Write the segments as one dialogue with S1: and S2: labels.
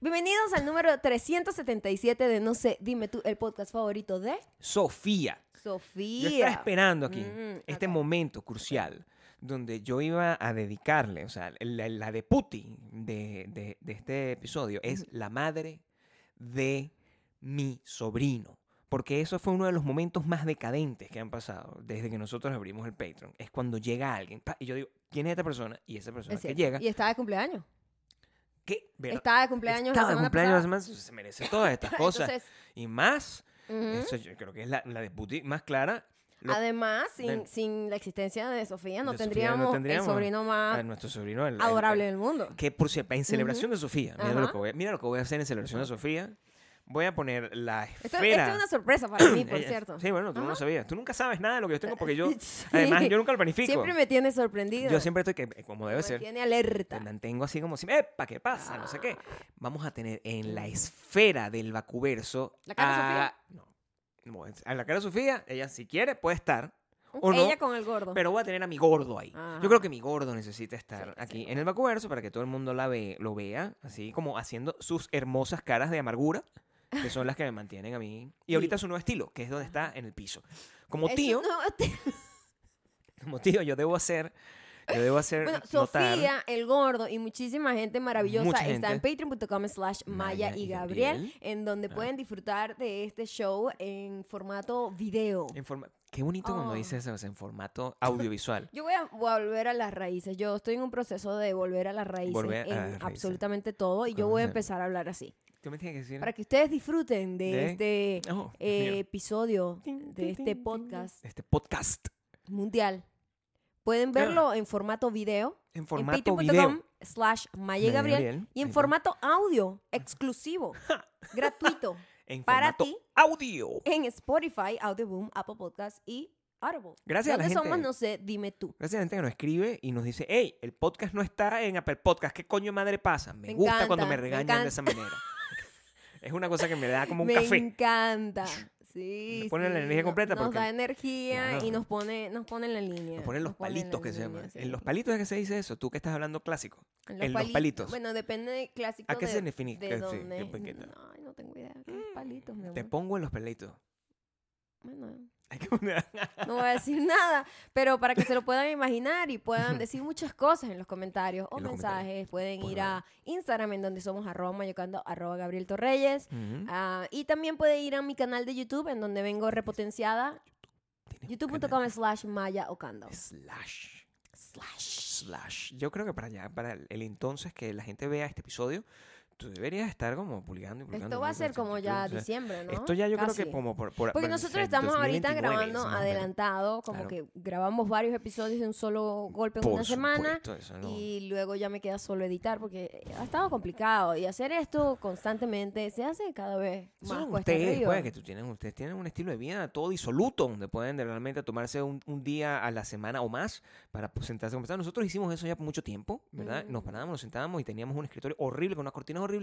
S1: Bienvenidos al número 377 de No sé, dime tú, el podcast favorito de
S2: Sofía. Yo
S1: Sofía.
S2: estaba esperando aquí
S1: Mm,
S2: este
S1: ok.
S2: momento crucial donde yo iba a dedicarle, o sea, la, la de Putin de, de- de este episodio es la madre de mi sobrino. Porque eso fue uno de los momentos más decadentes que han pasado desde que nosotros abrimos el Patreon. Es cuando llega alguien pa, y yo digo, ¿quién es esta persona? Y esa persona
S1: Es
S2: que
S1: cierto.
S2: llega,
S1: Y estaba de cumpleaños.
S2: que ¿verdad?
S1: Estaba de cumpleaños.
S2: Estaba de
S1: la semana
S2: cumpleaños la
S1: pasada.
S2: semana, se merece todas estas cosas.
S1: Entonces,
S2: y más,
S1: ujú.
S2: eso yo creo que es la, la de Putin más clara. Lo-
S1: Además, sin,
S2: Del-
S1: sin la existencia de Sofía, no,
S2: de Sofía, no
S1: tendríamos,
S2: tendríamos
S1: el sobrino más
S2: a nuestro sobrino el- el-
S1: Ah, adorable
S2: el-
S1: del mundo.
S2: que por cierto en celebración de Sofía mira lo,
S1: Ajá.
S2: que voy a, mira lo que voy a hacer en celebración de Sofía voy a poner la
S1: Esto, esto
S2: esfera
S1: es una sorpresa para mí, por
S2: Ella-
S1: cierto.
S2: sí bueno tú no
S1: Ajá.
S2: lo sabías tú nunca sabes nada de lo que yo tengo porque yo además yo nunca lo planifico
S1: Siempre me tiene sorprendida.
S2: yo siempre estoy que eh, como debe
S1: me
S2: ser
S1: tiene alerta.
S2: te mantengo así como si epa qué pasa no sé qué
S1: Ah.
S2: vamos a tener en la esfera del vacuverso
S1: ¿La cara de
S2: a- no, no, es- a la cara de Sofía ella si quiere puede estar o no
S1: Ella con el gordo.
S2: pero voy a tener a mi gordo ahí.
S1: Ajá.
S2: Yo creo que mi gordo necesita estar
S1: Sí,
S2: aquí
S1: sí.
S2: en el vacuverso para que todo el mundo la ve, lo vea, así como haciendo sus hermosas caras de amargura, que son las que me mantienen a mí. Y ahorita su nuevo estilo, que es donde está en el piso. Como
S1: Eso
S2: tío,
S1: no te-
S2: como tío, yo debo hacer, yo debo hacer
S1: Bueno,
S2: notar
S1: Sofía, el gordo y muchísima gente maravillosa
S2: Mucha
S1: está
S2: gente.
S1: en patreon.com slash Maya
S2: Maya
S1: y
S2: y
S1: Gabriel,
S2: Gabriel.
S1: en donde
S2: Ah.
S1: pueden disfrutar de este show en formato video.
S2: en forma- Qué bonito
S1: Oh.
S2: cuando dices eso, en formato audiovisual.
S1: Yo voy a volver a las raíces. Yo estoy en un proceso de volver a las raíces
S2: Volver a
S1: en
S2: las raíces.
S1: absolutamente todo y yo voy a
S2: Coño.
S1: empezar a hablar así.
S2: Tú me tienes que decir...
S1: Para que ustedes disfruten de,
S2: De-
S1: este
S2: Oh, Dios
S1: eh,
S2: mío.
S1: episodio,
S2: Tin,
S1: de
S2: tin,
S1: este
S2: tin, tin.
S1: podcast
S2: Este podcast
S1: mundial. Pueden verlo en formato video
S2: en
S1: en
S2: formato
S1: patreon.com
S2: video.
S1: slash Maya y Gabriel y en
S2: ahí va.
S1: formato audio exclusivo, gratuito,
S2: En
S1: para
S2: formato
S1: ti.
S2: audio.
S1: en Spotify, Audioboom, Apple Podcast y Audible.
S2: Gracias a la
S1: ¿Dónde
S2: gente.
S1: somos? No sé, dime tú.
S2: Gracias a la gente que nos escribe y nos dice, hey, el podcast no está en Apple Podcast, ¿qué coño madre pasa? Me,
S1: Me
S2: gusta
S1: encanta,
S2: cuando me
S1: me
S2: regañan de esa manera. es una cosa que me da como un
S1: Me
S2: café.
S1: encanta. Sí.
S2: Le ponen la
S1: sí,
S2: energía
S1: no-
S2: completa
S1: Nos
S2: porque-
S1: da energía
S2: Claro.
S1: y nos pone, nos pone en la línea.
S2: Nos ponen los palitos
S1: en
S2: que
S1: la
S2: se
S1: línea,
S2: llaman.
S1: sí.
S2: En los palitos es que se dice eso, tú que estás hablando clásico.
S1: En
S2: en los
S1: pali-
S2: palitos.
S1: Bueno, depende del clásico.
S2: ¿A qué
S1: de-
S2: se define-
S1: De
S2: que- sí,
S1: dónde.
S2: que- que-
S1: No, ay, no tengo idea. ¿Qué palitos, mi amor?
S2: Mm. Te pongo en los palitos.
S1: Bueno,
S2: Hay que poner-
S1: No voy a decir nada, pero para que se lo puedan imaginar y puedan decir muchas cosas en los comentarios o
S2: En los
S1: mensajes, pueden
S2: Pues
S1: ir a Instagram en donde somos arroba mayocando arroba Gabriel Torreyes.
S2: Ujú.
S1: Ah, y también puede ir a mi canal de YouTube en donde vengo repotenciada.
S2: Tienes un canal.
S1: youtube.com slash maya ocando.
S2: Slash. Slash. Slash. Yo creo que para allá, para el, el entonces que la gente vea este episodio, tú deberías estar como publicando y publicando.
S1: Esto va a
S2: publicando,
S1: ser como
S2: publicando,
S1: ya
S2: o sea,
S1: diciembre, ¿no?
S2: Esto ya yo creo
S1: Casi.
S2: que como por... por-
S1: Porque
S2: por-
S1: nosotros
S2: en
S1: estamos ahorita
S2: 2029
S1: grabando
S2: más o menos.
S1: adelantado, como
S2: Claro.
S1: que grabamos varios episodios de un solo golpe en
S2: Por
S1: pues, una semana.
S2: supuesto, eso no-
S1: Y luego ya me queda solo editar porque ha estado complicado. Y hacer esto constantemente se hace cada vez
S2: Eso
S1: más
S2: son
S1: cuesta
S2: ustedes,
S1: arriba.
S2: pues, que tú tienen, ustedes tienen un estilo de vida todo disoluto, donde pueden de- realmente tomarse un, un día a la semana o más para pues, sentarse a conversar. Nosotros hicimos eso ya por mucho tiempo, ¿verdad?
S1: Mm.
S2: Nos parábamos, nos sentábamos y teníamos un escritorio horrible, con unas cortinas horribles.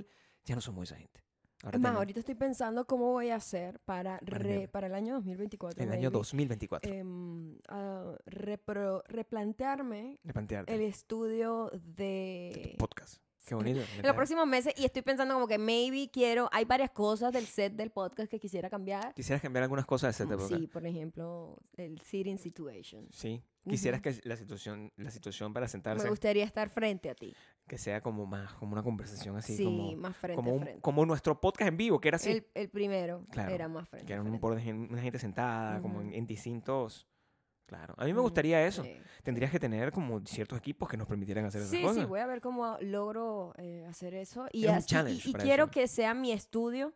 S2: Ya no somos esa gente. Ahora
S1: Es más,
S2: tenemos
S1: ahorita estoy pensando cómo voy a hacer para,
S2: Para
S1: re-
S2: el-
S1: para el año 2024.
S2: el año
S1: maybe,
S2: 2024.
S1: em, a repro- replantearme
S2: de plantearte.
S1: el eh, estudio de...
S2: Tu podcast. Qué bonito.
S1: en los próximos meses y estoy pensando como que maybe quiero, hay varias cosas del set del podcast que quisiera cambiar.
S2: Quisieras cambiar algunas cosas de esta época.
S1: Mm, Sí, por ejemplo, el sitting situation.
S2: Sí.
S1: Ujú.
S2: Quisieras que la situación, la situación para
S1: Me
S2: sentarse,
S1: gustaría estar frente a ti.
S2: que sea como más, como una conversación así,
S1: Sí,
S2: como,
S1: más frente
S2: como,
S1: a
S2: un-
S1: frente.
S2: como nuestro podcast en vivo, que era así.
S1: El, el primero
S2: Claro,
S1: era más frente.
S2: que
S1: a
S2: eran un
S1: frente.
S2: por de gen- una gente sentada, como en,
S1: Ujú.
S2: en distintos. Claro. A mí me
S1: Mm,
S2: gustaría eso.
S1: Sí,
S2: Tendrías que tener como ciertos equipos que nos permitieran hacer esas
S1: sí,
S2: cosas.
S1: sí, voy a ver cómo logro eh, hacer eso. Y,
S2: Es un
S1: así- y-
S2: challenge
S1: y
S2: para
S1: quiero
S2: eso.
S1: que sea mi estudio,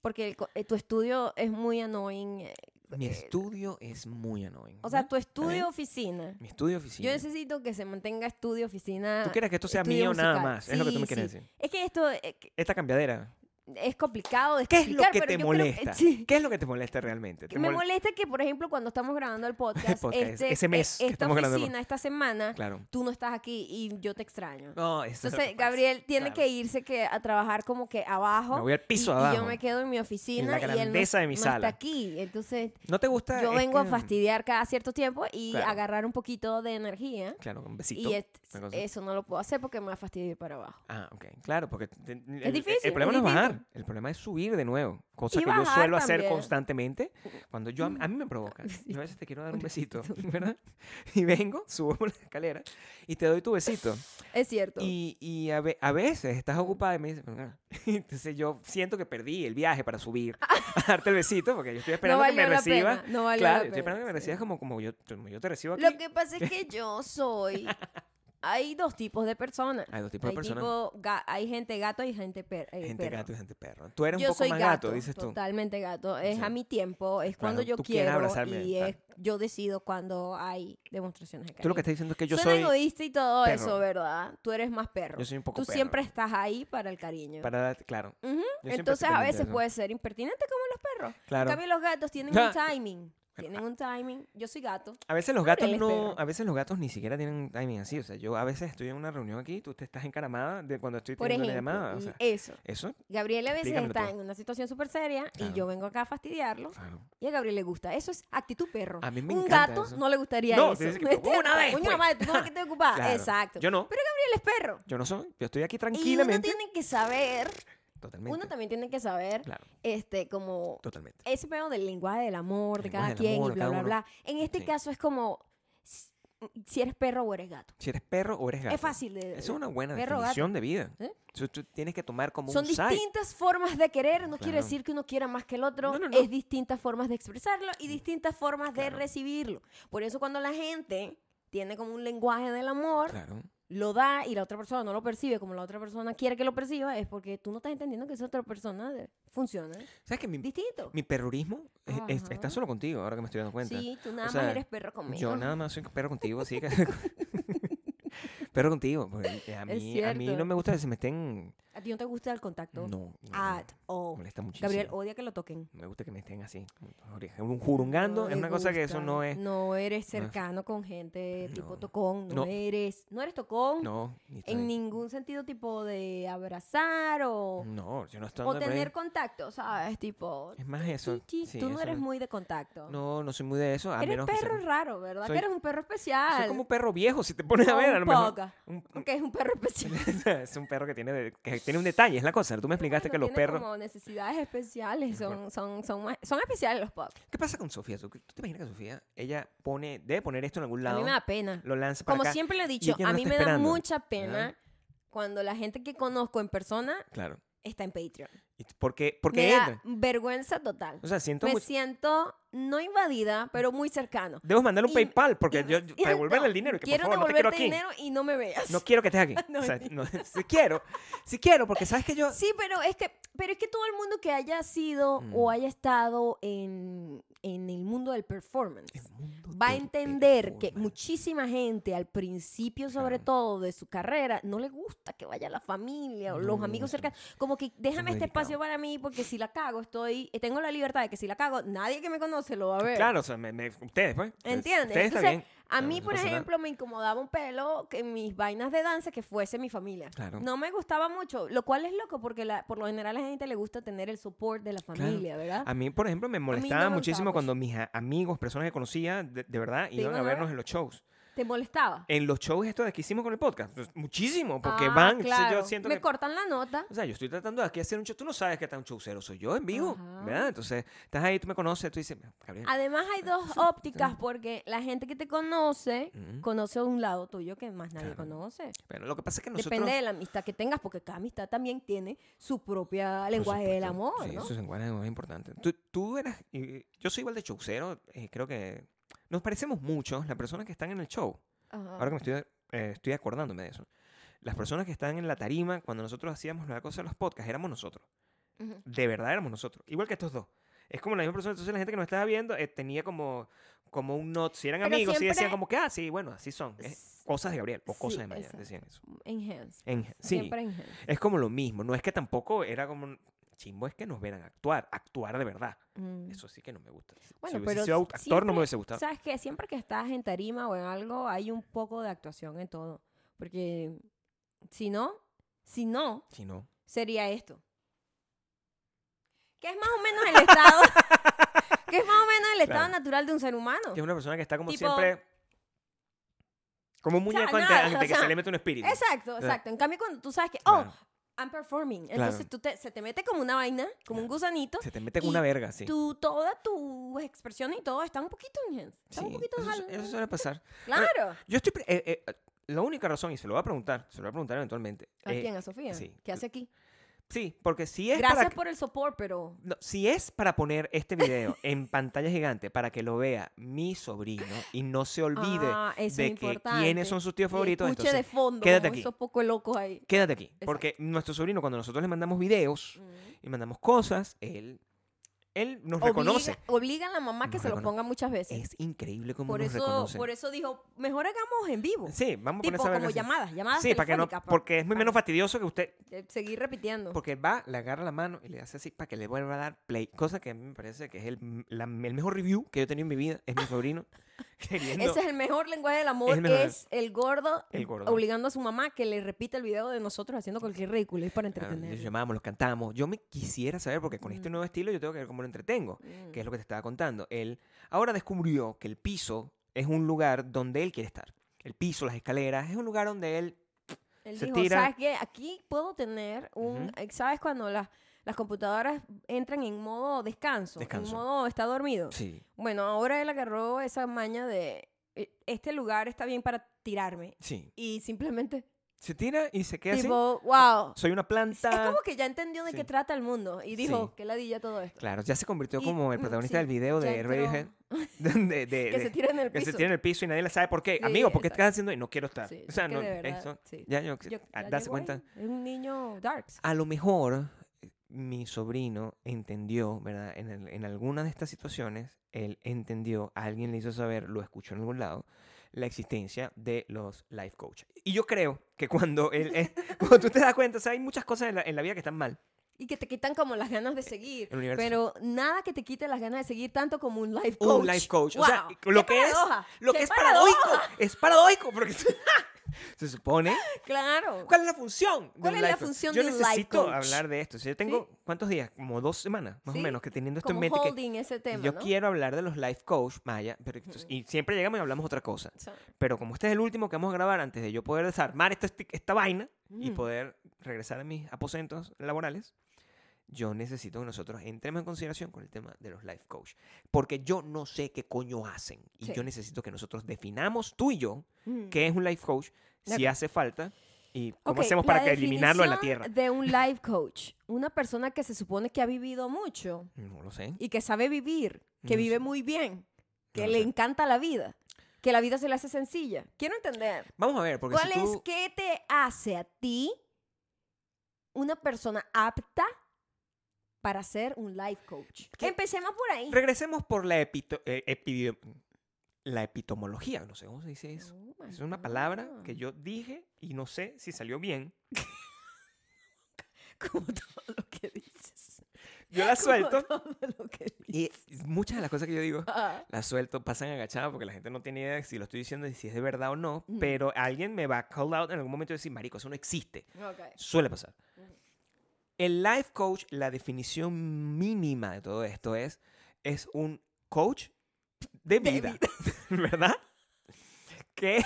S1: porque el co- eh, tu estudio es muy annoying. eh,
S2: Mi
S1: eh,
S2: estudio es muy annoying.
S1: O sea,
S2: ¿no?
S1: tu estudio
S2: bien.
S1: oficina.
S2: Mi estudio oficina.
S1: Yo necesito que se mantenga estudio oficina.
S2: Tú quieres que esto sea
S1: estudio
S2: mío nada
S1: musical.
S2: más. es lo que tú
S1: Sí,
S2: me quieres
S1: sí.
S2: decir.
S1: Es que esto, eh, que-
S2: Esta cambiadera.
S1: es complicado de
S2: ¿Qué es lo
S1: explicar,
S2: que
S1: pero
S2: te
S1: yo creo que-
S2: molesta?
S1: sí.
S2: ¿Qué es lo que te molesta realmente?
S1: Que
S2: Te
S1: me
S2: mol-
S1: molesta que, por ejemplo, cuando estamos grabando el podcast,
S2: podcast,
S1: este-
S2: ese mes
S1: e-
S2: que
S1: esta
S2: estamos grabando el
S1: oficina, esta semana,
S2: Claro.
S1: tú no estás aquí y yo te extraño.
S2: No, eso es lo que
S1: Entonces,
S2: pasa.
S1: Gabriel tiene
S2: Claro.
S1: que irse que a trabajar como que abajo.
S2: Me voy al piso
S1: y, y
S2: abajo.
S1: yo me quedo en mi oficina y él no,
S2: grandeza de mi
S1: no
S2: sala.
S1: está aquí. Entonces,
S2: ¿No te gusta?
S1: yo
S2: Es
S1: vengo a
S2: que-
S1: fastidiar cada cierto tiempo y
S2: Claro.
S1: agarrar un poquito de energía.
S2: Claro, un besito.
S1: Y es-
S2: una cosa.
S1: eso no lo puedo hacer porque me va a fastidiar para abajo.
S2: Ah, ok. Claro, porque te- el, el-
S1: difícil,
S2: el
S1: es
S2: problema no es bajar,
S1: distinto.
S2: el problema es subir de nuevo, cosa
S1: Y
S2: que yo
S1: bajar
S2: suelo hacer
S1: también.
S2: constantemente cuando yo a, a mí me provoca. Yo a veces te quiero dar un
S1: Un
S2: besito, ¿verdad? Y vengo, subo por la escalera y te doy tu besito.
S1: Es cierto.
S2: Y, y a, ve- a veces estás ocupada y me dices, "Ah". entonces yo siento que perdí el viaje para subir, a darte el besito, porque yo estoy
S1: Ah. no
S2: esperando que
S1: valió
S2: me
S1: la
S2: recibas.
S1: pena. No valió
S2: Claro,
S1: la
S2: yo estoy
S1: pena,
S2: esperando que me
S1: sí.
S2: recibas como, como, yo, como yo te recibo aquí.
S1: Lo que pasa es que yo soy. Hay dos tipos de personas.
S2: Hay dos tipos de
S1: Hay
S2: personas,
S1: tipo ga- hay gente gato y gente, per- eh,
S2: gente
S1: perro.
S2: gato y gente perro. Tú eres
S1: yo
S2: un poco
S1: soy
S2: más
S1: gato,
S2: gato, dices tú.
S1: Totalmente gato. Es
S2: Sí.
S1: a mi tiempo, es cuando yo
S2: tú quieres
S1: quiero
S2: abrazarme,
S1: y
S2: claro.
S1: es- yo decido cuando hay demostraciones de cariño.
S2: Tú lo que estás diciendo es que yo
S1: Suena
S2: soy...
S1: egoísta y todo
S2: perro.
S1: eso, ¿verdad? Tú eres más perro.
S2: Yo soy un poco
S1: Tú
S2: perro.
S1: siempre estás ahí para el cariño.
S2: Para dar- claro.
S1: Ujú,
S2: Yo siempre
S1: Entonces a
S2: estoy pendiente de
S1: veces
S2: eso.
S1: puede ser impertinente como los perros.
S2: Claro.
S1: En cambio los gatos tienen
S2: Ah.
S1: un timing. Tienen un timing. Yo soy gato.
S2: A veces los
S1: Gabriel
S2: gatos
S1: es
S2: no,
S1: perro.
S2: a veces los gatos ni siquiera tienen un timing así, o sea, yo a veces estoy en una reunión aquí, tú te estás encaramada de cuando estoy
S1: Por
S2: teniendo
S1: ejemplo,
S2: una llamada, o
S1: y
S2: sea,
S1: eso.
S2: eso,
S1: Gabriel a veces
S2: Explícamelo
S1: está
S2: tú.
S1: en una situación súper seria
S2: Claro.
S1: y yo vengo acá a fastidiarlo
S2: claro.
S1: y a Gabriel le gusta. Eso es actitud perro.
S2: A mí me
S1: Un
S2: encanta
S1: gato
S2: eso.
S1: no le gustaría
S2: No,
S1: eso.
S2: te dice que
S1: ¿Me entiendes?
S2: una vez,
S1: Coño,
S2: pues.
S1: madre, ¿tú por qué te ocupas?
S2: Claro.
S1: Exacto.
S2: Yo no,
S1: Pero Gabriel es perro.
S2: yo no soy, yo estoy
S1: Y
S2: aquí
S1: uno
S2: tranquilamente.
S1: tiene que saber,
S2: Totalmente.
S1: uno también tiene que saber,
S2: Claro,
S1: este, como
S2: totalmente.
S1: ese pedo del lenguaje del amor de
S2: El
S1: cada
S2: lenguaje del
S1: quien
S2: amor
S1: y
S2: de
S1: bla,
S2: cada
S1: bla,
S2: uno.
S1: bla. En este
S2: Sí.
S1: caso es como s- si eres perro o eres gato.
S2: Si eres perro o eres gato.
S1: Es fácil de...
S2: Eso es una buena
S1: perro o
S2: definición de vida.
S1: ¿Eh?
S2: Tú, tú tienes que tomar como
S1: Son
S2: un side.
S1: distintas formas de querer, no quiere
S2: Claro.
S1: decir que uno quiera más que el otro,
S2: No, no, no.
S1: es distintas formas de expresarlo y distintas formas
S2: Claro.
S1: de recibirlo. Por eso cuando la gente tiene como un lenguaje del amor,
S2: Claro.
S1: lo da y la otra persona no lo percibe como la otra persona quiere que lo perciba, es porque tú no estás entendiendo que esa otra persona de- funciona
S2: ¿Sabes que mi,
S1: distinto.
S2: mi perrorismo es- es-
S1: Ajá.
S2: está solo contigo, ahora que me estoy dando cuenta?
S1: Sí, tú nada
S2: sea,
S1: más eres perro conmigo.
S2: Yo nada más soy perro contigo, así que... perro contigo, porque a mí, a mí
S1: cierto.
S2: no me gusta que se me estén...
S1: ¿A ti no te gusta el contacto?
S2: No, no, no,
S1: At all.
S2: molesta muchísimo.
S1: Gabriel oh. odia que lo toquen.
S2: me gusta que me estén así, como las orejas, un jurungando,
S1: No
S2: es
S1: le
S2: una cosa que eso
S1: gusta.
S2: no es...
S1: No eres
S2: no es-
S1: cercano con gente tipo
S2: No.
S1: tocón, no,
S2: No.
S1: eres. No eres tocón
S2: No, ni está
S1: en
S2: bien.
S1: ningún sentido tipo de abrazar o,
S2: No, yo no estoy...
S1: o
S2: dando por ahí.
S1: tener contacto, ¿sabes? Tipo.
S2: Es más eso.
S1: chi, chi,
S2: Em, sí,
S1: tú no
S2: eso
S1: eres muy de contacto.
S2: No, no soy muy de eso, a
S1: eres
S2: menos que sea-
S1: perro raro, ¿verdad?
S2: Soy-
S1: que eres un perro especial.
S2: Soy como un perro viejo, si te pones a
S1: O
S2: ver, a
S1: un
S2: lo mejor...
S1: poca,
S2: un-
S1: Porque es un perro especial.
S2: es un perro que tiene, de- que tiene un detalle, es la cosa. Tú me explicaste
S1: Bueno,
S2: que los
S1: tiene
S2: perros...
S1: Como necesidades especiales. Son,
S2: Bueno.
S1: son, son, más- son especiales los pocos.
S2: ¿Qué pasa con Sofía? ¿Tú, tú te imaginas que Sofía, ella pone, debe poner esto en algún
S1: A
S2: lado,
S1: mí me da pena.
S2: lo lanza para
S1: Como
S2: acá?
S1: siempre lo he dicho,
S2: ella no
S1: a
S2: lo
S1: mí
S2: está
S1: me da
S2: esperando,
S1: mucha
S2: ¿verdad?
S1: pena cuando la gente que conozco en persona
S2: Claro.
S1: está en Patreon.
S2: ¿Y t- ¿Por qué, por
S1: me
S2: qué
S1: da
S2: entra?
S1: vergüenza total.
S2: O sea, siento
S1: me
S2: mucho...
S1: siento no invadida, pero muy cercano.
S2: Debo mandarle un
S1: y-
S2: PayPal porque yo, yo-
S1: Y
S2: para devolverle
S1: no,
S2: el dinero. y Que, por
S1: quiero
S2: favor, no te quiero
S1: devolverte
S2: aquí.
S1: dinero y no me veas.
S2: No quiero que estés aquí.
S1: No,
S2: o sea,
S1: mentira.
S2: no, si quiero, si quiero, porque sabes que yo.
S1: Sí, pero es que pero es que todo el mundo que haya sido
S2: Mm.
S1: o haya estado en, en el mundo del performance
S2: El mundo
S1: va a
S2: del
S1: entender que
S2: performance.
S1: muchísima gente al principio sobre
S2: Claro.
S1: todo de su carrera no le gusta que vaya la familia o los
S2: No,
S1: amigos
S2: eso no.
S1: cercanos como que déjame
S2: muy
S1: este espacio para
S2: delicado.
S1: mí porque si la cago estoy eh, tengo la libertad de que si la cago nadie que me conoce lo va a ver
S2: Claro, o sea, me- me- ustedes, pues.
S1: ¿Entiendes?
S2: Ustedes está
S1: Entonces,
S2: bien.
S1: a
S2: No,
S1: mí,
S2: no
S1: por
S2: pasa nada.
S1: ejemplo, me incomodaba un pelo que en mis vainas de danza que fuese mi familia.
S2: Claro.
S1: No me gustaba mucho, lo cual es loco porque la- por lo general a la gente le gusta tener el support de la
S2: Claro.
S1: familia, ¿verdad?
S2: A mí, por ejemplo, me molestaba
S1: me
S2: muchísimo
S1: gustaba
S2: cuando mis a- amigos, personas que conocía, de, de verdad, iban
S1: iban
S2: a
S1: a ver?
S2: vernos en los shows.
S1: ¿Te molestaba?
S2: En los shows esto de que hicimos con el podcast. pues, Muchísimo, Eh, porque
S1: Ah,
S2: van. entonces
S1: claro.
S2: Yo siento
S1: me
S2: que
S1: cortan la nota.
S2: O sea, yo estoy tratando de aquí hacer un show. Tú no sabes qué tan showcero soy yo en vivo,
S1: Ajá. Ah,
S2: ¿verdad? Entonces, estás ahí, tú me conoces, tú dices, Gabriel.
S1: Además hay
S2: ah,
S1: dos ópticas porque la gente que te conoce
S2: Ujú.
S1: conoce un lado tuyo que más nadie
S2: Claro.
S1: conoce.
S2: Bueno, lo que pasa es que nosotros...
S1: Depende de la amistad que tengas porque cada amistad también tiene su propia lenguaje del
S2: supuesto.
S1: amor,
S2: Sí,
S1: ¿no?
S2: eso es lenguaje del amor es importante. Tú, tú eras... y- Yo soy igual de showcero, eh, creo que... Nos parecemos mucho las personas que están en el show.
S1: Ajá.
S2: Ahora que me estoy, eh, estoy acordándome de eso. Las personas que están en la tarima, cuando nosotros hacíamos la cosa de los podcasts, éramos nosotros.
S1: Ujú.
S2: de verdad éramos nosotros. Igual que estos dos. Es como la misma persona. Entonces la gente que nos estaba viendo eh, tenía como, como un not. Si eran
S1: Pero
S2: amigos, sí decían
S1: siempre-
S2: como que, ah, sí, bueno, así son. Es
S1: S-
S2: cosas de Gabriel o
S1: sí,
S2: cosas de Maya.
S1: exacto.
S2: Decían eso.
S1: Enhance.
S2: En- sí,
S1: Siempre enhance.
S2: es como lo mismo. No es que tampoco era como... chimbo es que nos vean actuar, actuar de verdad.
S1: Mm.
S2: Eso sí que no me gusta. Si-
S1: Bueno,
S2: si hubiese
S1: pero
S2: sido actor no
S1: siempre-
S2: me hubiese gustado.
S1: Sabes que siempre que estás en tarima o en algo, hay un poco de actuación en todo. Porque si no, si no,
S2: Si no.
S1: sería esto. Que es más o menos el estado. que es más o menos el estado
S2: Claro.
S1: natural de un ser humano.
S2: Que es una persona que está como
S1: Tipo-
S2: siempre. Como un
S1: sea,
S2: muñeco ante,
S1: nada,
S2: ante
S1: o
S2: que
S1: sea,
S2: se le mete un espíritu.
S1: Exacto,
S2: Ah.
S1: exacto. En cambio, cuando tú sabes que, oh,
S2: Claro.
S1: I'm performing,
S2: Claro.
S1: entonces tú te- se te mete como una vaina, como un
S2: Claro.
S1: gusanito.
S2: Se te mete con una
S1: y
S2: verga, sí.
S1: Tu, toda tu expresión y todo está un poquito enhanced. Está un
S2: Sí,
S1: poquito
S2: eso,
S1: jal-
S2: su- eso suele pasar.
S1: Claro.
S2: Yo estoy. pre- eh, eh, la única razón, y se lo voy a preguntar, se lo voy a preguntar eventualmente.
S1: ¿A
S2: eh,
S1: quién? ¿A Sofía?
S2: sí.
S1: ¿Qué hace aquí?
S2: Sí, porque si es
S1: Gracias
S2: para.
S1: por el soporte, pero.
S2: No, si es para poner este video en pantalla gigante para que lo vea mi sobrino y no se olvide
S1: Ah, eso es
S2: de que
S1: importante.
S2: quiénes son sus
S1: Y
S2: tíos favoritos,
S1: Escuche de
S2: entonces
S1: fondo.
S2: quédate
S1: como
S2: aquí.
S1: Esos poco locos ahí.
S2: quédate aquí. Porque nuestro sobrino, cuando nosotros le mandamos videos
S1: Mm.
S2: y mandamos cosas, él, él nos reconoce.
S1: Obliga, obliga a la mamá que
S2: Nos
S1: se lo
S2: reconoce.
S1: ponga muchas veces.
S2: Es increíble cómo
S1: por
S2: nos
S1: eso,
S2: reconoce.
S1: por eso dijo, mejor hagamos en vivo.
S2: Sí, vamos a poner
S1: tipo,
S2: esa verga
S1: como
S2: así.
S1: llamadas, llamadas
S2: Sí, para que no,
S1: telefónicas, pa-
S2: porque es muy
S1: pa-
S2: menos fastidioso que usted,
S1: de- seguir repitiendo.
S2: porque va, le agarra la mano y le hace así para que le vuelva a dar play. Cosa que a mí me parece que es el, la- el mejor review que yo he tenido en mi vida, es mi sobrino. queriendo-
S1: Ese es el mejor lenguaje del amor,
S2: Eh, Es el mejor.
S1: es el gordo,
S2: El gordo.
S1: obligando a su mamá que le repita el video de nosotros haciendo cualquier ridículo y para
S2: Claro,
S1: entretener.
S2: Los llamamos, los cantamos. Yo me quisiera saber, porque con este nuevo estilo yo tengo que ver cómo lo entretengo,
S1: Mm.
S2: que es lo que te estaba contando. Él ahora descubrió que el piso es un lugar donde él quiere estar. El piso, las escaleras, es un lugar donde él...
S1: Él
S2: se
S1: dijo,
S2: tira-
S1: ¿sabes qué? Aquí puedo tener un... eh, ¿Sabes cuando las, las computadoras entran en modo descanso?
S2: Descanso.
S1: En modo está dormido.
S2: Sí,
S1: Bueno, ahora él agarró esa maña de... "Eh, Este lugar está bien para tirarme.
S2: sí.
S1: Y simplemente...
S2: Se tira y se queda así.
S1: Tipo, wow.
S2: Soy una planta.
S1: Es como que ya entendió de
S2: Sí.
S1: qué trata el mundo. Y dijo,
S2: Sí.
S1: que ladilla todo esto.
S2: Claro, ya se convirtió
S1: Y-
S2: como el
S1: mm,
S2: protagonista
S1: sí,
S2: del video
S1: ya
S2: de
S1: entró.
S2: Radiohead. de- de-
S1: que se
S2: de-
S1: tira en el
S2: que se
S1: piso.
S2: tira en el piso y nadie le sabe por qué.
S1: Sí,
S2: Amigo, ¿por qué
S1: exacto.
S2: estás haciendo? Y no quiero estar.
S1: Sí,
S2: o sea,
S1: es que
S2: no,
S1: de verdad,
S2: eso-
S1: sí.
S2: Ya, yo,
S1: Yo-
S2: a-
S1: ya
S2: darse
S1: llegó ahí.
S2: cuenta.
S1: Es un niño darks.
S2: a lo mejor eh, mi sobrino entendió, ¿verdad? En, el- en alguna de estas situaciones, él entendió, alguien le hizo saber, lo escuchó en algún lado, la existencia de los life coach. Y yo creo que cuando, él, eh, cuando tú te das cuenta, o sea, hay muchas cosas en la, en la vida que están mal.
S1: Y que te quitan como las ganas de seguir.
S2: Eh, El universo.
S1: Pero nada que te quite las ganas de seguir tanto como un life coach.
S2: Un life coach. O sea,
S1: ¡Guau!
S2: lo
S1: ¡Qué
S2: que es,
S1: paradoja!
S2: lo
S1: ¡Qué
S2: que es
S1: paradoja!
S2: paradoico. Es paradoico porque se supone
S1: Claro.
S2: ¿Cuál es la función? de
S1: ¿Cuál
S2: un
S1: es la
S2: life coach?
S1: función
S2: Yo
S1: de un life
S2: necesito
S1: coach?
S2: hablar de esto. O sea, yo tengo, ¿cuántos días? Como dos semanas, más
S1: Sí,
S2: o menos, que teniendo esto en
S1: Como
S2: mente. que
S1: holding ese tema,
S2: yo
S1: ¿no?
S2: quiero hablar de los life coach, Maya, pero entonces- y siempre llegamos y hablamos otra cosa.
S1: O sea,
S2: Pero como este es el último que vamos a grabar antes de yo poder desarmar esta, esti- esta vaina
S1: mm,
S2: y poder regresar a mis aposentos laborales, yo necesito que nosotros entremos en consideración con el tema de los life coach. Porque yo no sé qué coño hacen. Y
S1: Sí.
S2: yo necesito que nosotros definamos tú y yo
S1: mm.
S2: qué es un life coach,
S1: De
S2: si hace falta y
S1: Ok,
S2: cómo hacemos
S1: la
S2: para que eliminarlo de la
S1: definición
S2: tierra.
S1: De un life coach. Una persona que se supone que ha vivido mucho
S2: No lo sé.
S1: y que sabe vivir, que
S2: No
S1: vive
S2: sé.
S1: muy bien, que
S2: No lo
S1: le
S2: sé.
S1: encanta la vida, que la vida se le hace sencilla. Quiero entender.
S2: Vamos a ver, porque
S1: ¿Cuál
S2: si tú...
S1: es qué te hace a ti una persona apta para ser un life coach?
S2: ¿Qué?
S1: Empecemos por ahí.
S2: Regresemos por la epito- eh, epidio- la epitomología, no sé cómo se dice eso.
S1: Oh my
S2: Es una palabra
S1: God.
S2: que yo dije y no sé si salió bien.
S1: Como todo lo que dices.
S2: Yo la
S1: Como
S2: suelto
S1: todo lo que dices.
S2: y muchas de las cosas que yo digo
S1: Ah,
S2: la suelto, pasan agachada porque la gente no tiene idea de si lo estoy diciendo y si es de verdad o no,
S1: Ujú.
S2: pero alguien me va a call out en algún momento y decir, marico, eso no existe.
S1: ok.
S2: Suele pasar.
S1: Ujú.
S2: El life coach, la definición mínima de todo esto es, es un coach de vida, ¿verdad? Que,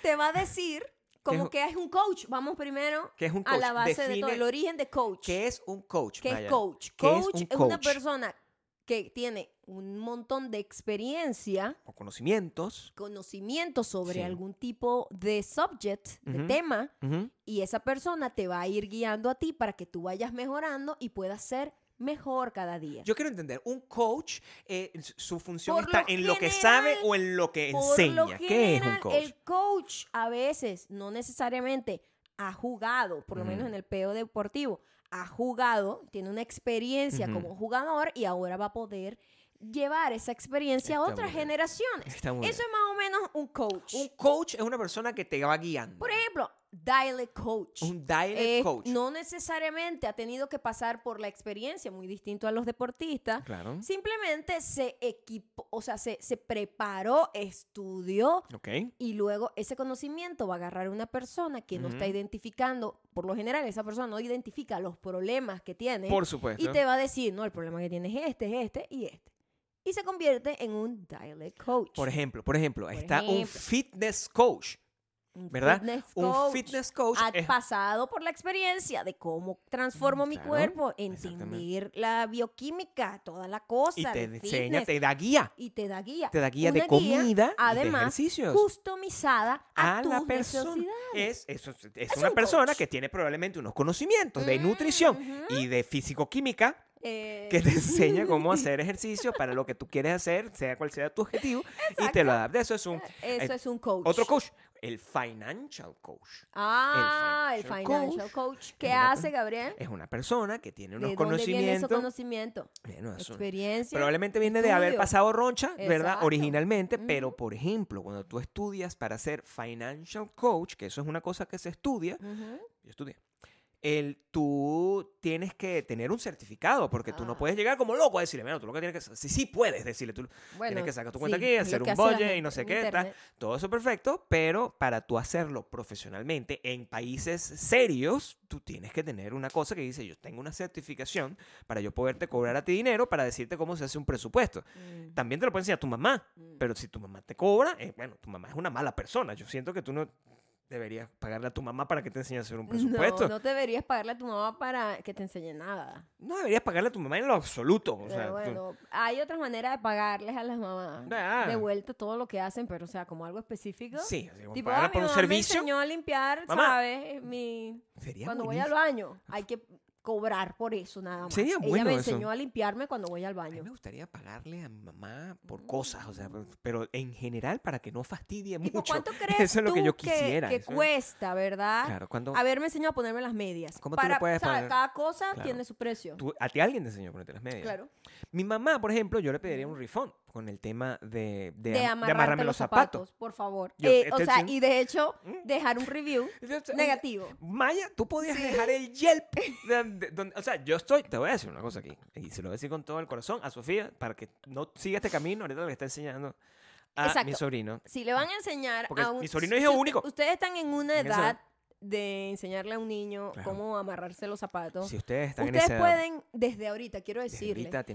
S1: Te va a decir
S2: un-
S1: como que es un coach. Vamos primero
S2: que es un coach.
S1: a la base de todo,
S2: Define
S1: el origen de coach.
S2: ¿Qué es un coach?
S1: ¿Qué
S2: Maya?
S1: es coach?
S2: ¿Qué es
S1: coach
S2: un
S1: es una
S2: coach?
S1: persona que tiene un montón de experiencia
S2: O conocimientos.
S1: conocimiento sobre
S2: Sí.
S1: algún tipo de subject, de
S2: Ujú.
S1: tema,
S2: Ujú.
S1: y esa persona te va a ir guiando a ti para que tú vayas mejorando y puedas ser mejor cada día.
S2: Yo quiero entender, un coach, eh, s- su función
S1: Por
S2: está
S1: lo
S2: en lo que
S1: general-
S2: sabe o en lo que
S1: Por
S2: enseña.
S1: lo
S2: ¿Qué es un
S1: general,
S2: coach?
S1: El coach a veces, no necesariamente, ha jugado, por lo menos
S2: Ujú.
S1: en el peo deportivo, ha jugado, tiene una experiencia
S2: Ujú.
S1: como jugador y ahora va a poder llevar esa experiencia a
S2: Está
S1: otras
S2: muy bien.
S1: generaciones.
S2: Está muy
S1: Eso es más o menos un coach.
S2: bien. Un coach es una persona que te va guiando.
S1: Por ejemplo, dialect coach.
S2: Un dialect
S1: Eh,
S2: coach.
S1: No necesariamente ha tenido que pasar por la experiencia, muy distinto a los deportistas.
S2: Claro.
S1: Simplemente se equipó, o sea, se, se preparó, estudió
S2: Ok.
S1: y luego ese conocimiento va a agarrar una persona que no está
S2: Ujú.
S1: identificando, por lo general esa persona no identifica los problemas que tiene
S2: Por supuesto.
S1: y te va a decir, no, el problema que tienes es este, es este y este. Y se convierte en un dialect coach.
S2: Por ejemplo, por ejemplo,
S1: Por
S2: está un
S1: ejemplo.
S2: fitness coach,
S1: un
S2: ¿verdad?
S1: Fitness
S2: Un
S1: coach.
S2: fitness coach
S1: Ha
S2: es- Mm,
S1: pasado por la experiencia de cómo transformo mi
S2: claro,
S1: cuerpo,
S2: exactamente.
S1: entender la bioquímica, toda la cosa.
S2: y te
S1: del
S2: enseña,
S1: fitness,
S2: te da guía,
S1: y te da guía.
S2: te da guía
S1: Una
S2: de comida y de
S1: además,
S2: ejercicios.
S1: customizada a,
S2: a
S1: tus
S2: la persona
S1: necesidades.
S2: es, eso es, es
S1: Es
S2: una
S1: un
S2: persona
S1: coach.
S2: que tiene probablemente unos conocimientos de
S1: Mm,
S2: nutrición
S1: ujú.
S2: y de fisicoquímica
S1: Eh,
S2: que te enseña cómo hacer ejercicio para lo que tú quieres hacer, sea cual sea tu objetivo, y te lo adapta. Eso es un
S1: Eso
S2: eh,
S1: es un coach.
S2: otro coach, el financial coach.
S1: Ah, el
S2: el
S1: financial,
S2: financial
S1: coach. ¿Qué
S2: es una
S1: hace,
S2: per-
S1: Gabriel?
S2: Es una persona que tiene unos
S1: ¿De dónde viene ese
S2: conocimientos. Ah,
S1: conocimiento?
S2: Bueno, es un-
S1: Experiencia.
S2: Probablemente viene de haber
S1: estudio.
S2: pasado roncha, ¿verdad?
S1: Exacto.
S2: Originalmente,
S1: Ujú.
S2: pero por ejemplo, cuando tú estudias para ser financial coach, que eso es una cosa que se estudia,
S1: Ujú.
S2: yo estudié, el, tú tienes que tener un certificado, porque tú no
S1: Ah.
S2: puedes llegar como loco a decirle, bueno, tú lo que tienes que hacer, sí, sí puedes decirle, tú
S1: Bueno,
S2: tienes que sacar tu cuenta
S1: sí,
S2: aquí,
S1: es lo
S2: hacer
S1: que
S2: un
S1: hace la
S2: budget y
S1: gente
S2: no sé
S1: en
S2: qué, tal.
S1: internet.
S2: todo eso perfecto, pero para tú hacerlo profesionalmente en países serios, tú tienes que tener una cosa que dice, yo tengo una certificación para yo poderte cobrar a ti dinero para decirte cómo se hace un presupuesto.
S1: Mm,
S2: También te lo puede enseñar tu mamá,
S1: mm.
S2: pero si tu mamá te cobra, eh, bueno, tu mamá es una mala persona. Yo siento que tú no deberías pagarle a tu mamá para que te enseñe a hacer un presupuesto.
S1: No, no deberías pagarle a tu mamá para que te enseñe nada.
S2: No deberías pagarle a tu mamá en lo absoluto. O
S1: Pero
S2: sea, tú-
S1: bueno, hay otras maneras de pagarles a las mamás.
S2: Ah.
S1: De vuelta todo lo que hacen, pero o sea, como algo específico.
S2: sí, o sea,
S1: Tipo,
S2: pagarle
S1: ah,
S2: por
S1: mi
S2: un
S1: mamá
S2: servicio.
S1: me enseñó a limpiar,
S2: Mamá.
S1: ¿sabes? Mi...
S2: Sería
S1: Cuando voy
S2: buenísimo.
S1: al baño, hay que cobrar por eso nada más.
S2: Sería
S1: Ella
S2: bueno
S1: me
S2: eso.
S1: enseñó a limpiarme cuando voy al
S2: A mí
S1: baño. Mm.
S2: me gustaría pagarle a mi mamá por cosas, o sea, pero en general para que no fastidie
S1: Tipo,
S2: mucho.
S1: ¿cuánto crees
S2: Eso es lo que
S1: tú
S2: yo quisiera.
S1: que,
S2: eso es-
S1: cuesta, verdad?
S2: Claro, cuando
S1: Haberme enseñado a ponerme las medias.
S2: ¿Cómo tú le puedes
S1: o sea,
S2: poner?
S1: Cada cosa
S2: Claro.
S1: tiene su precio.
S2: tú- a ti alguien te enseñó a ponerte las medias.
S1: Claro.
S2: Mi mamá, por ejemplo, yo le pediría
S1: Ujú.
S2: un rifón con el tema de,
S1: De,
S2: de, am- de
S1: amarrarte
S2: amarrarme
S1: los zapatos, por favor.
S2: Yo-
S1: Eh,
S2: este
S1: o
S2: es
S1: sea,
S2: un-
S1: y de hecho,
S2: Mm.
S1: dejar un review
S2: Yo- yo-
S1: negativo.
S2: Maya, tú podías dejar el Yelp. de- de- donde- o sea, yo estoy, te voy a decir una cosa aquí, y se lo voy a decir con todo el corazón a Sofía, para que no siga este camino, ahorita le está enseñando a mi
S1: Exacto.
S2: sobrino.
S1: Si le van a enseñar
S2: Porque
S1: a un...
S2: mi sobrino es
S1: si
S2: hijo
S1: usted-
S2: único.
S1: Ustedes están en una
S2: En esa edad.
S1: edad de enseñarle a un niño
S2: Claro.
S1: cómo amarrarse los zapatos.
S2: Si ustedes están
S1: Ustedes
S2: en esa edad,
S1: pueden, desde ahorita, quiero
S2: desde
S1: decirles, desde ahorita,
S2: ahorita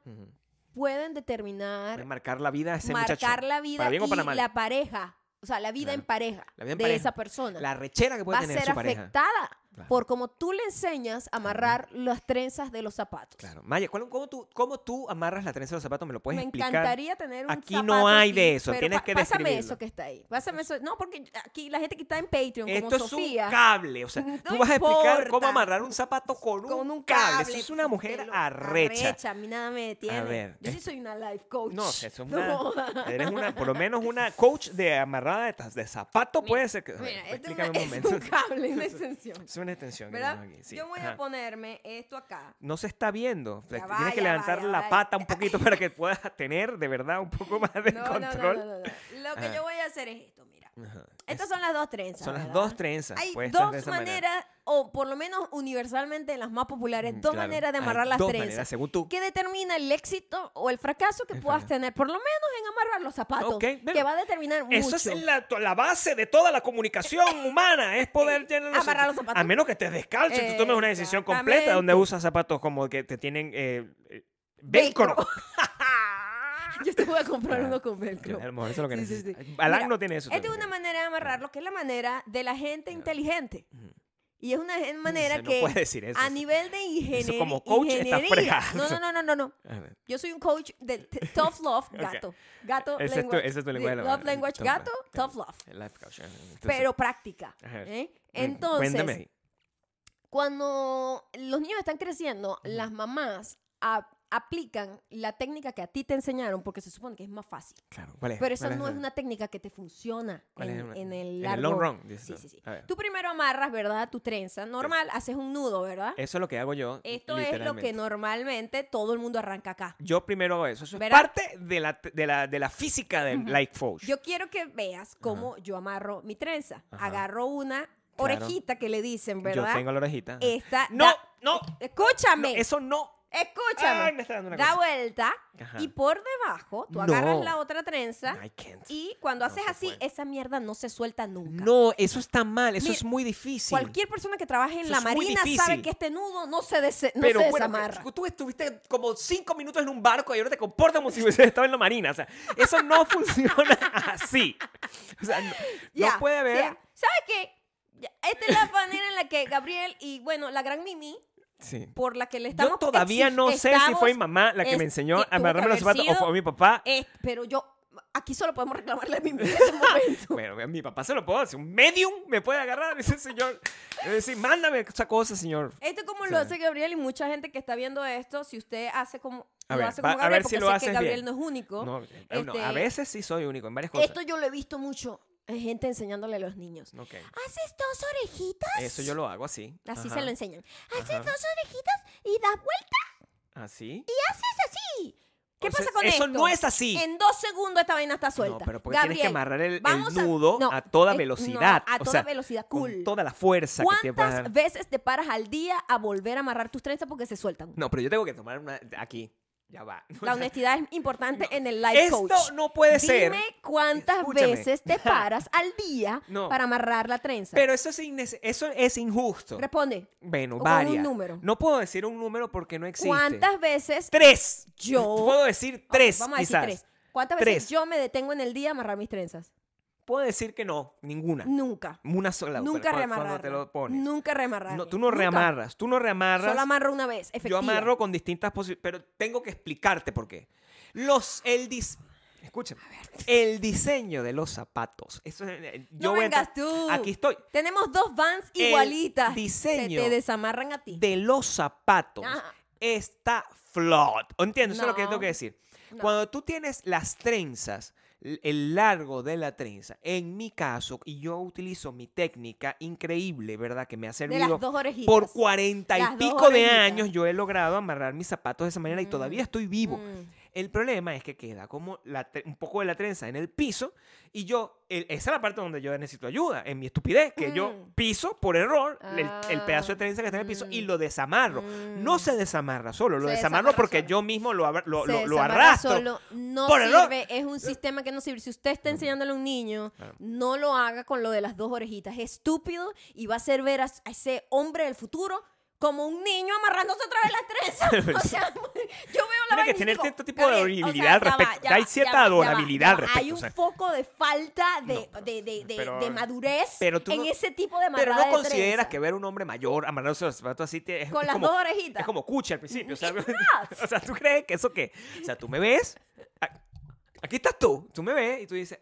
S2: tienen que saber. Ujú.
S1: pueden
S2: Pueden
S1: determinar,
S2: marcar la vida a ese
S1: marcar
S2: muchacho.
S1: la vida
S2: para bien o
S1: y
S2: para mal.
S1: la pareja, o sea, la vida
S2: Claro.
S1: en pareja
S2: La vida en
S1: de
S2: pareja.
S1: esa persona
S2: La rechera que puede
S1: va a
S2: tener
S1: ser
S2: su pareja.
S1: afectada
S2: Claro.
S1: por cómo tú le enseñas a amarrar las trenzas de los zapatos.
S2: Claro. Maya, ¿cuál- ¿cómo tú, ¿cómo tú amarras la trenza de los zapatos? ¿Me lo puedes
S1: Me
S2: explicar?
S1: encantaría tener un
S2: Aquí
S1: zapato
S2: no hay
S1: así,
S2: de eso,
S1: pero
S2: tienes
S1: pa-
S2: que
S1: Pásame
S2: describirlo.
S1: eso que está ahí. Pásame eso. No, porque aquí la gente que está en Patreon
S2: Esto
S1: como
S2: es un
S1: Sofía
S2: cable. O sea,
S1: No
S2: tú vas a explicar cómo
S1: importa.
S2: amarrar un zapato con un,
S1: con un
S2: cable.
S1: cable.
S2: Eso es una mujer
S1: pelo
S2: arrecha.
S1: A mí nada me detiene.
S2: ver,
S1: Yo
S2: es-
S1: sí soy una life coach.
S2: No, eso es una,
S1: No.
S2: eres una, por lo menos una coach de amarrada de, tas- de zapato
S1: Mira,
S2: puede ser que. a ver,
S1: Mira, esto es,
S2: explícame
S1: una-
S2: un
S1: es
S2: momento.
S1: un cable, una extensión.
S2: Es una extensión. que
S1: ¿Verdad?
S2: tenemos aquí, sí.
S1: Yo voy
S2: Ajá.
S1: a ponerme esto acá.
S2: No se está viendo. Te-
S1: Ya
S2: Tienes
S1: va,
S2: que
S1: ya va,
S2: levantar
S1: ya
S2: la
S1: va.
S2: pata un poquito para que puedas tener de verdad un poco más de
S1: No, no, no,
S2: control.
S1: no, no, no. Lo que
S2: Ajá.
S1: yo voy a hacer es esto, mira.
S2: Ajá.
S1: Estas son las dos trenzas.
S2: Son las
S1: ¿verdad?
S2: dos trenzas.
S1: Hay
S2: puestas de
S1: dos
S2: esa manera.
S1: maneras, o por lo menos universalmente las más populares,
S2: Mm,
S1: dos
S2: claro.
S1: maneras de
S2: Hay
S1: amarrar las
S2: dos
S1: trenzas.
S2: maneras, según tú.
S1: Que determina el éxito o el fracaso que
S2: El
S1: puedas
S2: fracaso.
S1: tener, por lo menos en amarrar los zapatos.
S2: Ok, bueno,
S1: que va a determinar
S2: Eso
S1: mucho. Eh,
S2: es la, la base de toda la comunicación humana, es poder tener
S1: Amarrar los zapatos.
S2: A menos que estés descalzo y tú tomes una decisión completa donde
S1: Exactamente.
S2: usas zapatos como que te tienen eh, eh, velcro.
S1: Velcro.
S2: ¡Ah!
S1: Yo te voy a comprar
S2: Claro.
S1: uno con
S2: Yo,
S1: velcro.
S2: a lo mejor eso es lo que
S1: Sí, sí,
S2: necesitas.
S1: sí.
S2: Alan
S1: Mira,
S2: no tiene eso.
S1: Esta es
S2: todavía.
S1: una manera de amarrarlo, que es la manera de la gente inteligente.
S2: Ujú.
S1: Y es una gen- manera
S2: Eso
S1: que
S2: No puedes decir eso.
S1: a nivel de ingeniería.
S2: Eso como coach está
S1: ingeniería-
S2: fregado.
S1: No, no, no, no, no, no.
S2: A ver,
S1: Yo soy un coach de t- tough love, gato. Gato,
S2: Ese es tu-
S1: language.
S2: ese es tu
S1: de-
S2: lenguaje de la-
S1: Love language,
S2: tough
S1: gato,
S2: love.
S1: tough love.
S2: life coach. Entonces,
S1: Pero práctica.
S2: Ajá.
S1: ¿eh?
S2: mm, cuéntame
S1: Entonces,
S2: ahí.
S1: cuando los niños están creciendo,
S2: Ujú.
S1: las mamás a- aplican la técnica que a ti te enseñaron porque se supone que es más fácil.
S2: Claro. ¿Cuál es?
S1: Pero esa
S2: Eh, ¿Cuál
S1: no
S2: la-
S1: es una técnica que te funciona
S2: cuál es
S1: en,
S2: una-
S1: en el
S2: en
S1: largo...
S2: long run. dices
S1: Sí,
S2: tú.
S1: sí, sí.
S2: A ver,
S1: Tú primero amarras, ¿verdad? Tu trenza. Normal, haces un nudo, ¿verdad?
S2: Eso es lo que hago yo.
S1: Esto es lo que
S2: literalmente.
S1: normalmente todo el mundo arranca acá.
S2: Yo primero hago eso. Eso es
S1: ¿Verdad?
S2: parte de la, de la, de la física del
S1: Ujú.
S2: light coach.
S1: Yo quiero que veas cómo yo amarro mi trenza.
S2: Ajá.
S1: Agarro una
S2: Claro.
S1: orejita que le dicen,
S2: Yo
S1: ¿verdad?
S2: tengo la orejita.
S1: Esta.
S2: no,
S1: da-
S2: no, no,
S1: Escúchame.
S2: Eso no.
S1: Escúchame.
S2: Ay, me está dando una
S1: da
S2: cosa.
S1: vuelta
S2: Ajá.
S1: y por debajo tú
S2: No.
S1: agarras la otra trenza
S2: I can't.
S1: y cuando
S2: No
S1: haces
S2: se
S1: así,
S2: puede.
S1: esa mierda no se suelta nunca.
S2: No, eso está mal. Eso
S1: Mira,
S2: es muy difícil.
S1: Cualquier persona que trabaje en
S2: Eso
S1: la
S2: es muy
S1: marina
S2: difícil.
S1: sabe que este nudo no se, dese- no
S2: Pero
S1: se
S2: bueno,
S1: desamarra.
S2: tú estuviste como cinco minutos en un barco y ahora te comportas como si hubieses estado en la marina. O sea, eso no funciona así. O sea, no, no
S1: Ya,
S2: puede
S1: o
S2: haber.
S1: sea, ¿Sabes qué? Ya, Esta es la manera en la que Gabriel y, bueno, la gran Mimi,
S2: Sí.
S1: por la que le estamos
S2: Yo todavía
S1: exi-
S2: no sé si
S1: estamos-
S2: fue mi mamá la que
S1: es-
S2: me enseñó
S1: que
S2: a
S1: tuvo que
S2: amarrarme los
S1: haber
S2: zapatos o
S1: sido-
S2: fue mi papá.
S1: Eh, pero yo, aquí solo podemos reclamarle a Mimi en este momento.
S2: Bueno, a mi papá se lo puedo hacer. Un medium me puede agarrar ese señor. Es decir, mándame esa cosa, señor.
S1: Esto como
S2: Sí.
S1: lo hace Gabriel y mucha gente que está viendo esto, si usted hace como,
S2: A
S1: lo
S2: ver,
S1: hace
S2: va-
S1: como
S2: a
S1: Gabriel,
S2: ver si
S1: porque
S2: lo
S1: sé
S2: haces
S1: que Gabriel
S2: bien.
S1: no es único.
S2: No, eh, no, a
S1: este,
S2: veces sí soy único en varias cosas.
S1: Esto yo lo he visto mucho en gente enseñándole a los niños.
S2: Ok.
S1: Haces dos orejitas.
S2: Eso yo lo hago así.
S1: Así
S2: Ajá.
S1: se lo enseñan. Haces
S2: Ajá.
S1: dos orejitas y das vuelta
S2: Así.
S1: así. ¿Qué
S2: ¿Ah, O sea,
S1: pasa con
S2: eso
S1: esto?
S2: no es así.
S1: En dos segundos esta vaina está suelta.
S2: No, pero porque tienes que
S1: Gabriel,
S2: amarrar el, el
S1: vamos a-
S2: nudo
S1: no,
S2: a, toda
S1: eh, no,
S2: velocidad.
S1: a
S2: o
S1: toda
S2: sea,
S1: velocidad,
S2: con
S1: cool.
S2: toda la fuerza que te puedas
S1: ¿Cuántas
S2: dar.
S1: veces te paras al día a volver a amarrar tus trenzas porque se sueltan?
S2: No, pero yo tengo que tomar una. Aquí. Ya va.
S1: La honestidad es importante en el life
S2: Esto
S1: coach.
S2: no puede ser.
S1: Dime cuántas
S2: Escúchame.
S1: veces te paras al día
S2: No.
S1: para amarrar la trenza.
S2: Pero eso es, innece- eso es injusto.
S1: Responde.
S2: Bueno,
S1: o con un
S2: varias.
S1: número.
S2: No puedo decir un número porque no existe.
S1: ¿Cuántas veces
S2: Tres.
S1: yo-
S2: Puedo decir tres,
S1: vamos a decir
S2: quizás.
S1: tres. ¿Cuántas veces
S2: Tres.
S1: yo me detengo en el día a amarrar mis trenzas?
S2: Puedo decir que no, ninguna.
S1: Nunca.
S2: Una sola.
S1: Nunca
S2: cuando- Cuando
S1: reamarrar.
S2: te lo pones.
S1: Nunca reamarrar.
S2: No, tú no reamarras. Tú no reamarras.
S1: Solo amarro una vez.
S2: Yo
S1: Efectiva.
S2: amarro con distintas posibilidades, pero tengo que explicarte por qué. Los, el dis... Escúchame. El diseño de los zapatos. Eso es- eh,
S1: No
S2: yo voy a
S1: vengas
S2: entrar-
S1: tú.
S2: Aquí estoy.
S1: Tenemos dos vans
S2: El
S1: igualitas.
S2: diseño
S1: Se te desamarran a ti.
S2: De los zapatos
S1: Ajá.
S2: está flawed. ¿Entiendes? Eso es lo que yo
S1: No.
S2: tengo que decir.
S1: No.
S2: Cuando tú tienes las trenzas, l- el largo de la trenza, en mi caso, y yo utilizo mi técnica increíble, ¿verdad? Que me ha
S1: De
S2: servido
S1: las dos orejitas.
S2: por cuarenta
S1: Las
S2: y
S1: dos
S2: pico de
S1: orejitas.
S2: años yo he logrado amarrar mis zapatos de esa manera y todavía estoy vivo.
S1: Mm.
S2: El problema es que queda como la tre- un poco de la trenza en el piso y yo, el- esa es la parte donde yo necesito ayuda, en mi estupidez, que yo
S1: Mm.
S2: piso por error el, el
S1: Ah,
S2: pedazo de trenza que está en el piso y
S1: mm,
S2: lo desamarro. No
S1: mm.
S2: se desamarra solo, lo
S1: Se
S2: desamarro
S1: desamarra
S2: porque
S1: solo.
S2: yo mismo lo, abra- lo,
S1: Se
S2: lo- lo
S1: desamarra
S2: arrastro.
S1: solo, no
S2: Por error.
S1: sirve, es un sistema que no sirve. Si usted está enseñándole a un niño,
S2: Claro.
S1: no lo haga con lo de las dos orejitas. Es estúpido y va a hacer ver a, a ese hombre del futuro como un niño amarrándose otra vez las trenzas. o sea, yo veo la
S2: Tiene que
S1: vaina y
S2: tener
S1: digo,
S2: cierto tipo de
S1: Gabriel, o sea,
S2: adorabilidad al
S1: ya va,
S2: respecto.
S1: ya
S2: Hay
S1: va,
S2: cierta
S1: ya va, ya va,
S2: adorabilidad
S1: ya
S2: al
S1: va.
S2: respecto,
S1: Hay
S2: o
S1: un
S2: sea.
S1: foco de falta de,
S2: No, pero-
S1: de- de- de-
S2: pero-
S1: de madurez
S2: pero tú
S1: en
S2: no-
S1: ese tipo de
S2: Pero
S1: amarrada
S2: no
S1: de
S2: consideras
S1: trenza.
S2: que ver un hombre mayor amarrándose los zapatos así te- es,
S1: Con
S2: es
S1: las
S2: como,
S1: dos orejitas.
S2: es como cucha al principio. O sea,
S1: It's nuts.
S2: o sea, ¿tú crees que eso qué? O sea, tú me ves, a- aquí estás tú, tú me ves y tú dices...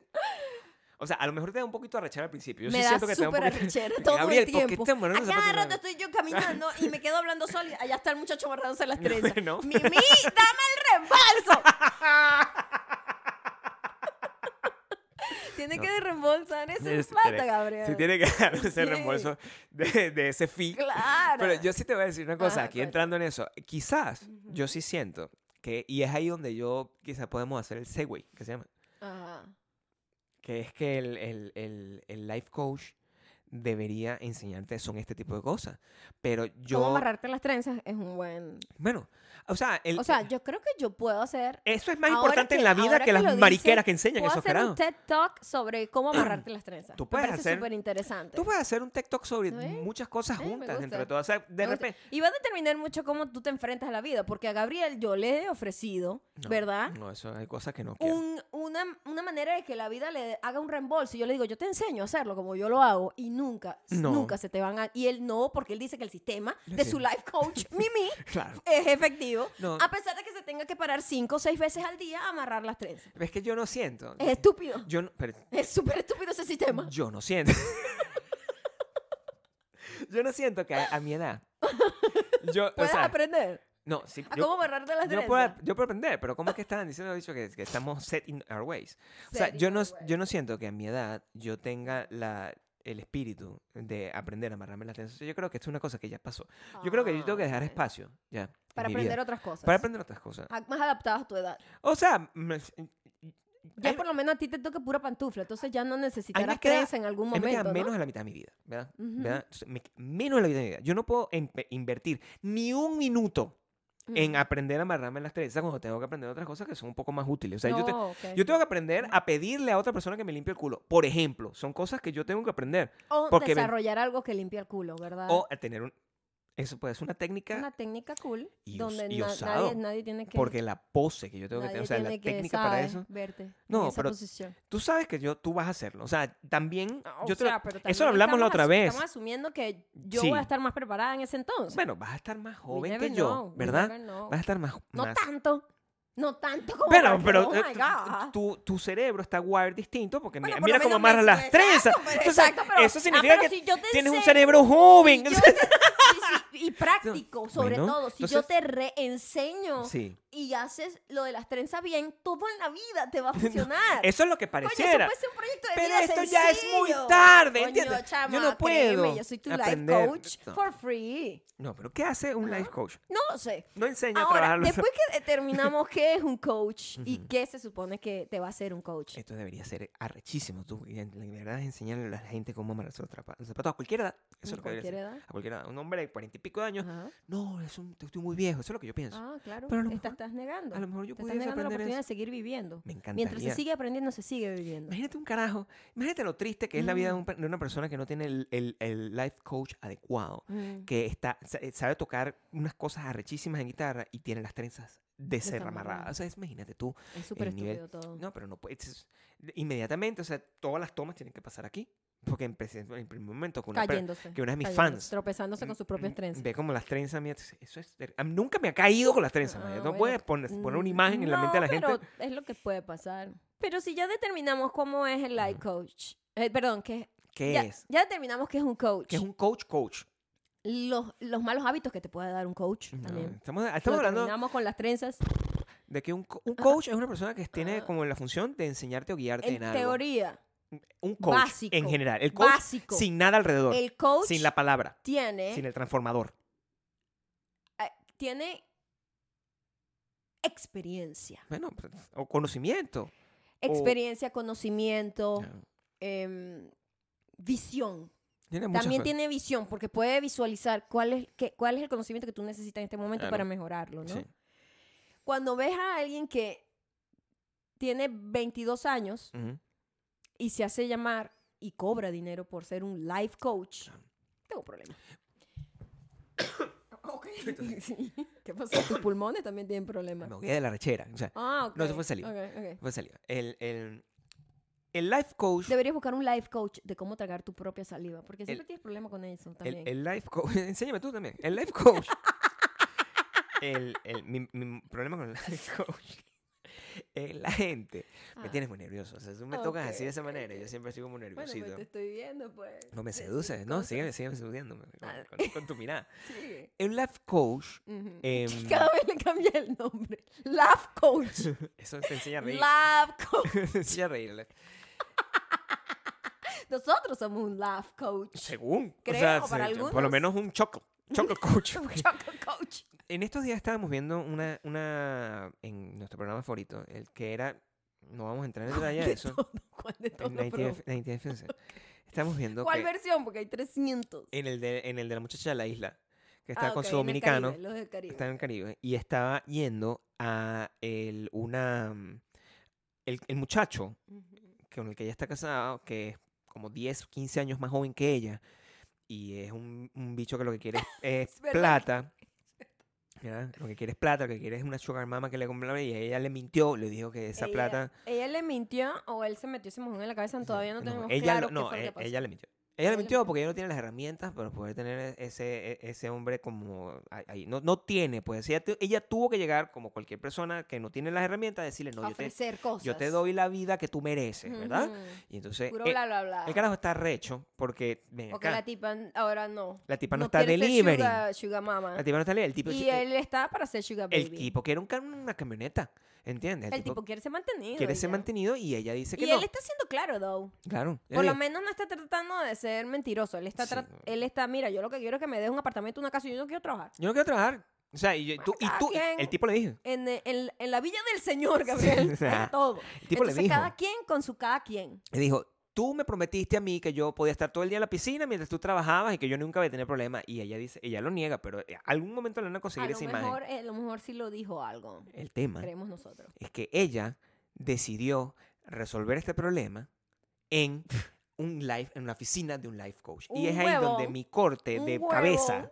S2: O sea, a lo mejor te da un poquito arrechera al principio. Yo
S1: me
S2: sí
S1: da
S2: siento que te da un
S1: súper
S2: poquito...
S1: arrechera todo
S2: Gabriel,
S1: el
S2: ¿por qué
S1: tiempo.
S2: te amarraron
S1: A
S2: los
S1: cada
S2: zapatos?
S1: rato estoy yo caminando y me quedo hablando sola y allá está el muchacho amarrándose las
S2: No,
S1: trenzas.
S2: no.
S1: Mimi, dame el reembolso. Tiene que reembolsar esa
S2: Sí, sí,
S1: plata,
S2: tiene-
S1: Gabriel.
S2: Este, Sí tiene que dar ese
S1: Sí.
S2: reembolso de, de ese fee.
S1: Claro.
S2: Pero yo sí te voy a decir una cosa,
S1: Ajá, pues.
S2: aquí
S1: cuál.
S2: entrando en eso, quizás yo sí siento que, y es ahí donde yo quizás podemos hacer el segue, que se llama,
S1: Ajá.
S2: que es que el, el- el- el life coach debería enseñarte son este tipo de cosas. Pero
S1: Cómo
S2: yo,
S1: amarrarte las trenzas es un buen...
S2: bueno, o sea, el- eh,
S1: O sea, yo creo que yo puedo hacer...
S2: eso es más
S1: ahora
S2: importante
S1: que-
S2: en la vida
S1: ahora
S2: que,
S1: que
S2: las
S1: lo dices,
S2: mariqueras que enseñan
S1: Puedo
S2: esos
S1: hacer un
S2: carajos.
S1: TED Talk sobre cómo amarrarte las trenzas.
S2: Tú puedes
S1: Me parece
S2: hacer-
S1: súper interesante.
S2: Tú puedes hacer un TikTok sobre
S1: Sí.
S2: muchas cosas
S1: Sí, me
S2: juntas
S1: gusta.
S2: entre de todas. O sea, de
S1: Me gusta.
S2: repente...
S1: Y va a determinar mucho cómo tú te enfrentas a la vida, porque a Gabriel yo le he ofrecido,
S2: No,
S1: ¿verdad?
S2: No, eso hay cosas que no quiero.
S1: Un- una, una manera de que la vida le haga un reembolso. Y yo le digo, yo te enseño a hacerlo como yo lo hago, y nunca, s-
S2: No.
S1: nunca se te van a. Y él no, porque él dice que el sistema de
S2: Sí.
S1: su life coach, Mimi,
S2: Claro.
S1: es efectivo,
S2: No.
S1: a pesar de que se tenga que parar cinco o seis veces al día a amarrar las trenzas.
S2: Es que yo no siento.
S1: Es estúpido.
S2: Yo no, pero
S1: Es súper estúpido ese sistema.
S2: yo no siento. yo no siento que a, a mi edad. Yo, o
S1: Puedes
S2: sea,
S1: aprender.
S2: No, sí,
S1: ¿A
S2: yo,
S1: cómo amarrarte las
S2: yo
S1: trenzas?
S2: puedo, yo puedo aprender, pero ¿cómo es que estaban diciendo dicho que, que estamos set in our ways? O sea, yo no, yo no siento que a mi edad yo tenga la, el espíritu de aprender a amarrarme las trenzas. Yo creo que esto es una cosa que ya pasó. Yo creo que yo tengo que dejar espacio, ya. en
S1: Ah. Para
S2: mi
S1: aprender
S2: vida,
S1: otras cosas.
S2: Para aprender otras cosas.
S1: Ah, Más adaptadas a tu edad.
S2: O sea, me-
S1: Ya
S2: Ahí-
S1: por lo menos a ti te toca pura pantufla, entonces ya no necesitarás
S2: queda-
S1: trenza en algún
S2: ahí me queda
S1: momento,
S2: menos
S1: ¿no?
S2: de la mitad de mi vida, ¿verdad?
S1: Ujú.
S2: ¿verdad? Entonces, me- menos de la mitad de mi vida. Yo no puedo em- invertir ni un minuto
S1: Mm.
S2: en aprender a amarrarme las trenzas cuando tengo que aprender otras cosas que son un poco más útiles. O sea, yo, te-
S1: No, ok.
S2: yo tengo que aprender a pedirle a otra persona que me limpie el culo. Por ejemplo, son cosas que yo tengo que aprender.
S1: O
S2: porque ven-
S1: desarrollar algo que limpia el culo, ¿verdad?
S2: O a tener un... Eso puede ser una técnica
S1: Ah. una técnica cool
S2: y us-
S1: donde
S2: y
S1: na-
S2: osado,
S1: nadie, nadie tiene que
S2: porque la pose que yo tengo que
S1: nadie
S2: tener, o sea, la
S1: tiene que,
S2: técnica para
S1: ¿sabes?
S2: eso.
S1: verte en
S2: No,
S1: esa
S2: pero
S1: posición.
S2: Tú sabes que yo, tú vas a hacerlo. O sea, también...
S1: O
S2: yo te lo-
S1: sea, pero
S2: eso lo
S1: también
S2: hablamos la
S1: estamos
S2: otra
S1: asu-
S2: vez.
S1: Estamos asumiendo que yo
S2: Sí.
S1: voy a estar más preparada en ese entonces.
S2: Bueno, vas a estar más
S1: We
S2: joven que
S1: never
S2: yo,
S1: know, we
S2: ¿verdad?
S1: never know.
S2: Vas a estar más...
S1: No
S2: más-
S1: tanto. No tanto como
S2: Pero,
S1: para que-
S2: pero
S1: oh
S2: eh,
S1: my
S2: tu-
S1: God.
S2: tu, tu cerebro está wired distinto porque
S1: Bueno, por
S2: mira,
S1: lo
S2: mira cómo
S1: menos me-
S2: amarra las
S1: exacto,
S2: trenzas.
S1: pero
S2: Entonces,
S1: exacto, pero-
S2: eso
S1: ah,
S2: significa
S1: pero
S2: que
S1: si yo te
S2: tienes un
S1: enseño-
S2: cerebro joven.
S1: Si yo te- sí, sí, y práctico, sobre
S2: Bueno,
S1: todo. Si yo
S2: entonces-
S1: te reenseño
S2: Sí.
S1: y haces lo de las trenzas bien, todo en la vida te va a funcionar.
S2: Eso es lo que
S1: Coño, eso pues
S2: pareciera.
S1: puede ser un proyecto de
S2: Pero
S1: vida
S2: esto ya es muy
S1: sencillo.
S2: tarde,
S1: Coño,
S2: ¿entiendes?
S1: chama,
S2: Yo no
S1: créeme,
S2: puedo
S1: yo soy tu
S2: aprender.
S1: life coach
S2: No.
S1: for free.
S2: No, pero ¿qué hace un life coach?
S1: No lo sé.
S2: No enseña a
S1: Ahora,
S2: trabajar los-
S1: después que determinamos qué es un coach y qué se supone que te va a hacer un coach.
S2: Esto debería ser arrechísimo. Tú, y en- la verdad es enseñarle a la gente cómo amarrarse los trapa- los zapatos a cualquier edad. Eso es
S1: ¿En
S2: lo que debería
S1: cualquier
S2: ser.
S1: edad?
S2: A cualquier edad. Un hombre de cuarenta y pico de años.
S1: Ajá.
S2: No, es un, estoy muy viejo. Eso es lo que yo pienso.
S1: Ah, claro.
S2: Pero a lo
S1: te
S2: mejor-
S1: estás negando.
S2: a lo mejor yo
S1: te estás
S2: pudiese
S1: negando la
S2: aprender
S1: oportunidad
S2: eso.
S1: de seguir viviendo.
S2: Me encantaría.
S1: Mientras se sigue aprendiendo, se sigue viviendo.
S2: Imagínate un carajo. Imagínate lo triste que es la vida de,
S1: Mm.
S2: un per- de una persona que no tiene el, el- el life coach adecuado.
S1: Mm.
S2: Que está, sa- eh, sabe tocar unas cosas arrechísimas en guitarra y tiene las trenzas de ser amarradas.
S1: Desamarradas.
S2: O sea, es- imagínate tú.
S1: Es súper
S2: el nivel-
S1: estúpido todo.
S2: No, pero no puedes. es- Inmediatamente, o sea, todas las tomas tienen que pasar aquí. Porque empecé en el primer momento con una per-
S1: cayéndose.
S2: que una de mis
S1: cayéndose,
S2: fans-
S1: Tropezándose con sus propias
S2: Mm,
S1: trenzas.
S2: Ve como las trenzas mías. Eso es, ter- a mí nunca me ha caído con las trenzas.
S1: Ah,
S2: María. no
S1: bueno.
S2: puedes poner, poner una
S1: Mm,
S2: imagen en la mente de la
S1: no,
S2: gente.
S1: Pero es lo que puede pasar. Pero si ya determinamos cómo es el life coach, eh, perdón, que
S2: ¿Qué
S1: ya,
S2: es?
S1: ya determinamos que es un coach.
S2: ¿Qué es un coach coach?
S1: los, los malos hábitos que te puede dar un coach
S2: No,
S1: también.
S2: estamos
S1: Lo
S2: estamos hablando
S1: terminamos con las trenzas.
S2: De que un, co- un coach es una persona que tiene
S1: Ah.
S2: como la función de enseñarte o guiarte en,
S1: En
S2: algo.
S1: teoría,
S2: un coach
S1: básico,
S2: en general. El coach
S1: básico.
S2: sin nada alrededor.
S1: el coach
S2: sin la palabra.
S1: tiene,
S2: Sin el transformador.
S1: eh, tiene experiencia.
S2: Bueno, pues, o conocimiento. O-
S1: Experiencia, conocimiento,
S2: Ah,
S1: em, visión.
S2: Tiene muchas
S1: También
S2: cosas.
S1: tiene visión porque puede visualizar cuál es, qué- cuál es el conocimiento que tú necesitas en este momento
S2: Claro.
S1: para mejorarlo, ¿no?
S2: Sí.
S1: Cuando ves a alguien que tiene 22 años
S2: Ujú.
S1: y se hace llamar y cobra dinero por ser un life coach, tengo problemas. Ok. Sí. ¿Qué pasa? Tus pulmones también tienen problemas.
S2: Me ahogué de la rechera. O sea,
S1: Ah, ok.
S2: No, eso fue saliva.
S1: Ok, ok.
S2: fue saliva. El, el, el life coach.
S1: Deberías buscar un life coach de cómo tragar tu propia saliva, porque
S2: El-
S1: siempre tienes problema con eso también.
S2: El, el life coach. Enséñame tú también. El life coach. el, el- mi, mi problema con el life coach. es la gente me
S1: Ah.
S2: tienes muy nervioso. O sea, tú me tocas así
S1: ok,
S2: de esa
S1: ok,
S2: manera.
S1: ok.
S2: Yo siempre estoy como
S1: Bueno,
S2: nerviosito.
S1: pues te estoy viendo, pues.
S2: No me
S1: decir
S2: seduces, no,
S1: cosas.
S2: sigue, sigue seduciéndome
S1: Ah.
S2: con, con- con tu mirada.
S1: Sigue.
S2: Un life coach,
S1: Ujú.
S2: em,
S1: Cada vez le cambia el nombre. Laugh coach.
S2: eso te enseña a reír.
S1: laugh coach.
S2: te enseña a reír.
S1: Nosotros somos un laugh coach.
S2: Según.
S1: Creo,
S2: o sea,
S1: para
S2: se- por lo
S1: algunos.
S2: menos un choco. Choco coach.
S1: Un
S2: porque
S1: choco coach.
S2: en estos días estábamos viendo una, una. En nuestro programa favorito, el que era. No vamos a entrar en detalle de
S1: De
S2: eso.
S1: todo, ¿Cuál de todos
S2: En
S1: los
S2: 90F
S1: programas?
S2: 90FS. Estamos viendo.
S1: ¿Cuál
S2: que
S1: versión? Porque hay 300.
S2: en, el de, en el de la muchacha de la isla, que está
S1: Ah,
S2: con
S1: ok,
S2: su
S1: en el
S2: dominicano.
S1: Caribe, los del Caribe.
S2: está en el Caribe y estaba yendo a el, una mm, el, el muchacho
S1: Ujú.
S2: con el que ella está casada que es como 10 15 años más joven que ella y es un, un bicho que lo que quiere es, es
S1: verdad que-
S2: plata ¿verdad? lo que quiere es plata lo que quiere es una sugar mama que le compraba y ella le mintió le dijo que esa
S1: Ella-
S2: plata
S1: ¿Ella le mintió o él se metió ese mojón en la cabeza? Todavía no
S2: no,
S1: tenemos
S2: ella
S1: claro
S2: lo-
S1: qué
S2: no,
S1: fue lo
S2: e-
S1: que pasó.
S2: ella le mintió Ella le mintió porque ella no tiene las herramientas para poder tener ese, e- ese hombre como ahí- ahí. No, no tiene, pues. Ella, tu- ella tuvo que llegar, como cualquier persona que no tiene las herramientas, a decirle, no, yo te,
S1: ofrecer cosas.
S2: yo te doy la vida que tú mereces, ¿verdad?
S1: Ujú.
S2: Y entonces,
S1: Puro
S2: eh,
S1: bla, bla, bla.
S2: el carajo está recho porque, ven
S1: Porque
S2: acá,
S1: la tipa ahora no.
S2: la tipa no,
S1: no
S2: está
S1: quiere ser
S2: delivery.
S1: Sugar, sugar mama.
S2: La tipa no está delivery. El tipo,
S1: y
S2: eh,
S1: él está para ser sugar baby.
S2: el tipo quiere un ca- una camioneta, ¿entiendes?
S1: El tipo quiere ser mantenido.
S2: quiere ser
S1: ya.
S2: mantenido y ella dice que
S1: Y
S2: no.
S1: él está siendo claro, though.
S2: Claro. ella
S1: Por lo
S2: dijo,
S1: menos no está tratando de ser mentiroso. Él está,
S2: Sí,
S1: tra-
S2: no.
S1: él está, mira, yo lo que quiero es que me des un apartamento, una casa y yo no quiero trabajar.
S2: Yo no quiero trabajar. O sea, y, yo- tú, y
S1: cada
S2: tú,
S1: quien.
S2: el tipo le dijo.
S1: En, eh, en- en la villa del señor, Gabriel,
S2: Sí, o
S1: hay
S2: sea,
S1: de todo.
S2: el tipo le
S1: Entonces,
S2: dijo.
S1: cada quien con su cada quien.
S2: Le dijo, tú me prometiste a mí que yo podía estar todo el día en la piscina mientras tú trabajabas y que yo nunca voy a tener problemas. Y ella dice, ella lo niega, pero eh, algún momento le van a
S1: A
S2: conseguir
S1: lo,
S2: esa imagen. Ah.
S1: mejor, eh, a lo mejor sí lo dijo algo,
S2: El tema
S1: creemos nosotros.
S2: es que ella decidió resolver este problema en un live, en una oficina de un life coach.
S1: Un
S2: y es ahí donde
S1: huevón,
S2: mi corte
S1: un
S2: de
S1: huevo.
S2: cabeza.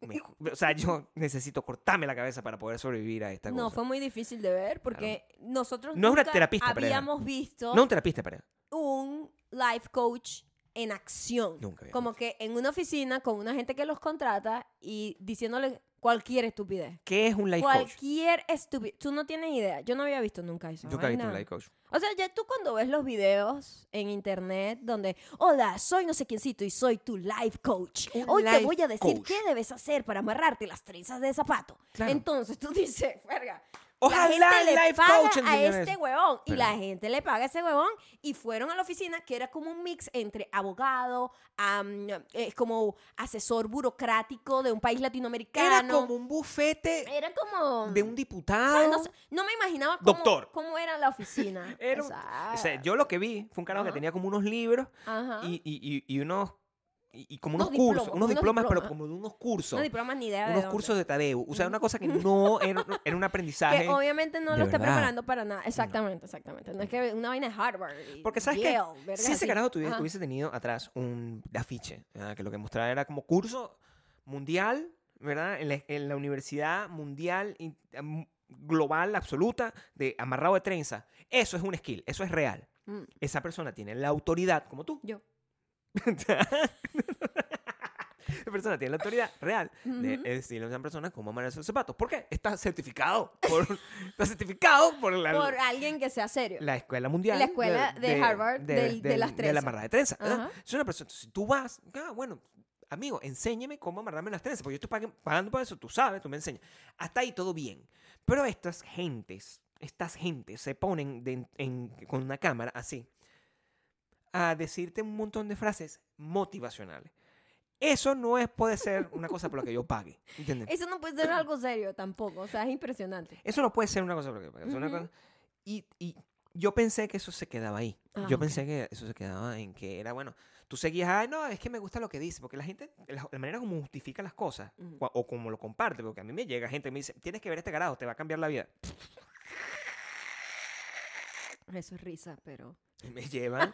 S2: me- o sea, yo necesito cortarme la cabeza para poder sobrevivir a esta
S1: No,
S2: cosa.
S1: fue muy difícil de ver porque nosotros
S2: No es una
S1: nunca
S2: terapista, pero era.
S1: habíamos visto
S2: No un terapista, pero
S1: un life coach en acción.
S2: nunca. había
S1: Como que en una oficina con una gente que los contrata y diciéndole cualquier estupidez.
S2: ¿Qué es un life coach?
S1: Cualquier estupidez. Tú no tienes idea. Yo no había visto nunca eso.
S2: Yo nunca he visto un
S1: vaina.
S2: life coach.
S1: O sea, ya tú cuando ves los videos en internet donde, hola, soy no sé quiéncito y soy tu life coach.
S2: Un
S1: Hoy te
S2: life
S1: voy a decir
S2: coach.
S1: qué debes hacer para amarrarte las trenzas de zapato.
S2: Claro.
S1: Entonces tú dices, verga,
S2: Ojalá
S1: la gente
S2: el
S1: le
S2: life
S1: paga
S2: coach
S1: a
S2: enseñara
S1: este
S2: eso.
S1: huevón y
S2: Pero-
S1: la gente le paga a ese huevón y fueron a la oficina que era como un mix entre abogado, am, eh, como asesor burocrático de un país latinoamericano.
S2: Era como un bufete
S1: Era como-
S2: de un
S1: o sea,
S2: diputado.
S1: no, sé, no me imaginaba cómo,
S2: Doctor.
S1: cómo era la oficina.
S2: Era un-
S1: sea,
S2: o sea, yo lo que vi fue un carajo
S1: ah. Ajá.
S2: que tenía como unos libros
S1: ajá.
S2: y, y- y- y unos y, y como unos,
S1: Unos
S2: cursos,
S1: diplomas,
S2: unos
S1: unos
S2: diplomas, pero
S1: diplomas.
S2: como de unos cursos,
S1: No, diplomas ni idea de
S2: unos
S1: dónde.
S2: cursos de Tadeu, o sea, una cosa que no era, era un aprendizaje.
S1: que obviamente no
S2: de
S1: lo está
S2: verdad.
S1: preparando para nada. Exactamente, exactamente. No es que una vaina de Harvard. y
S2: Porque sabes
S1: Yale,
S2: que
S1: verga,
S2: si ese
S1: así.
S2: carajo tuviese,
S1: Ajá.
S2: hubiese tenido atrás un afiche, ¿verdad? que lo que mostraba era como curso mundial, ¿verdad? En la, en la universidad mundial in- am- global absoluta de amarrado de trenza. Eso es un skill, eso es real.
S1: Mm.
S2: Esa persona tiene la autoridad como tú.
S1: Yo.
S2: Esa persona tiene la autoridad real de
S1: Ujú.
S2: decirle a una persona cómo amarrar sus zapatos. ¿Por qué? Está certificado por, está certificado por la,
S1: Por alguien que sea serio.
S2: la escuela mundial.
S1: La escuela de Harvard del- de las
S2: De la
S1: trenzas.
S2: amarrada de trenza. ¿verdad?
S1: Ajá.
S2: Es una persona. Si tú vas, ah, bueno, amigo, enséñame cómo amarrarme las trenzas, porque yo estoy paguen- pagando por eso, tú sabes, tú me enseñas. Hasta ahí todo bien. Pero estas gentes, estas gentes se ponen de- en- con una cámara así a decirte un montón de frases motivacionales. Eso no es, puede ser una cosa por la que yo pague. ¿Entiendes?
S1: Eso no puede ser algo serio tampoco. O sea, es impresionante.
S2: Eso no puede ser una cosa. porque- porque es una
S1: Ujú.
S2: cosa- y, y yo pensé que eso se quedaba ahí.
S1: Ah,
S2: yo
S1: ok.
S2: pensé que eso se quedaba en que era, bueno, tú seguías, ay, no, es que me gusta lo que dice, porque la gente, la, la manera como justifica las cosas,
S1: Ujú.
S2: cua- o como lo comparte, porque a mí me llega gente y me dice, tienes que ver este carajo, te va a cambiar la vida.
S1: Eso es risa, pero.
S2: Y me llevan.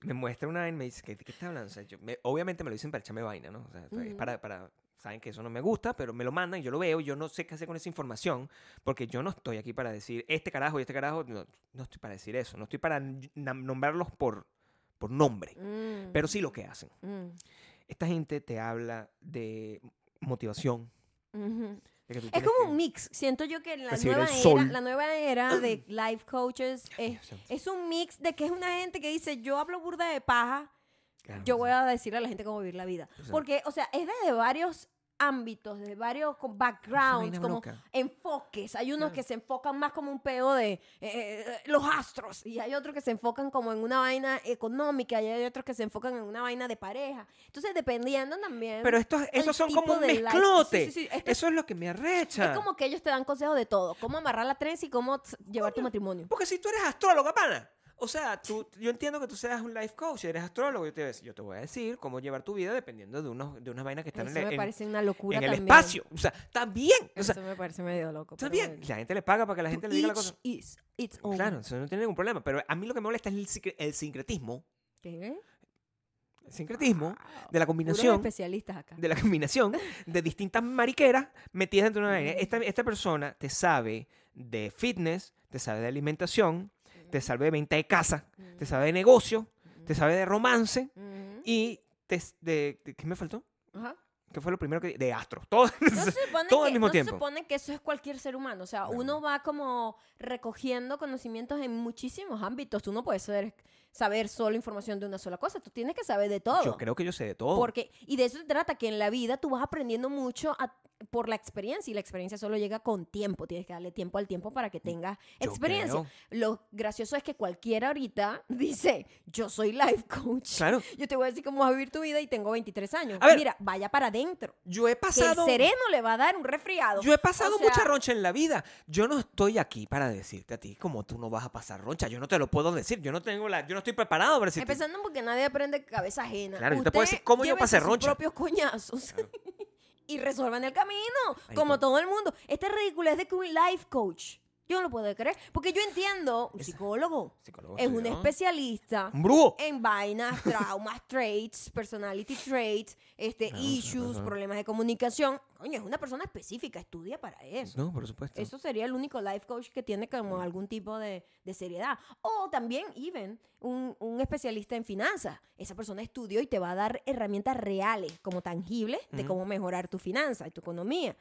S2: me muestra una y me dice, ¿qué, qué estás hablando? O sea, yo- me- obviamente me lo dicen para echarme vaina, ¿no? O sea, es
S1: Ujú.
S2: para, para- Saben que eso no me gusta, pero me lo mandan y yo lo veo. y Yo no sé qué hacer con esa información porque yo no estoy aquí para decir este carajo y este carajo. No, no estoy para decir eso. No estoy para n- nam- nombrarlos por, por nombre.
S1: Mm,
S2: Pero sí lo que hacen.
S1: mm,
S2: Esta gente te habla de motivación.
S1: ujú.
S2: de que tú
S1: Es
S2: tienes
S1: como
S2: que-
S1: un mix. Siento yo que la
S2: Recibir el
S1: nueva era,
S2: sol.
S1: la nueva era de life coaches es,
S2: Dios santo.
S1: es un mix de que es una gente que dice yo hablo burda de paja,
S2: Claro,
S1: yo
S2: sí.
S1: voy a decirle a la gente cómo vivir la vida.
S2: Exacto.
S1: Porque, o sea, es desde varios ámbitos, de varios co- backgrounds,
S2: vaina
S1: como
S2: loca.
S1: enfoques. Hay unos
S2: Claro.
S1: que se enfocan más como un pedo de eh, eh, los astros y hay otros que se enfocan como en una vaina económica y hay otros que se enfocan en una vaina de pareja. Entonces, dependiendo también...
S2: Pero estos,
S1: el
S2: esos son como
S1: tipo
S2: un
S1: de life-
S2: mezclote.
S1: Sí, sí, sí, esto es-
S2: Eso es lo que me arrecha.
S1: es como que ellos te dan consejos de todo, cómo amarrar la trenza y cómo t- llevar tu matrimonio.
S2: Porque si tú eres astróloga, pana. O sea, tú, yo entiendo que tú seas un life coach, eres astrólogo, yo te, voy a decir- yo te voy a decir cómo llevar tu vida dependiendo de, unos, de unas vainas que están
S1: Eso
S2: en, el-
S1: me
S2: en-
S1: parece una locura
S2: en el
S1: también.
S2: espacio. O sea, también. O sea,
S1: Eso me parece medio loco. pero
S2: también.
S1: bueno.
S2: La gente le paga para que la
S1: To
S2: gente le diga la
S1: each
S2: cosa.
S1: is its own.
S2: Claro, eso no tiene ningún problema. Pero a mí lo que me molesta es el, sincre- el sincretismo.
S1: ¿Qué?
S2: El sincretismo de
S1: Puros
S2: la combinación
S1: especialistas acá.
S2: de la combinación de distintas mariqueras metidas dentro de una vaina. Esta, esta persona te sabe de
S1: Mm.
S2: fitness, te sabe de alimentación, te sabe de venta de casa, te sabe de negocio, te sabe de romance
S1: Ujú.
S2: y te, de, de- ¿qué me faltó?
S1: Mm. Ajá.
S2: ¿Qué fue lo primero que de astros? Todo.
S1: No se supone
S2: Todo
S1: que,
S2: al
S1: no
S2: mismo
S1: se
S2: tiempo.
S1: supone que eso es cualquier ser humano. O sea,
S2: Bueno.
S1: uno va como recogiendo conocimientos en muchísimos ámbitos. Tú no puedes ser- saber solo información de una sola cosa. Tú tienes que saber de todo.
S2: Yo creo que yo sé de todo.
S1: Porque, y de eso se trata, que en la vida tú vas aprendiendo mucho a- por la experiencia y la experiencia solo llega con tiempo. Tienes que darle tiempo al tiempo para que tengas
S2: Mm, Yo
S1: experiencia.
S2: creo.
S1: Lo gracioso es que cualquiera ahorita dice, yo soy life coach.
S2: Claro.
S1: Yo te voy a decir cómo vas a vivir tu vida y tengo 23 años.
S2: A ver.
S1: Mira, vaya para adentro.
S2: Yo he
S1: Que el
S2: pasado.
S1: sereno le va a dar un resfriado.
S2: Yo he pasado
S1: O sea,
S2: mucha roncha en la vida. Yo no estoy aquí para decirte a ti como tú no vas a pasar roncha. Yo no te lo puedo decir. Yo no tengo la, yo no estoy preparado para decirte.
S1: Empezando porque nadie aprende cabeza ajena.
S2: Claro, yo te puedo
S1: Usted
S2: decir cómo yo
S1: llévese
S2: pasé
S1: sus
S2: roncha.
S1: propios coñazos. y resuelvan el camino,
S2: Marico.
S1: como todo el mundo. Esta ridiculez de que un life coach. Yo no lo puedo creer. Porque yo entiendo, un
S2: Esa- Oh,
S1: psicólogo
S2: Psicólogo
S1: es un
S2: estudiado.
S1: especialista
S2: Un brujo.
S1: en vainas, traumas, traits, personality traits, este,
S2: Claro,
S1: issues,
S2: ajá.
S1: problemas de comunicación. Coño, es una persona específica, estudia para eso.
S2: No, por supuesto.
S1: Eso sería el único life coach que tiene como algún tipo de, de seriedad. O también, even, un, un especialista en finanzas. Esa persona estudió y te va a dar herramientas reales, como tangibles, de
S2: Ujú.
S1: cómo mejorar tu finanza y tu economía.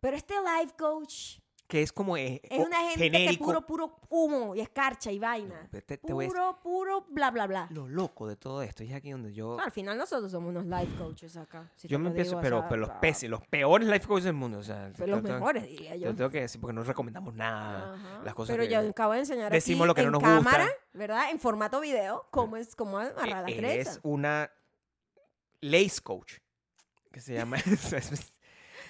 S1: Pero este life coach
S2: Que es como eh,
S1: es
S2: o-
S1: una gente que
S2: genérico.
S1: puro, puro humo y escarcha y vaina.
S2: No, pero te- te voy a decir-
S1: puro, puro, bla, bla, bla.
S2: Lo loco de todo esto y es aquí donde yo
S1: No, al final nosotros somos unos life coaches acá. si
S2: yo
S1: te
S2: me
S1: lo
S2: empiezo,
S1: digo, o
S2: pero,
S1: sea,
S2: pero los
S1: ah,
S2: peces, los peores life coaches del mundo, o sea, te-
S1: pero Los
S2: te- te-
S1: mejores, diría
S2: te
S1: yo.
S2: lo tengo que decir porque no recomendamos nada,
S1: Ajá.
S2: Ah, las cosas
S1: Pero
S2: que-
S1: ya acabo de enseñar
S2: decimos
S1: aquí
S2: lo que no
S1: en
S2: nos gusta.
S1: cámara, ¿verdad? En formato video, cómo es cómo
S2: E-
S1: amarrar las
S2: eres
S1: trenzas.
S2: una lace coach que se llama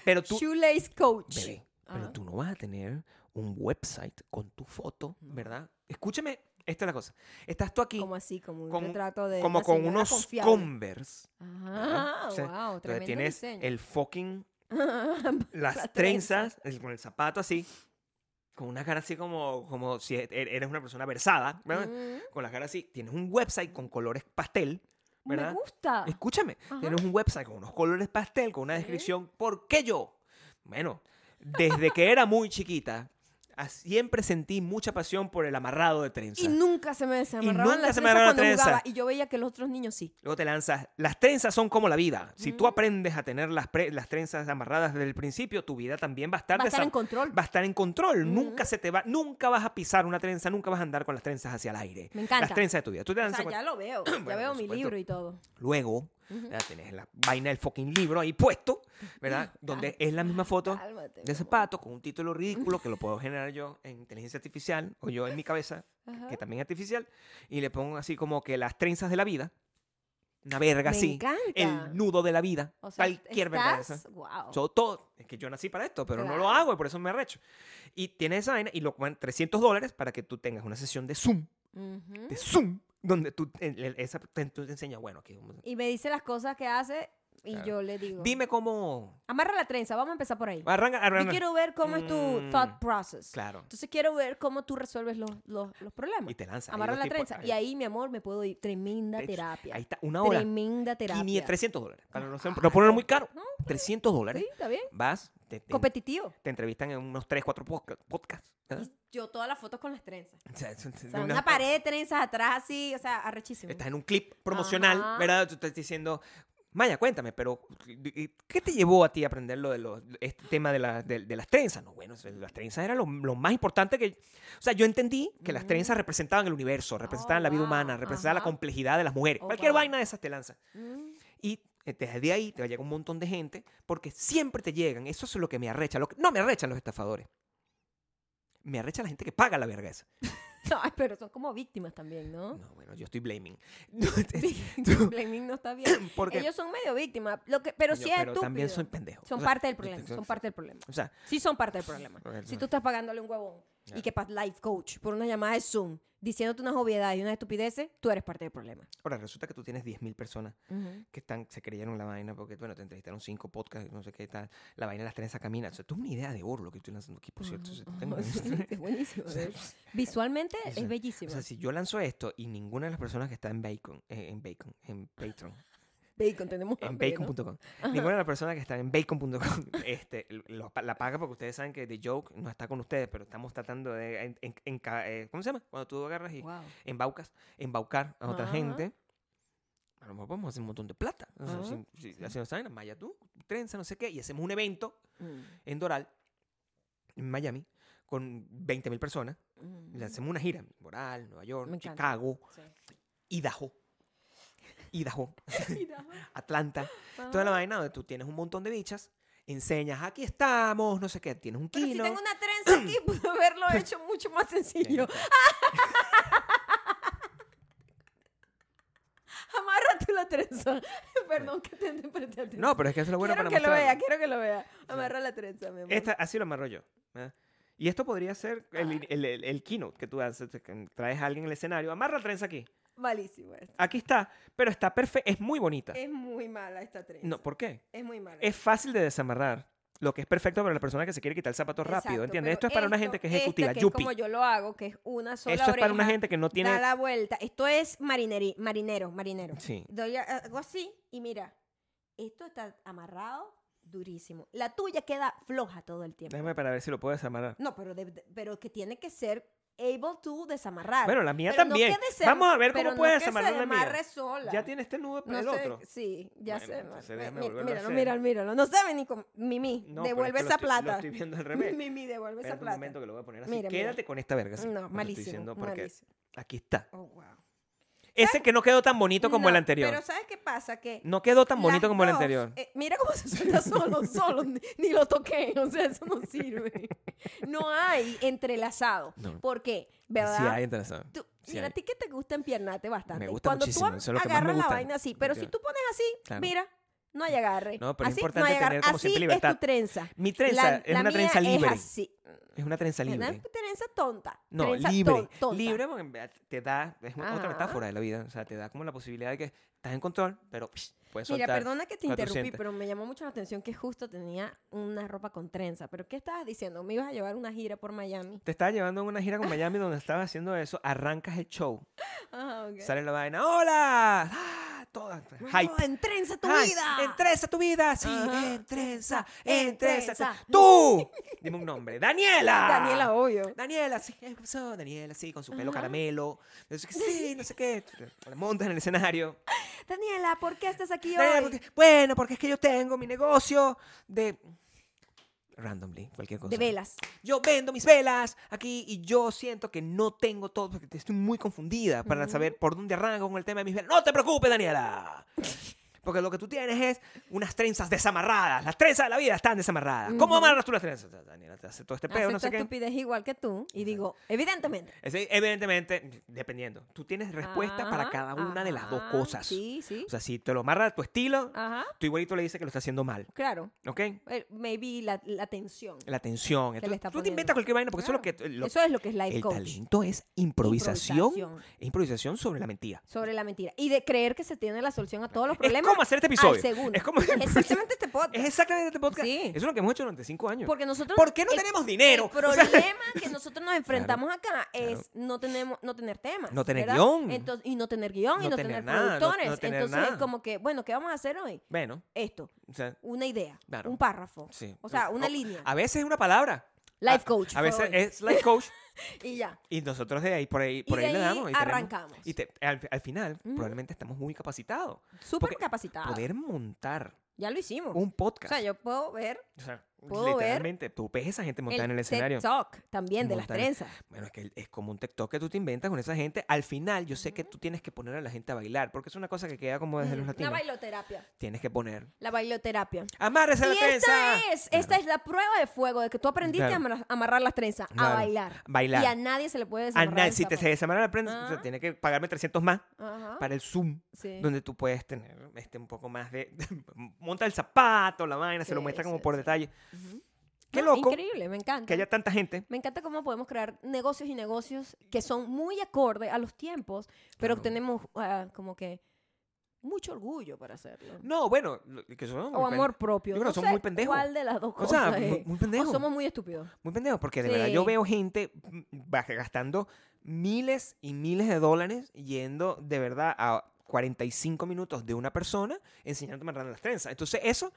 S2: pero tú
S1: Shoelace coach.
S2: bebé,
S1: Ajá.
S2: pero tú no vas a tener un website con tu foto
S1: No.
S2: verdad escúchame esta es la cosa estás tú aquí
S1: Como así, como un
S2: con-
S1: retrato de
S2: como
S1: una
S2: con
S1: señora
S2: unos
S1: confiable.
S2: converse
S1: Ajá,
S2: O sea,
S1: wow,
S2: donde
S1: tremendo
S2: tienes
S1: diseño.
S2: el fucking las
S1: Las trenzas.
S2: trenzas el- con el zapato así con una cara así como como si e- eres una persona versada ¿verdad?
S1: Mm,
S2: con la cara así tienes un website con colores pastel
S1: me
S2: verdad
S1: gusta.
S2: Escúchame,
S1: Ajá.
S2: tienes un website con unos colores pastel, con una
S1: Sí.
S2: descripción. ¿Por qué yo? Bueno, desde que era muy chiquita, a- siempre sentí mucha pasión por el amarrado de trenza.
S1: Y nunca se me desamarraban las
S2: nunca se
S1: trenzas
S2: me agarraron
S1: cuando
S2: las
S1: jugaba.
S2: trenzas.
S1: Y yo veía que los otros niños sí.
S2: Luego te lanzas. Las trenzas son como la vida. Si tú
S1: Mm.
S2: aprendes a tener las, pre- las trenzas amarradas desde el principio, tu vida también va a estar,
S1: Va a estar
S2: desa-
S1: en control.
S2: va a estar en control.
S1: Mm.
S2: Nunca se te va, nunca vas a pisar una trenza, nunca vas a andar con las trenzas hacia el aire.
S1: Me encanta.
S2: Las trenzas de tu vida. Tú te
S1: O
S2: lanzas
S1: sea,
S2: con-
S1: ya lo veo. ya
S2: Bueno,
S1: veo
S2: por
S1: mi
S2: supuesto.
S1: libro y todo.
S2: Luego,
S1: Mm.
S2: ya tienes la vaina del fucking libro ahí puesto, ¿verdad? Donde es la misma foto
S1: Cálmate. mi
S2: de zapato con un título ridículo que lo puedo generar yo en inteligencia artificial o yo en mi cabeza,
S1: amor. Ajá.
S2: que también es artificial, y le pongo así como que las trenzas de la vida, una verga
S1: Me
S2: así,
S1: encanta.
S2: el nudo de la vida,
S1: O sea,
S2: cualquier verga de
S1: estás...
S2: esa.
S1: Wow.
S2: Yo todo, es que yo nací para esto, pero no lo
S1: Claro.
S2: hago y por eso me arrecho. Y tienes esa vaina y lo cuan 300 dólares para que tú tengas una sesión de Zoom,
S1: Ujú.
S2: de Zoom, donde tú, el- el- esa, te, tú te enseñas, bueno, aquí vamos a-
S1: Y me dice las cosas que hace y
S2: Claro.
S1: yo le digo.
S2: Dime cómo.
S1: Amarra la trenza, vamos a empezar por ahí.
S2: Arranca,
S1: Yo
S2: arranca.
S1: quiero ver cómo es tu
S2: Mm,
S1: thought process.
S2: Claro.
S1: Entonces quiero ver cómo tú resuelves los, los, los problemas.
S2: Y te lanza. ahí
S1: Amarra la
S2: los tipos-
S1: trenza. Y ahí, mi amor, me puedo ir. Tremenda
S2: de hecho,
S1: terapia.
S2: Ahí está, una hora.
S1: Tremenda terapia.
S2: 500, 300 dólares. Para no, ser-
S1: Claro.
S2: no ponerlo muy caro.
S1: No,
S2: 300
S1: Sí,
S2: dólares.
S1: está bien.
S2: Vas, te, te-
S1: Competitivo.
S2: te entrevistan en unos 3, 4 podcasts. ¿verdad?
S1: Y yo todas las fotos con las trenzas.
S2: O sea, es- es-
S1: O sea,
S2: de
S1: una,
S2: una-
S1: pared de trenzas atrás así, o sea, arrechísimo.
S2: Estás en un clip promocional,
S1: Ajá.
S2: ¿verdad? Tú estás diciendo, Maya, cuéntame, pero ¿qué te llevó a ti a aprender lo de los- este tema de, la- de- de las trenzas? No, bueno, o sea, las trenzas era lo, lo más importante que... O sea, yo entendí que las
S1: Mm. Oh,
S2: trenzas representaban el universo, representaban la vida
S1: wow.
S2: humana, representaban la
S1: Ajá.
S2: complejidad de las mujeres.
S1: Oh,
S2: Cualquier
S1: wow.
S2: vaina de esas te lanzan.
S1: Mm.
S2: Y eh, desde ahí te va a llegar un montón de gente porque siempre te llegan. Eso es lo que me arrecha. Lo que- no me arrechan los estafadores. Me arrecha la gente que paga la verga esa.
S1: Ay, pero son como víctimas también, ¿no?
S2: No, bueno, yo estoy blaming.
S1: El Blaming no está bien.
S2: porque,
S1: Ellos son medio víctimas, lo que, pero
S2: coño,
S1: sí es
S2: pero también soy
S1: estúpido.
S2: pendejo.
S1: Son
S2: O sea,
S1: parte del
S2: yo-
S1: problema,
S2: yo-
S1: son parte del problema.
S2: O sea,
S1: Sí son parte del problema.
S2: Ok,
S1: Si
S2: entonces-
S1: tú estás pagándole a un huevón
S2: Ya.
S1: y que para life coach por una llamada de Zoom diciéndote unas obviedades y unas estupideces, tú eres parte del problema.
S2: ahora resulta que tú tienes 10.000 personas que están, se creyeron la vaina porque, bueno, te entrevistaron cinco podcasts, no sé qué tal. La vaina de las trenzas camina. O sea, esto es una idea de oro lo que estoy lanzando aquí, por cierto. O sea, tengo-
S1: es buenísimo.
S2: O sea,
S1: de hecho. Visualmente
S2: o sea,
S1: es bellísimo.
S2: O sea, si yo lanzo esto y ninguna de las personas que está en Bacon, eh, en Bacon, en Patreon,
S1: bacon, tenemos
S2: en
S1: hambre, ¿no?
S2: bacon.com, ninguna de las personas que están en bacon.com este, lo- la paga porque ustedes saben que The Joke no está con ustedes, pero estamos tratando de, en- en- enca- eh, ¿cómo se llama? Cuando tú agarras y
S1: Wow.
S2: embaucas, embaucar a otra
S1: Ajá.
S2: gente a lo mejor podemos hacer un montón de plata. O sea,
S1: Ajá,
S2: si-
S1: Ah,
S2: si hacemos esta vaina, Maya tú, trenza, no sé qué, y hacemos un evento
S1: Mm,
S2: en Doral, en Miami, con 20 mil personas.
S1: mm.
S2: Le hacemos una gira. Doral, Nueva York,
S1: Me encanta.
S2: Chicago,
S1: Sí.
S2: Idaho. Idaho,
S1: Mira,
S2: Atlanta.
S1: ajá.
S2: Toda la vaina donde tú tienes un montón de bichas, enseñas, aquí estamos, no sé qué, tienes un
S1: Pero si
S2: kilo.
S1: tengo una trenza aquí, pude haberlo hecho mucho más sencillo. Amarra tú la trenza. Perdón que te interprete a ti.
S2: No, pero es que eso es lo bueno
S1: quiero
S2: para
S1: que lo
S2: mostrarlo.
S1: vea, quiero que lo vea. Amarra la trenza, mi amor.
S2: Esta, así lo amarro yo. ¿eh? Y esto podría ser
S1: Ah.
S2: el, in- el- el- el keynote que tú haces, que traes a alguien en el escenario, amarra la trenza aquí.
S1: Malísima esta.
S2: Aquí está, pero está perfecta, es muy bonita.
S1: Es muy mala esta trenza.
S2: No, ¿por qué?
S1: Es muy mala.
S2: Es fácil de desamarrar, lo que es perfecto para la persona que se quiere quitar el zapato rápido,
S1: Exacto,
S2: ¿entiendes?
S1: pero
S2: Esto es para una gente que es
S1: esto este
S2: ejecutiva,
S1: que es
S2: yupi.
S1: como yo lo hago, que es una sola
S2: Esto es para una
S1: oreja,
S2: gente que no tiene...
S1: Da la vuelta. Esto es marineri, marinero, marinero.
S2: Sí.
S1: Doy a- hago así y mira, esto está amarrado durísimo. La tuya queda floja todo el tiempo.
S2: Déjame para ver si lo puedo desamarrar.
S1: No, pero, de- de- pero que tiene que ser able to desamarrar.
S2: Bueno, la mía
S1: Pero no
S2: también.
S1: que desa-
S2: Vamos a ver
S1: pero
S2: cómo
S1: no
S2: puedes
S1: que se
S2: desamarrar la mía.
S1: desamarre sola.
S2: Ya tiene este nudo,
S1: No
S2: el
S1: sé,
S2: otro.
S1: Sí, ya
S2: Bueno,
S1: sé.
S2: entonces
S1: mi- mi-
S2: déjame volverlo a
S1: míralo,
S2: hacer.
S1: míralo, míralo. No sabe ni cómo. Mimi,
S2: No, pero es
S1: devuelve
S2: que lo
S1: esa
S2: estoy- Lo
S1: plata.
S2: estoy viendo al revés.
S1: Mimi, devuelve esa
S2: Espérate un
S1: plata.
S2: momento que lo voy a poner así.
S1: Mira, mira.
S2: Quédate con esta verga. así,
S1: No,
S2: como te estoy
S1: malísimo.
S2: diciendo, porque
S1: malísimo.
S2: Aquí está.
S1: Oh, wow.
S2: Ese que no quedó tan bonito como el
S1: No,
S2: anterior.
S1: Pero ¿sabes qué pasa? Que
S2: No quedó tan bonito
S1: las
S2: como el
S1: dos,
S2: anterior.
S1: eh, mira cómo se suelta solo, solo. Ni, ni lo toqué. O sea, eso no sirve. No hay entrelazado.
S2: No.
S1: ¿Por qué? ¿Verdad?
S2: Sí, hay interesado.
S1: Tú-
S2: Sí
S1: mira,
S2: hay.
S1: a ti que te gusta empiernarte bastante.
S2: Me gusta
S1: Cuando
S2: muchísimo,
S1: tú
S2: eso es lo que más me
S1: agarras la
S2: gusta.
S1: vaina así, pero si
S2: Entiendo.
S1: tú pones así,
S2: Claro.
S1: mira, no hay agarre.
S2: No, pero es
S1: así,
S2: importante
S1: hay agarre.
S2: tener como
S1: así
S2: siempre
S1: es
S2: libertad.
S1: tu trenza.
S2: Mi trenza
S1: La-
S2: es
S1: la
S2: una
S1: mía
S2: trenza libre.
S1: Es así.
S2: Es una trenza
S1: Es
S2: libre.
S1: Una trenza tonta.
S2: No,
S1: trenza
S2: libre.
S1: ton- tonta. Ah.
S2: Libre porque en verdad te da, es una- otra
S1: Ajá.
S2: metáfora de la vida. O sea, te da como la posibilidad de que estás en control, pero psh, puedes
S1: Mira,
S2: soltar.
S1: perdona que te
S2: cuando tú
S1: interrumpí,
S2: sientes.
S1: pero me llamó mucho la atención que justo tenía una ropa con trenza. ¿Pero qué estabas diciendo? ¿Me ibas a llevar una gira por Miami?
S2: Te estaba llevando en una gira con Miami donde estabas haciendo eso, arrancas el show,
S1: Ah, ok.
S2: sale la vaina, ¡Hola! ¡Ah! Toda,
S1: Bueno,
S2: hype.
S1: ¡Entrenza tu
S2: Ay,
S1: vida!
S2: Entrenza tu vida, sí,
S1: Ajá.
S2: entrenza,
S1: Entrenza.
S2: entrenza. Tú, dime un nombre, Daniela.
S1: Daniela, obvio.
S2: Daniela, sí, ¿qué pasó? Daniela, sí, con su pelo
S1: Ajá.
S2: caramelo. No sé qué, sí, no sé qué. La montas en el escenario.
S1: Daniela, ¿por qué estás aquí
S2: Daniela,
S1: hoy?
S2: porque- bueno, porque es que yo tengo mi negocio de. Randomly, cualquier cosa.
S1: De velas.
S2: Yo vendo mis velas aquí y yo siento que no tengo todo, porque estoy muy confundida para saber por dónde arranco con el tema de mis velas. No te preocupes, Daniela. Porque lo que tú tienes es unas trenzas desamarradas. Las trenzas de la vida están desamarradas.
S1: Ujú.
S2: ¿Cómo amarras tú las trenzas? Daniela, te hace todo este peo,
S1: Hace
S2: no sé
S1: tu
S2: qué.
S1: estupidez igual que tú. Y digo, evidentemente.
S2: Ese, evidentemente, dependiendo. Tú tienes respuesta para
S1: Ajá,
S2: cada una de las dos
S1: ajá,
S2: cosas.
S1: Sí, Ah. sí.
S2: O sea, si te lo amarras a tu estilo,
S1: ajá,
S2: tu igualito le dice que lo está haciendo mal.
S1: claro.
S2: ¿Ok?
S1: Eh, Maybe la, la tensión.
S2: La tensión.
S1: le
S2: Entonces,
S1: está
S2: tú te
S1: poniendo.
S2: inventas cualquier vaina porque eso es
S1: Claro.
S2: lo que. lo-
S1: Eso es lo que es life
S2: el
S1: coach.
S2: talento es improvisación.
S1: Improvisación.
S2: e improvisación sobre la mentira.
S1: Sobre la mentira. Y de creer que se tiene la solución a todos los
S2: Es
S1: problemas.
S2: como hacer este episodio.
S1: al segundo.
S2: Es como
S1: Exactamente este podcast.
S2: Es exactamente este podcast.
S1: Sí.
S2: Eso es lo que hemos hecho durante cinco años.
S1: Porque nosotros.
S2: ¿Por qué no
S1: el-
S2: tenemos dinero?
S1: El
S2: O sea,
S1: problema que nosotros nos enfrentamos acá es no tenemos, no tener temas.
S2: No tener
S1: ¿verdad?
S2: guión.
S1: Entonces, y no tener guión y
S2: No
S1: no
S2: tener
S1: tener,
S2: nada, no-
S1: productores.
S2: no tener
S1: Entonces
S2: nada.
S1: es como que, bueno, ¿qué vamos a hacer hoy?
S2: bueno,
S1: Esto,
S2: o sea,
S1: una idea,
S2: Claro.
S1: un párrafo.
S2: sí.
S1: O sea, una
S2: O-
S1: línea.
S2: A veces es una palabra.
S1: Life
S2: A-
S1: coach.
S2: A
S1: fue
S2: veces
S1: hoy.
S2: es life coach.
S1: Y ya.
S2: Y nosotros de ahí, por ahí, por
S1: y de
S2: ahí le damos. y tenemos-
S1: arrancamos.
S2: y te- al, al final,
S1: Ujú.
S2: probablemente estamos muy capacitados.
S1: Súper
S2: porque
S1: capacitado.
S2: Poder montar
S1: Ya lo hicimos.
S2: un
S1: O
S2: podcast.
S1: sea, yo puedo ver
S2: O sea,
S1: puedo ver
S2: literalmente, tú ves a esa gente montada en el escenario.
S1: TikTok también de las
S2: Montar-
S1: trenzas.
S2: Bueno, es que es como un TikTok que tú te inventas con esa gente. Al final, yo sé que tú tienes que poner a la gente a bailar, porque es una cosa que queda como desde los
S1: Ujú. Una
S2: latinos.
S1: bailoterapia.
S2: Tienes que poner.
S1: La bailoterapia.
S2: ¡Amárrese
S1: Y
S2: la trenza!
S1: esta es, esta es la prueba de fuego de que tú aprendiste
S2: Claro.
S1: a amar- amarrar las trenzas, a
S2: Claro.
S1: bailar.
S2: Bailar.
S1: Y a nadie se le puede
S2: Ah,
S1: desamarrar
S2: nah,
S1: el
S2: si te se
S1: zapato.
S2: desamarra la prensa, o sea,
S1: Ajá.
S2: tiene que pagarme 300 más
S1: Ajá,
S2: para el Zoom,
S1: Ah. sí.
S2: donde tú puedes tener este, un poco más de. monta el zapato, la vaina, se
S1: Sí,
S2: lo muestra
S1: sí,
S2: como por
S1: sí.
S2: detalle.
S1: Ujú.
S2: Qué
S1: No,
S2: loco
S1: Increíble, ¿eh? me encanta.
S2: que haya tanta gente.
S1: Me encanta cómo podemos crear negocios y negocios que son muy acorde a los tiempos, pero
S2: Claro.
S1: que tenemos ah, como que mucho orgullo para hacerlo.
S2: No, bueno, lo- que son muy
S1: o
S2: pen-
S1: amor propio.
S2: yo creo
S1: no
S2: que son
S1: sé
S2: muy pendejos.
S1: ¿Cuál de las dos
S2: O
S1: cosas?
S2: sea,
S1: es.
S2: muy- muy
S1: O
S2: pendejos.
S1: somos muy estúpidos.
S2: Muy pendejo, porque de verdad yo
S1: Sí.
S2: veo gente mm, va- gastando miles y miles de dólares yendo de verdad a 45 minutos de una persona enseñándome a amarrar las trenzas. Entonces, eso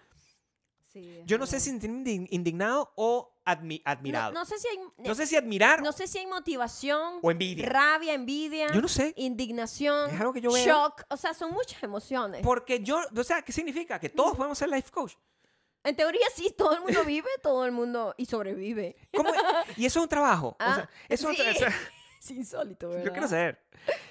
S1: Sí, es
S2: Yo no sé
S1: verdad.
S2: si sentirme indi- indignado o admi-
S1: No,
S2: admirado. No,
S1: no sé si hay.
S2: sé si admirar
S1: no sé si hay motivación,
S2: o envidia.
S1: rabia, envidia,
S2: Yo no sé.
S1: indignación,
S2: Es algo que yo veo.
S1: shock. O sea, son muchas emociones.
S2: Porque yo, o sea, ¿qué significa? Que todos podemos ser life coach.
S1: En teoría, sí, todo el mundo vive, todo el mundo y sobrevive.
S2: ¿Cómo? Y eso es un trabajo. o sea,
S1: Ah,
S2: eso es un tra-
S1: sí.
S2: o sea,
S1: Es insólito, ¿verdad?
S2: yo quiero saber.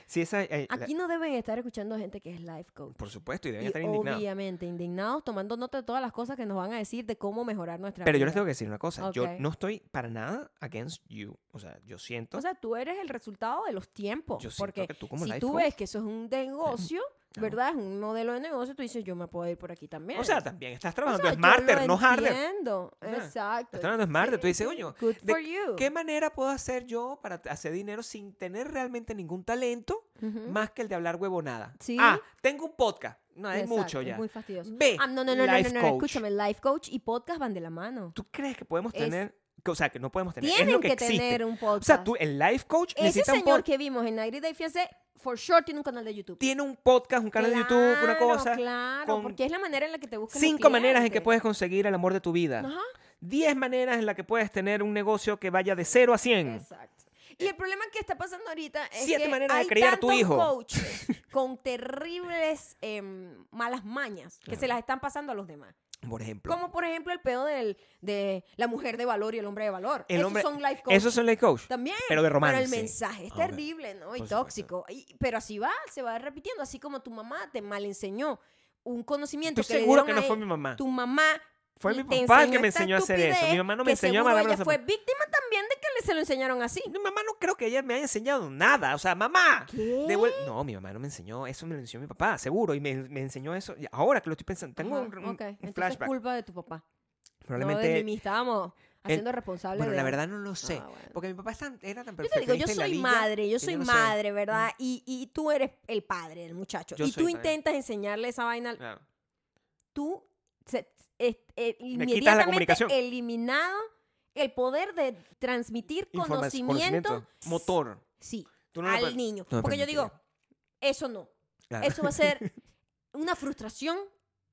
S2: Si esa, eh, la-
S1: Aquí no deben estar escuchando gente que es life coach.
S2: por supuesto, y deben
S1: Y
S2: estar indignados.
S1: obviamente indignados, tomando nota de todas las cosas que nos van a decir de cómo mejorar nuestra
S2: Pero yo
S1: vida.
S2: les tengo que decir una cosa.
S1: Ok.
S2: Yo no estoy para nada against you. O sea, yo siento,
S1: O sea, tú eres el resultado de los tiempos.
S2: yo siento
S1: porque
S2: que tú como
S1: si
S2: life
S1: tú
S2: coach-
S1: ves que eso es un negocio,
S2: Claro.
S1: ¿verdad? Es un modelo de negocio, tú dices, yo me puedo ir por aquí también.
S2: O sea, también estás
S1: O sea,
S2: trabajando
S1: yo
S2: smarter,
S1: lo
S2: no harder.
S1: entiendo.
S2: sea,
S1: Exacto.
S2: Estás trabajando smarter. Tú
S1: Sí,
S2: dices,
S1: sí.
S2: oye,
S1: Good
S2: ¿de
S1: for you.
S2: ¿qué manera puedo hacer yo para t- hacer dinero sin tener realmente ningún talento
S1: Ujú.
S2: más que el de hablar huevonada?
S1: Sí.
S2: Ah, tengo un podcast. No, hay
S1: Exacto,
S2: mucho
S1: es
S2: ya.
S1: Muy fastidioso.
S2: B,
S1: Ah, no, no, no, no, no,
S2: life
S1: no, no,
S2: coach.
S1: escúchame, life coach y podcast van de la mano.
S2: ¿Tú crees que podemos
S1: Es-
S2: tener, que- o sea, que no podemos tener, es
S1: Tienen
S2: lo que,
S1: que,
S2: existe?
S1: tener un
S2: o
S1: podcast.
S2: sea, tú, el life coach
S1: Ese
S2: necesita un
S1: señor
S2: podcast.
S1: que vimos en 90 Day Fiancé, for sure tiene un canal de YouTube.
S2: Tiene un podcast, un canal de YouTube, una
S1: Claro,
S2: cosa.
S1: Claro,
S2: con
S1: porque es la manera en la que te buscan. los
S2: Cinco maneras en que
S1: clientes.
S2: puedes conseguir el amor de tu vida.
S1: Ajá.
S2: Diez maneras en las que puedes tener un negocio que vaya de cero a cien.
S1: Exacto. Y el problema que está pasando ahorita es
S2: Siete
S1: que
S2: maneras de
S1: hay
S2: criar a tu
S1: tantos
S2: hijo.
S1: coaches con terribles em, malas mañas que se las están pasando a los demás.
S2: Por ejemplo.
S1: Como por ejemplo el pedo del, de la mujer de valor y el hombre de valor.
S2: El
S1: Esos
S2: hombre-
S1: son life coaches.
S2: Esos son life coach.
S1: También.
S2: Pero de romance.
S1: Pero el mensaje es
S2: Ah, ok.
S1: terrible, ¿no? Y
S2: Por supuesto.
S1: tóxico. Y- pero así va, se va repitiendo. Así como tu mamá te mal enseñó un conocimiento
S2: Estoy
S1: que le
S2: seguro
S1: dieron
S2: que no
S1: a
S2: fue
S1: él.
S2: mi mamá.
S1: Tu mamá.
S2: Fue mi
S1: te
S2: papá el que me
S1: esta
S2: enseñó a hacer eso. Mi
S1: estupidez
S2: mamá no me
S1: que
S2: enseñó a
S1: seguro
S2: amarrarme
S1: ella
S2: los
S1: fue víctima también de que le se lo enseñaron así.
S2: Mi mamá no creo que ella me haya enseñado nada. O sea, mamá.
S1: ¿Qué?
S2: devuel- No, mi mamá no me enseñó. Eso me lo enseñó mi papá, seguro. Y me, me enseñó eso. Y ahora que lo estoy pensando, tengo
S1: Ajá,
S2: un, un-
S1: Ah, ok.
S2: un
S1: Entonces
S2: flashback.
S1: es culpa de tu papá. No de
S2: Probablemente.
S1: Mimi, estábamos haciendo responsables
S2: bueno,
S1: de
S2: la verdad no lo sé.
S1: Ah, bueno.
S2: Porque mi papá es tan- era tan
S1: Yo te
S2: perfecto.
S1: digo, yo soy madre, yo soy madre, ¿verdad? Y, y tú eres el padre del muchacho.
S2: Mm. Yo
S1: y
S2: soy
S1: tú
S2: el padre.
S1: intentas enseñarle esa vaina al tú se- es- eh,
S2: quitas la
S1: inmediatamente
S2: comunicación.
S1: eliminado el poder de transmitir conocimiento,
S2: Motor.
S1: sí,
S2: Tú no lo Ah. per-
S1: al niño.
S2: no lo
S1: Porque yo
S2: permitiría.
S1: digo, eso no.
S2: Claro.
S1: Eso va a ser una frustración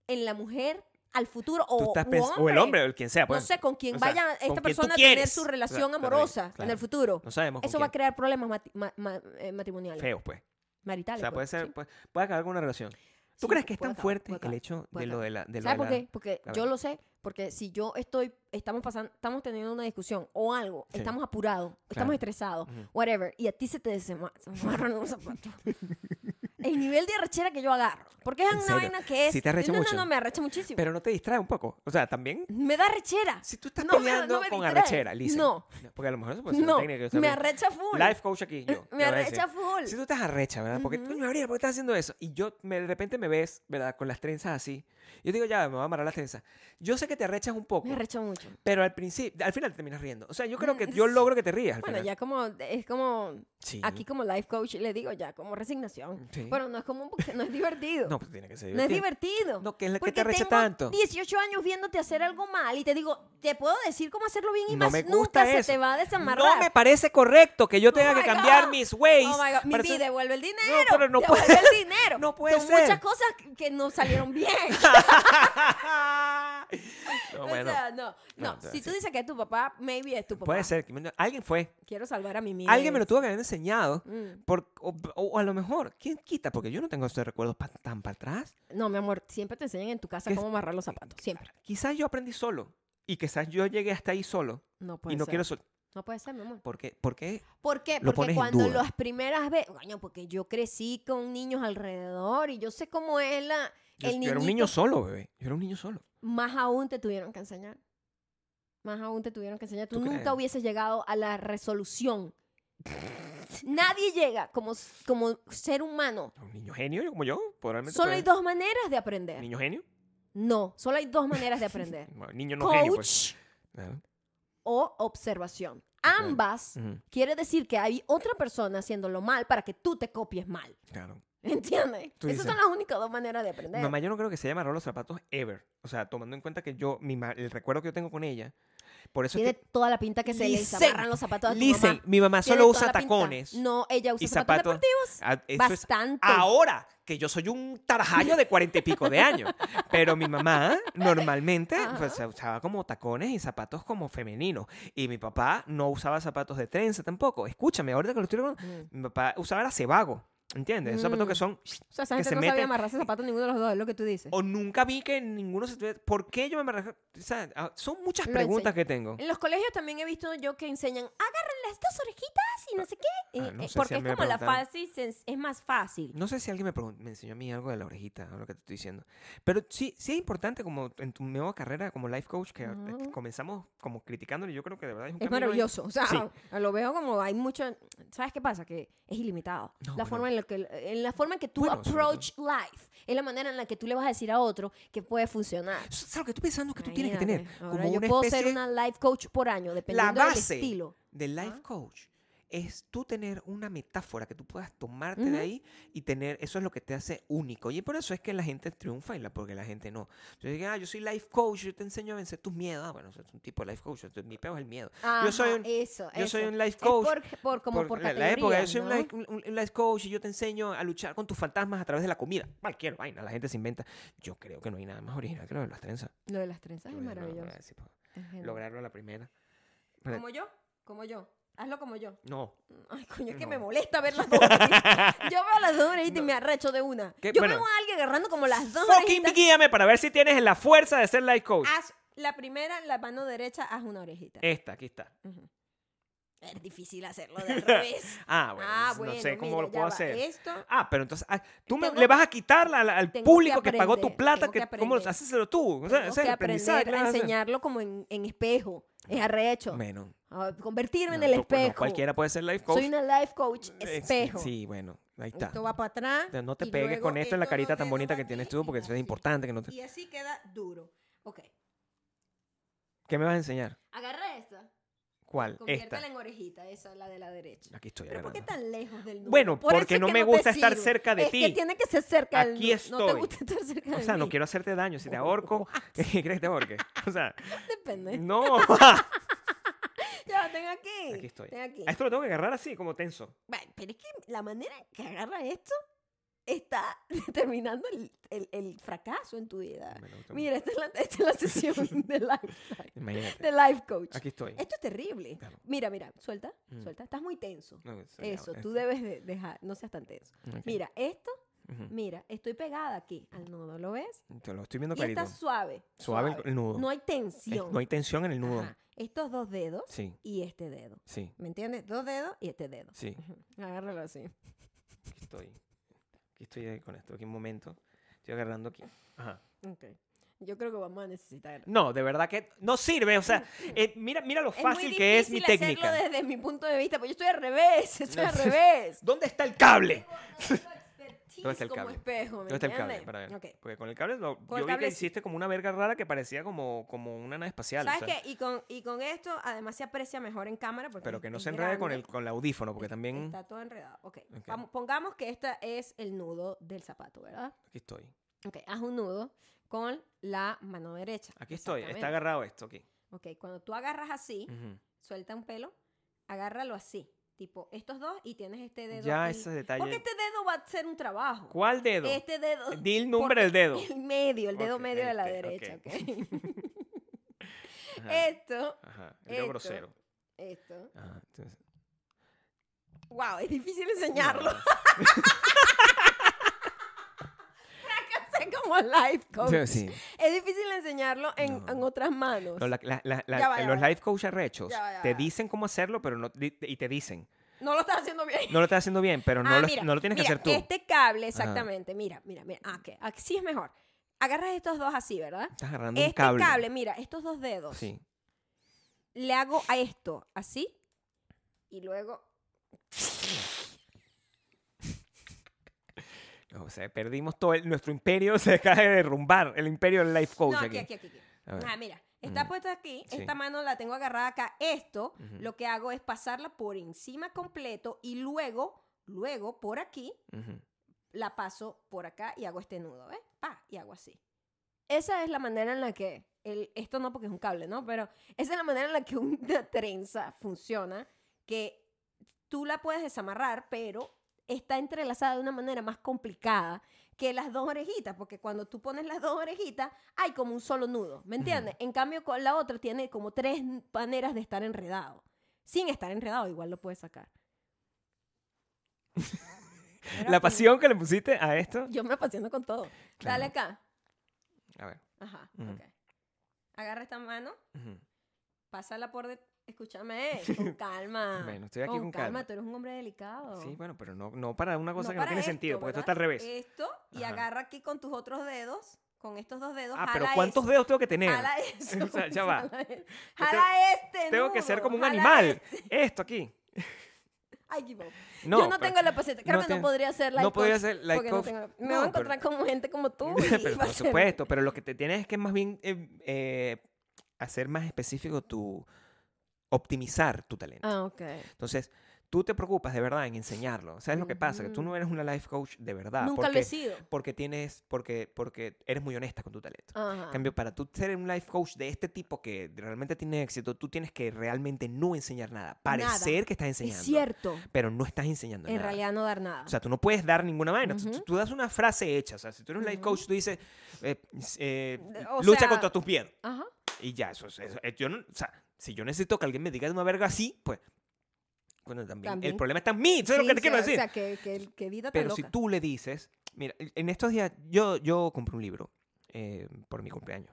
S1: en la mujer al futuro
S2: Tú
S1: o,
S2: estás
S1: u
S2: pens- o el hombre, o
S1: hombre.
S2: el quien sea.
S1: No
S2: pues.
S1: sé con quién
S2: o sea,
S1: vaya
S2: con
S1: esta
S2: quien tú
S1: persona a tener
S2: quieres.
S1: su
S2: Claro,
S1: relación
S2: claro,
S1: amorosa en
S2: claro.
S1: el futuro.
S2: No sabemos. con
S1: Eso va a
S2: quién.
S1: crear problemas mati- ma- ma- eh, matrimoniales,
S2: Feos, pues.
S1: maritales.
S2: O sea, puede
S1: pues,
S2: ser,
S1: sí.
S2: puede, puede acabar con una relación.
S1: Sí,
S2: ¿Tú crees que es
S1: puede
S2: tan
S1: acabar,
S2: fuerte
S1: puede
S2: el
S1: acabar.
S2: hecho
S1: puede
S2: de lo de la... De lo
S1: ¿Sabes
S2: de
S1: por
S2: la-
S1: qué? Porque
S2: A
S1: yo
S2: ver.
S1: lo sé, porque si yo estoy, estamos pasando, estamos teniendo una discusión o algo,
S2: Sí.
S1: estamos apurados, estamos
S2: Claro.
S1: estresados,
S2: Ujú.
S1: whatever, y a ti se te desmarran los zapatos. El nivel de arrechera que yo agarro. Porque es
S2: ¿En
S1: una
S2: serio?
S1: vaina que es.
S2: ¿Sí te arrecha
S1: no,
S2: mucho?
S1: no, no, me arrecha muchísimo.
S2: Pero no te distrae un poco. O sea, también...
S1: me da arrechera.
S2: Si tú estás
S1: No me-
S2: peleando
S1: no me
S2: con
S1: distrae.
S2: arrechera, Lisa.
S1: No.
S2: Porque a lo mejor eso puede ser
S1: No,
S2: pues, una técnica. que
S1: me
S2: usted-
S1: arrecha full.
S2: Life coach aquí, yo.
S1: me
S2: le voy a decir.
S1: arrecha full.
S2: Si tú estás arrecha, ¿verdad? Porque,
S1: Ujú.
S2: coño, Gabriela, ¿por qué estás haciendo eso? Y yo, me- de repente me ves, ¿verdad? Con las trenzas así. Yo digo, ya, me voy a amarrar las trenzas. Yo sé que te arrechas un poco,
S1: Me arrecha mucho.
S2: pero al principio, al final te terminas riendo. O sea, yo creo que
S1: Mm,
S2: yo
S1: sí.
S2: logro que te rías al
S1: Bueno,
S2: final.
S1: ya como, es como,
S2: Sí.
S1: aquí como life coach le digo ya, como resignación.
S2: Sí.
S1: Bueno, no es como, porque no es divertido.
S2: No, pues tiene que ser
S1: No es
S2: divertido.
S1: divertido.
S2: No, que es la que
S1: Porque
S2: te arrecha
S1: tengo
S2: tanto.
S1: 18 años viéndote hacer algo mal y te digo, te puedo decir cómo hacerlo bien y
S2: No
S1: más
S2: me gusta
S1: nunca
S2: eso.
S1: se te va a desamarrar.
S2: No me parece correcto que yo tenga
S1: Oh my
S2: que cambiar
S1: God.
S2: mis ways.
S1: Oh my God, Mi
S2: para
S1: vida,
S2: hacer-
S1: devuelve el dinero.
S2: pero no
S1: devuelve
S2: puede-
S1: el dinero.
S2: no puede
S1: Son
S2: ser.
S1: muchas cosas que no salieron bien.
S2: no,
S1: O
S2: bueno.
S1: sea, no,
S2: No,
S1: no.
S2: o sea,
S1: si tú
S2: sí.
S1: dices que es tu papá, maybe es tu papá.
S2: Puede ser. que- Alguien fue.
S1: Quiero salvar a mi mía.
S2: Alguien me lo tuvo que haber enseñado.
S1: Mm.
S2: por- o, o- o a lo mejor, ¿quién quita? Porque yo no tengo estos recuerdos pa- tan para atrás.
S1: No, mi amor, siempre te enseñan en tu casa
S2: ¿Qué
S1: cómo amarrar los zapatos. Siempre.
S2: Quizás yo aprendí solo. Y quizás yo llegué hasta ahí solo.
S1: No puede
S2: y no
S1: ser.
S2: quiero soltar.
S1: No puede ser, mi amor.
S2: ¿Por qué? ¿Por qué?
S1: ¿Por qué?
S2: Lo
S1: porque
S2: pones en
S1: cuando
S2: duda.
S1: las primeras veces, coño, porque yo crecí con niños alrededor y yo sé cómo es la,
S2: Yo,
S1: el
S2: yo era un niño
S1: niñito.
S2: solo, bebé. Yo era un niño solo.
S1: Más aún te tuvieron que enseñar. Más aún te tuvieron que enseñar. Tú,
S2: ¿Tú
S1: nunca
S2: crees?
S1: hubieses llegado a la resolución. Nadie llega como, como ser humano.
S2: Un niño genio, yo como yo. Probablemente
S1: Solo
S2: puede-
S1: hay dos maneras de aprender.
S2: ¿Niño genio?
S1: No, solo hay dos maneras de aprender.
S2: Bueno, niño no genio, pues.
S1: Coach
S2: Ah,
S1: o observación. Ambas
S2: ujú,
S1: quiere decir que hay otra persona haciéndolo mal para que tú te copies mal.
S2: Claro.
S1: ¿Entiendes?
S2: Tú
S1: Esas
S2: dices-
S1: son las únicas dos maneras de aprender.
S2: Mamá, yo no creo que se haya amarrado los zapatos ever. O sea, tomando en cuenta que yo, mi ma- el recuerdo que yo tengo con ella, por eso es
S1: Tiene
S2: que...
S1: toda la pinta que se le
S2: Listen,
S1: amarran los zapatos a tu
S2: Listen,
S1: mamá.
S2: mi mamá
S1: Tiene toda
S2: solo usa
S1: la pinta.
S2: tacones.
S1: No, ella usa
S2: y
S1: zapatos,
S2: zapatos
S1: deportivos.
S2: Ah, eso es
S1: Bastante.
S2: ahora que yo soy un tarajayo de cuarenta y pico de años. Pero mi mamá normalmente
S1: Ajá.
S2: pues, usaba como tacones y zapatos como femeninos. Y mi papá no usaba zapatos de trenza tampoco. Escúchame, ahora que lo estoy recordando,
S1: Mm.
S2: mi papá usaba era cebago. ¿Entiendes? Esos zapatos
S1: Mm.
S2: que son...
S1: O sea, esa
S2: que
S1: gente
S2: se
S1: no sabía
S2: meten-
S1: amarrarse zapatos ninguno de los dos, es lo que tú dices.
S2: O nunca vi que ninguno se tuviera... ¿Por qué yo me amarré? O sea, ah, son muchas
S1: Lo
S2: preguntas
S1: enseño.
S2: que tengo.
S1: En los colegios también he visto yo que enseñan, agárrenle estas orejitas y no sé qué.
S2: Ah,
S1: eh, eh,
S2: no sé si
S1: porque
S2: a
S1: es
S2: mí me
S1: como la
S2: preguntaron.
S1: fácil, se- es más fácil.
S2: No sé si alguien me, pregun- me enseñó a mí algo de la orejita, o lo que te estoy diciendo. Pero sí, sí es importante como en tu nueva carrera como life coach, que eh,
S1: Ujú.
S2: comenzamos como criticándole. Yo creo que de verdad es un
S1: Es
S2: camino ahí.
S1: maravilloso. O sea,
S2: Sí.
S1: lo veo como hay mucho. ¿Sabes qué pasa? Que es ilimitado. la
S2: No, bueno.
S1: forma en la que en la forma en que tú
S2: Bueno, sobre
S1: approach life. Es la manera en la que tú le vas a decir a otro que puede funcionar.
S2: S- ¿Sabes lo que estoy pensando? Es que tú tienes que tener
S1: Imagínate. Ahora
S2: como
S1: yo
S2: una
S1: puedo
S2: especie
S1: ser una life coach por año, dependiendo
S2: base.
S1: del estilo.
S2: de life
S1: Ajá.
S2: coach. Es tú tener una metáfora que tú puedas tomarte
S1: Ujú.
S2: de ahí y tener, eso es lo que te hace único. Y por eso es que la gente triunfa y la, porque la gente no. Yo digo, ah, yo soy life coach, yo te enseño a vencer tus miedos. Ah, bueno, soy un tipo de life coach, entonces mi peo es el miedo. yo soy
S1: Ajá,
S2: un,
S1: eso,
S2: yo soy
S1: eso.
S2: un
S1: Es
S2: life coach.
S1: por, por- como por,
S2: la, la época, yo
S1: categorías,
S2: soy un,
S1: ¿no?
S2: life, un- un life coach y yo te enseño a luchar con tus fantasmas a través de la comida. Cualquier vaina, la gente se inventa. Yo creo que no hay nada más original que lo de las trenzas.
S1: Lo de las trenzas
S2: Yo
S1: es
S2: voy a decir, no, no,
S1: maravilloso.
S2: no, sí, po,
S1: es genial.
S2: Lograrlo a la primera. Pero-
S1: Como yo, como yo. Hazlo como yo.
S2: No.
S1: Ay, coño, es que me
S2: No.
S1: molesta ver las dos. orejitas. yo veo las dos orejitas y me arrecho de una.
S2: ¿Qué?
S1: Yo
S2: Bueno.
S1: veo a alguien agarrando como las dos
S2: Fucking
S1: orejitas.
S2: guíame para ver si tienes la fuerza de ser life coach.
S1: Haz la primera, la mano derecha, haz una orejita.
S2: Esta, aquí está.
S1: Ujú. Es difícil hacerlo del revés.
S2: Ah, bueno,
S1: ah,
S2: no
S1: bueno.
S2: sé cómo
S1: mira,
S2: lo
S1: ya
S2: puedo
S1: va.
S2: hacer.
S1: Esto.
S2: Ah, pero entonces, ah, tú me-
S1: Tengo-
S2: le vas a quitar la- la- al
S1: tengo que
S2: público que, pagó tu
S1: aprender,
S2: plata,
S1: tengo que
S2: que, ¿cómo lo
S1: aprender.
S2: haces tú? O sea,
S1: tengo
S2: ese es
S1: que
S2: el aprendizaje
S1: aprender a
S2: que vas a hacer.
S1: enseñarlo como en, en espejo. Es arrecho.
S2: Bueno,
S1: Ah, Convertirme en
S2: no,
S1: el
S2: tú- pues, no,
S1: espejo.
S2: cualquiera puede ser life coach.
S1: Soy una life coach
S2: Eh, sí,
S1: espejo.
S2: Sí, bueno, ahí está.
S1: Esto va para atrás.
S2: Te- No te
S1: y
S2: pegues
S1: luego
S2: con esto en la
S1: estos
S2: carita
S1: dos
S2: tan
S1: dedos
S2: bonita que
S1: aquí
S2: tienes tú,
S1: y
S2: porque eso es
S1: así.
S2: importante que no te...
S1: Y así queda duro. Ok.
S2: ¿Qué me vas a enseñar?
S1: Agarra esta.
S2: ¿Cuál? Esta.
S1: Conviértela en orejita, esa, la de la derecha.
S2: Aquí estoy.
S1: Pero ¿por qué
S2: agarrando.
S1: tan lejos del nudo?
S2: Bueno,
S1: Por eso
S2: porque
S1: es
S2: no
S1: que
S2: me
S1: te
S2: gusta estar
S1: sirve.
S2: cerca de
S1: Es que
S2: ti.
S1: tiene que ser cerca del nudo.
S2: Aquí
S1: No te
S2: estoy.
S1: gusta estar cerca
S2: O
S1: del
S2: sea, no
S1: nudo.
S2: quiero hacerte daño. Si te ahorco, ¿qué crees que te ahorque? O sea,
S1: Depende.
S2: no.
S1: Ya, tengo aquí.
S2: Mm. Aquí estoy.
S1: Tengo aquí.
S2: A esto lo tengo que agarrar así, como tenso.
S1: Bueno, pero es que la manera en que agarra esto está determinando el, el- el fracaso en tu vida.
S2: Me lo tomo.
S1: Ah, Mira, esta es la, esta es la sesión de life,
S2: Imagínate.
S1: de life coach.
S2: Aquí estoy.
S1: Esto es terrible.
S2: Claro.
S1: Mira, mira, suelta,
S2: Mm.
S1: suelta. Estás muy tenso.
S2: No, eso ya,
S1: Eso, tú
S2: esto.
S1: debes de- dejar, no seas tan tenso.
S2: Ok.
S1: Mira, esto,
S2: Ujú.
S1: mira, estoy pegada aquí al nudo, ¿lo ves?
S2: Te lo estoy viendo
S1: Y
S2: clarito.
S1: está suave.
S2: Suave el- el nudo.
S1: No hay
S2: Es-
S1: tensión.
S2: No hay tensión en el nudo.
S1: Ajá. Estos dos dedos
S2: Sí,
S1: y este dedo.
S2: sí,
S1: ¿Me entiendes? Dos dedos y este dedo.
S2: sí.
S1: Agárralo así.
S2: Aquí estoy. Aquí estoy ahí con esto. Aquí un momento. Estoy agarrando aquí. Ajá.
S1: Ok. Yo creo que vamos a necesitar.
S2: No, de verdad que no sirve. O sea, eh, mira, mira lo fácil que es mi
S1: difícil hacerlo
S2: técnica.
S1: desde mi punto de vista, porque yo estoy al revés, estoy
S2: No.
S1: al revés.
S2: ¿Dónde está el cable?
S1: ¿Dónde
S2: está el
S1: como
S2: cable?
S1: espejo, ¿me
S2: ¿Dónde está el cable?
S1: entiendes?
S2: Para ver.
S1: Ok.
S2: Porque con el cable lo-
S1: Con el
S2: yo vi
S1: cable
S2: que
S1: sí.
S2: hiciste como una verga rara que parecía como, como una nave espacial. o
S1: ¿Sabes
S2: sea,
S1: qué? Y con, y con esto, además se aprecia mejor en cámara. Porque
S2: Pero
S1: es-
S2: que no
S1: es
S2: se enrede con
S1: grande,
S2: el, con el audífono, porque también...
S1: Está todo enredado. Ok.
S2: Ok.
S1: Vamos- pongamos que esta es el nudo del zapato, ¿verdad?
S2: Aquí estoy.
S1: Ok, haz un nudo con la mano derecha.
S2: Aquí estoy. Está Mm.
S1: Exactamente.
S2: agarrado esto aquí.
S1: Ok, cuando tú agarras así,
S2: Ujú.
S1: suelta un pelo, agárralo así. Tipo, estos dos y tienes este dedo.
S2: Ya
S1: aquí.
S2: ese detalle.
S1: Porque este dedo va a ser un trabajo.
S2: ¿Cuál dedo?
S1: Este dedo.
S2: Di el nombre del dedo.
S1: El medio, el dedo
S2: Ok,
S1: medio de la
S2: este,
S1: derecha,
S2: ok.
S1: ok.
S2: Ajá.
S1: esto,
S2: Ajá. El dedo
S1: esto.
S2: grosero.
S1: esto.
S2: Ajá. Entonces...
S1: Wow, es difícil enseñarlo. Sé como life coach.
S2: Sí, sí.
S1: Es difícil enseñarlo en,
S2: No.
S1: en otras manos.
S2: No, la- la- la- la-
S1: Ya va, ya
S2: los
S1: va.
S2: life coach arrechos
S1: Ya va, ya
S2: te
S1: va.
S2: dicen cómo hacerlo, pero no di- y te dicen.
S1: No lo estás haciendo bien.
S2: No lo estás haciendo bien, pero no,
S1: Ah,
S2: lo,
S1: mira,
S2: no lo tienes que
S1: mira,
S2: hacer tú.
S1: Este cable, exactamente. Mira, mira, mira. Ah, que así es mejor. Agarras estos dos así, ¿verdad?
S2: Estás agarrando
S1: Este
S2: un cable.
S1: cable. mira, estos dos dedos.
S2: Sí.
S1: Le hago a esto, así. Y luego.
S2: O sea, perdimos todo el- nuestro imperio, se acaba de derrumbar el imperio del life coach
S1: no,
S2: aquí.
S1: aquí, aquí, aquí. aquí.
S2: Oh, A ver.
S1: Ah, mira. Está
S2: Mm.
S1: puesto aquí.
S2: Sí.
S1: Esta mano la tengo agarrada acá. Esto,
S2: Ujú.
S1: lo que hago es pasarla por encima completo. Y luego, luego, por aquí,
S2: Ujú.
S1: la paso por acá y hago este nudo, ¿ves? Pa, y hago así. Esa es la manera en la que, el, esto no porque es un cable, ¿no? Pero esa es la manera en la que una trenza funciona, que tú la puedes desamarrar, pero está entrelazada de una manera más complicada que las dos orejitas, porque cuando tú pones las dos orejitas hay como un solo nudo, ¿me entiendes? En cambio con la otra tiene como tres maneras de estar enredado. Sin estar enredado igual lo puedes sacar. Pero
S2: La
S1: aquí-
S2: pasión que le pusiste a esto.
S1: Yo me apasiono con todo.
S2: Claro.
S1: Dale acá.
S2: A ver.
S1: Ajá,
S2: Ujú.
S1: ok. Agarra esta mano,
S2: ujú.
S1: pásala por... de- Escúchame, eh, con calma.
S2: Bueno, estoy aquí con calma.
S1: Tú eres un hombre delicado.
S2: Sí, bueno, pero no, no para una cosa
S1: Oh. No
S2: que no
S1: para
S2: tiene
S1: esto,
S2: sentido, porque esto
S1: ¿verdad? Eh,
S2: está al revés.
S1: Esto y
S2: Ajá.
S1: agarra aquí con tus otros dedos, con estos dos dedos.
S2: ah, pero
S1: jala
S2: ¿cuántos
S1: eso,
S2: dedos tengo que tener?
S1: Jala eso.
S2: O sea, ya va.
S1: Jala, e-
S2: Yo
S1: jala este.
S2: Tengo que ser
S1: nudo,
S2: como un
S1: jala
S2: animal.
S1: este.
S2: Esto aquí.
S1: Ay, qué bobo.
S2: No,
S1: Yo no
S2: pero-
S1: tengo la paciencia. Creo
S2: no
S1: que
S2: te-
S1: no podría ser life
S2: no podría
S1: coach
S2: ser life
S1: porque no
S2: coach.
S1: tengo la- Me
S2: No,
S1: voy a
S2: pero-
S1: encontrar con gente como tú. y
S2: pero
S1: va a
S2: por
S1: ser-
S2: supuesto, pero lo que te tienes es que más bien eh, eh, hacer más específico tu optimizar tu talento.
S1: Ah, ok.
S2: Entonces, tú te preocupas de verdad en enseñarlo. ¿Sabes lo que pasa? Que tú
S1: Ujú.
S2: no eres una life coach de verdad
S1: Nunca lo
S2: porque
S1: he sido.
S2: porque tienes porque porque eres muy honesta con tu talento.
S1: Ajá.
S2: En cambio, para tú ser un life coach de este tipo que realmente tiene éxito, tú tienes que realmente no enseñar nada, parecer que estás enseñando,
S1: Es cierto.
S2: pero no estás enseñando
S1: En
S2: nada.
S1: realidad no dar nada.
S2: O sea, tú no puedes dar ninguna vaina. Tú- tú,
S1: Ujú.
S2: tú das una frase hecha. O sea, si tú eres un life
S1: Ujú.
S2: coach, tú dices, eh, eh,
S1: O
S2: lucha
S1: sea-
S2: contra tus miedos.
S1: Ajá.
S2: Y ya, eso es. eso es- yo no- o sea, si yo necesito que alguien me diga de una verga así, pues. Bueno, también. El
S1: También.
S2: problema está en mí. Eso es
S1: Sí,
S2: lo que te
S1: o
S2: quiero
S1: sea-
S2: decir.
S1: O sea, que, que, que vida tan
S2: Pero
S1: loca.
S2: si tú le dices. Mira, e, en estos días yo, yo compré un libro eh, por mi cumpleaños.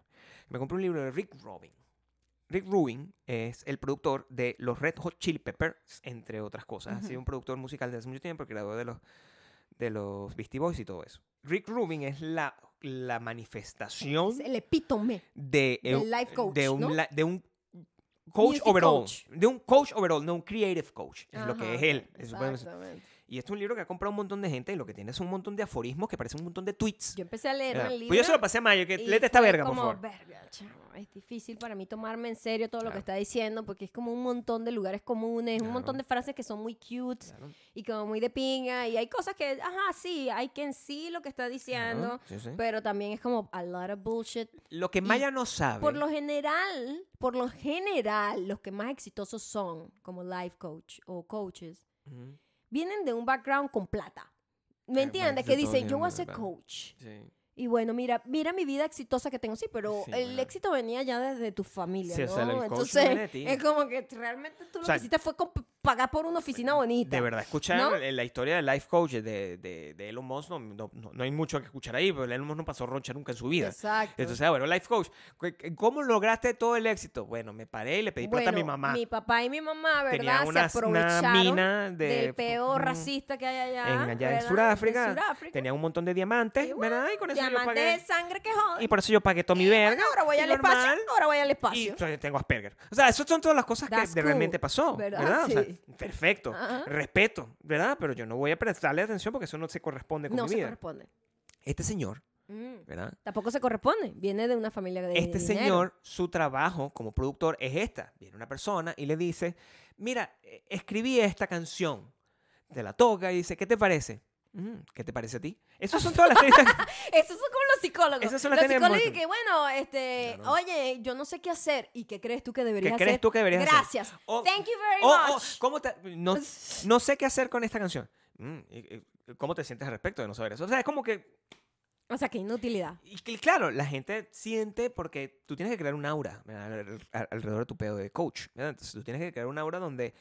S2: Me compré un libro de Rick Rubin. Rick Rubin es el productor de los Red Hot Chili Peppers, entre otras cosas. Ha
S1: Ujú.
S2: sido un productor musical desde hace mucho tiempo, creador de los, de los Beastie Boys y todo eso. Rick Rubin es la, la manifestación
S1: Es el epítome.
S2: de, eh,
S1: Del life coach,
S2: de un,
S1: ¿no?
S2: la- de un coach
S1: Music
S2: overall.
S1: coach.
S2: De un coach overall, no un creative coach. Es lo
S1: Ajá,
S2: que es él.
S1: ok,
S2: se supone.
S1: Exactamente.
S2: Y este es un libro que ha comprado un montón de gente y lo que tiene es un montón de aforismos que parecen un montón de tweets.
S1: Yo empecé a leer
S2: Ah,
S1: el libro.
S2: pues yo se lo pasé a Mayo, que
S1: y
S2: léete esta
S1: fue
S2: verga, por
S1: como,
S2: favor.
S1: "Verga, chamo, es difícil para mí tomarme en serio todo lo
S2: Claro.
S1: que está diciendo porque es como un montón de lugares comunes, un montón
S2: Claro.
S1: de frases que son muy cute
S2: Claro,
S1: y como muy de pinga y hay cosas que, ajá, sí, hay quien sí lo que está
S2: claro,
S1: diciendo,
S2: sí, sí.
S1: pero también es como a lot of bullshit.
S2: Lo que Maya no sabe.
S1: Por lo general, por lo general, los que más exitosos son como life coach o coaches
S2: Ujú,
S1: vienen de un background con plata.
S2: bueno,
S1: ¿Me entiendes?
S2: de
S1: Que
S2: todo
S1: dicen, yo
S2: tienen
S1: voy a
S2: una
S1: ser
S2: plata".
S1: coach.
S2: sí.
S1: Y bueno, mira, mira mi vida exitosa que tengo. Sí, pero
S2: Sí,
S1: el
S2: bueno.
S1: éxito venía ya desde tu familia,
S2: Sí, o
S1: ¿no?
S2: sea, el coach
S1: Entonces,
S2: viene de ti.
S1: es como que realmente tú lo
S2: O sea,
S1: que hiciste fue comp- pagar por una oficina bonita.
S2: De verdad, escuchar
S1: ¿No?
S2: eh, la historia del life coach de, de, de Elon Musk no, no- no- no hay mucho que escuchar ahí, pero Elon Musk no pasó roncha nunca en su vida.
S1: Exacto.
S2: Entonces, ah, bueno, life coach, cu- cu- ¿cómo lograste todo el éxito? Bueno, me paré y le pedí plata a mi
S1: Bueno,
S2: mamá.
S1: Mi papá y mi mamá, ¿verdad?
S2: Tenía una,
S1: se
S2: una
S1: aprovecharon
S2: mina de,
S1: del peo
S2: mm,
S1: racista que hay
S2: en,
S1: allá.
S2: allá en
S1: ¿verdad?
S2: Sudáfrica.
S1: En Sudáfrica.
S2: Tenía un montón de diamantes,
S1: Y bueno,
S2: Eh, ¿verdad? Y con eso yo
S1: diamantes
S2: pagué.
S1: de sangre que joden.
S2: Y por eso yo pagué toda mi verga.
S1: ahora voy
S2: y
S1: al
S2: normal,
S1: espacio. Ahora voy al
S2: Y
S1: espacio.
S2: yo tengo Asperger. O sea, esas son todas las cosas
S1: That's
S2: que de- realmente
S1: cool,
S2: pasó. ¿Verdad?
S1: ¿verdad?
S2: O sea,
S1: Sí.
S2: perfecto.
S1: Ajá.
S2: Respeto, ¿verdad? Pero yo no voy a prestarle atención porque eso no se corresponde con
S1: No
S2: mi
S1: se
S2: vida.
S1: corresponde.
S2: Este señor,
S1: Mm.
S2: ¿verdad?
S1: Tampoco se corresponde. Viene de una familia de
S2: Este
S1: dinero.
S2: señor, su trabajo como productor es esta. Viene una persona y le dice, mira, eh, escribí esta canción. Te la toca y dice, ¿qué te parece? "Mm, ¿Qué te parece a ti? Esas son todas las técnicas
S1: Esos son como los psicólogos.
S2: Esos son
S1: los
S2: las técnicas
S1: psicólogos
S2: muertas.
S1: que, bueno, este,
S2: Claro.
S1: oye, yo no sé qué hacer. ¿Y qué crees tú que deberías
S2: crees
S1: hacer?
S2: tú que deberías hacer?
S1: Gracias.
S2: O-
S1: Thank you very
S2: Oh, oh,
S1: much.
S2: ¿cómo te- no, no sé qué hacer con esta canción. Mm, y- y- ¿Cómo te sientes al respecto de no saber eso? O sea, es como que... oh.
S1: O sea, qué inutilidad.
S2: Y cl- claro, la gente siente porque tú tienes que crear un aura ¿verdad? al- al- alrededor de tu pedo de coach. ¿verdad? Entonces tú tienes que crear un aura donde,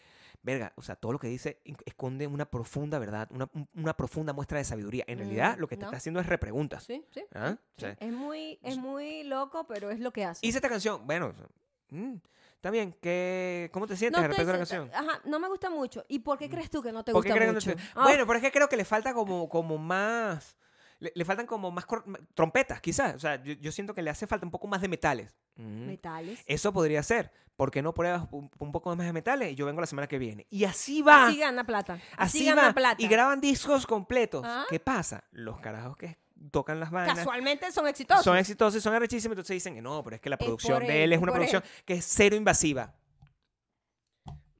S2: verga, o sea, todo lo que dice in- esconde una profunda verdad, una, un- una profunda muestra de sabiduría. En realidad,
S1: Mm,
S2: lo que te
S1: ¿no?
S2: está haciendo es repreguntas.
S1: Sí, sí.
S2: ¿Ah? O
S1: sí.
S2: sea,
S1: Es muy, es muy loco, pero es lo que hace.
S2: Hice esta canción. Bueno, o sea, mm, está bien. ¿qué- ¿Cómo te sientes al
S1: estoy
S2: respecto de la
S1: sen-
S2: canción? Mm.
S1: Ajá, no me gusta mucho. ¿Y por qué crees tú que no te
S2: ¿Por qué
S1: gusta
S2: creen que no
S1: mucho?
S2: te-
S1: Ah,
S2: Bueno, pero es que creo que le falta como, como más. Le, le faltan como más cor- trompetas, quizás. O sea, yo, yo siento que le hace falta un poco más de metales. Mm.
S1: metales.
S2: Eso podría ser. ¿Por qué no pruebas un, un poco más de metales? Y yo vengo la semana que viene. Y así va.
S1: Así gana plata. Así,
S2: así
S1: gana
S2: va.
S1: plata.
S2: Y graban discos completos.
S1: Ah.
S2: ¿Qué pasa? Los carajos que tocan las bandas.
S1: Casualmente son exitosos.
S2: Son exitosos y son arrechísimos, entonces dicen que no, pero es que la
S1: por
S2: producción de
S1: él,
S2: él es
S1: es
S2: una
S1: por
S2: producción que es cero invasiva.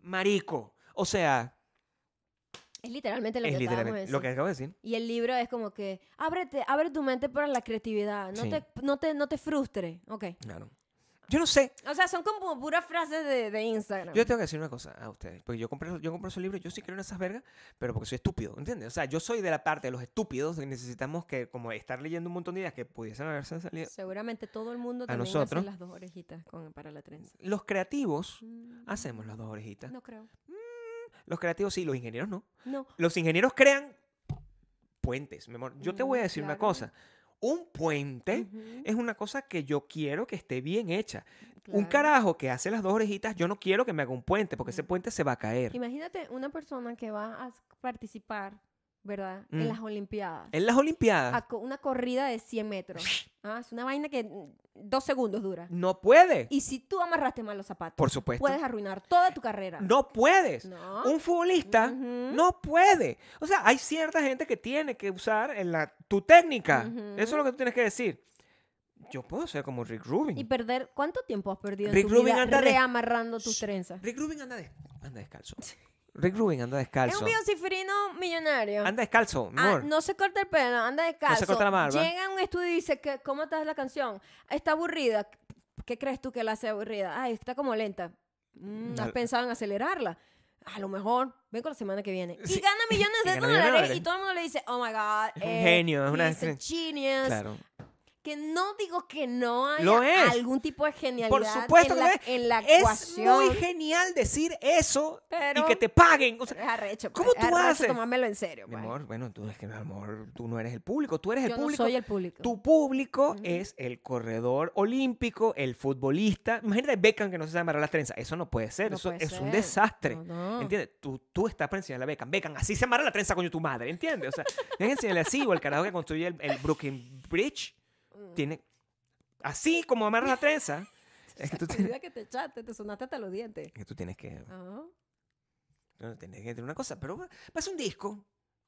S2: Marico. O sea,
S1: Es literalmente lo
S2: es
S1: que estábamos
S2: literalmente lo que
S1: diciendo.
S2: acabo de decir.
S1: Y el libro es como que, ábrete, abre tu mente para la creatividad, no,
S2: Sí.
S1: te, no, te, no te frustres, ok.
S2: Claro. Yo no sé.
S1: O sea, son como puras frases de, de Instagram.
S2: Yo tengo que decir una cosa a ustedes. Porque yo compré, yo compré esos libros, yo sí creo en esas vergas, pero porque soy estúpido, ¿entiendes? O sea, yo soy de la parte de los estúpidos que necesitamos que, como estar leyendo un montón de ideas que pudiesen haberse salido.
S1: Seguramente todo el mundo
S2: A
S1: también hace
S2: nosotros.
S1: las dos orejitas con, para la trenza.
S2: Los creativos
S1: Mm,
S2: hacemos las dos orejitas.
S1: No creo.
S2: Los creativos sí, los ingenieros no.
S1: No.
S2: Los ingenieros crean puentes, mi amor. Yo te voy a
S1: Mm,
S2: decir una
S1: claro.
S2: cosa. Un puente
S1: Ujú,
S2: es una cosa que yo quiero que esté bien hecha. Un
S1: claro.
S2: carajo que hace las dos orejitas, yo no quiero que me haga un puente, porque ese puente se va a caer.
S1: Imagínate una persona que va a participar, ¿verdad?
S2: Mm.
S1: En las Olimpiadas.
S2: En las Olimpiadas
S1: A co- una corrida de 100 metros. Ah, es una vaina que mm, dos segundos dura.
S2: no puede.
S1: Y si tú amarraste mal los zapatos,
S2: Por supuesto.
S1: puedes arruinar toda tu carrera.
S2: No puedes.
S1: No.
S2: Un futbolista
S1: Ujú.
S2: no puede. O sea, hay cierta gente que tiene que usar en la, tu técnica.
S1: Ujú.
S2: Eso es lo que tú tienes que decir. Yo puedo ser como Rick Rubin.
S1: Y perder, ¿cuánto tiempo has perdido en
S2: Rick
S1: tu
S2: Rubin
S1: vida
S2: anda de-
S1: reamarrando tus
S2: Shh.
S1: trenzas?
S2: Rick Rubin anda, des- anda descalzo. Rick Rubin anda descalzo.
S1: Es un biocifrino millonario.
S2: Anda descalzo, mi
S1: Ah,
S2: amor.
S1: no se corta el pelo, anda descalzo.
S2: corta la barba.
S1: Llega a un estudio y dice que cómo está la canción. Está aburrida. ¿Qué crees tú que la hace aburrida? Ay, está como lenta. Mm, ¿Has
S2: Al-
S1: pensado en acelerarla? A lo mejor, ven con la semana que viene. Y
S2: Sí.
S1: gana millones
S2: Y
S1: de
S2: gana millones de
S1: dólares
S2: dólares.
S1: y todo el mundo le dice, oh my God.
S2: Es un
S1: eh,
S2: genio, es una-
S1: he's a genius.
S2: Claro.
S1: Que no digo que no haya
S2: Lo es.
S1: algún tipo de genialidad
S2: Por supuesto
S1: en,
S2: que
S1: la,
S2: lo es.
S1: en la
S2: Es
S1: ecuación.
S2: muy genial decir eso y
S1: Pero-
S2: que te paguen. O sea,
S1: es arrecho.
S2: ¿Cómo
S1: pues,
S2: tú
S1: es arrecho
S2: haces?
S1: tomármelo en serio.
S2: Mi
S1: pues.
S2: amor, bueno, tú es que mi amor, tú no eres el público, tú eres el
S1: Yo no
S2: público.
S1: soy el público.
S2: Tu público es el corredor olímpico, el futbolista. Imagínate Beckham que no se sabe amarrar las trenzas. Eso no puede ser,
S1: No
S2: eso
S1: puede
S2: es un
S1: ser.
S2: desastre.
S1: No, no.
S2: ¿Entiendes? Tú, tú estás para enseñarle a Beckham. Beckham, así se amarra la trenza, coño, tu madre, ¿entiendes? O sea, tienes que enseñarle así, o el carajo que construye el, el Brooklyn Bridge.
S1: Mm.
S2: Tiene. Así como amarra la trenza. Es que tú
S1: La
S2: tienes
S1: comida que te echaste, te sonaste hasta los dientes. Ah.
S2: que. Tú tienes que
S1: Ajá.
S2: no, tienes que tener una cosa, pero pasa un disco.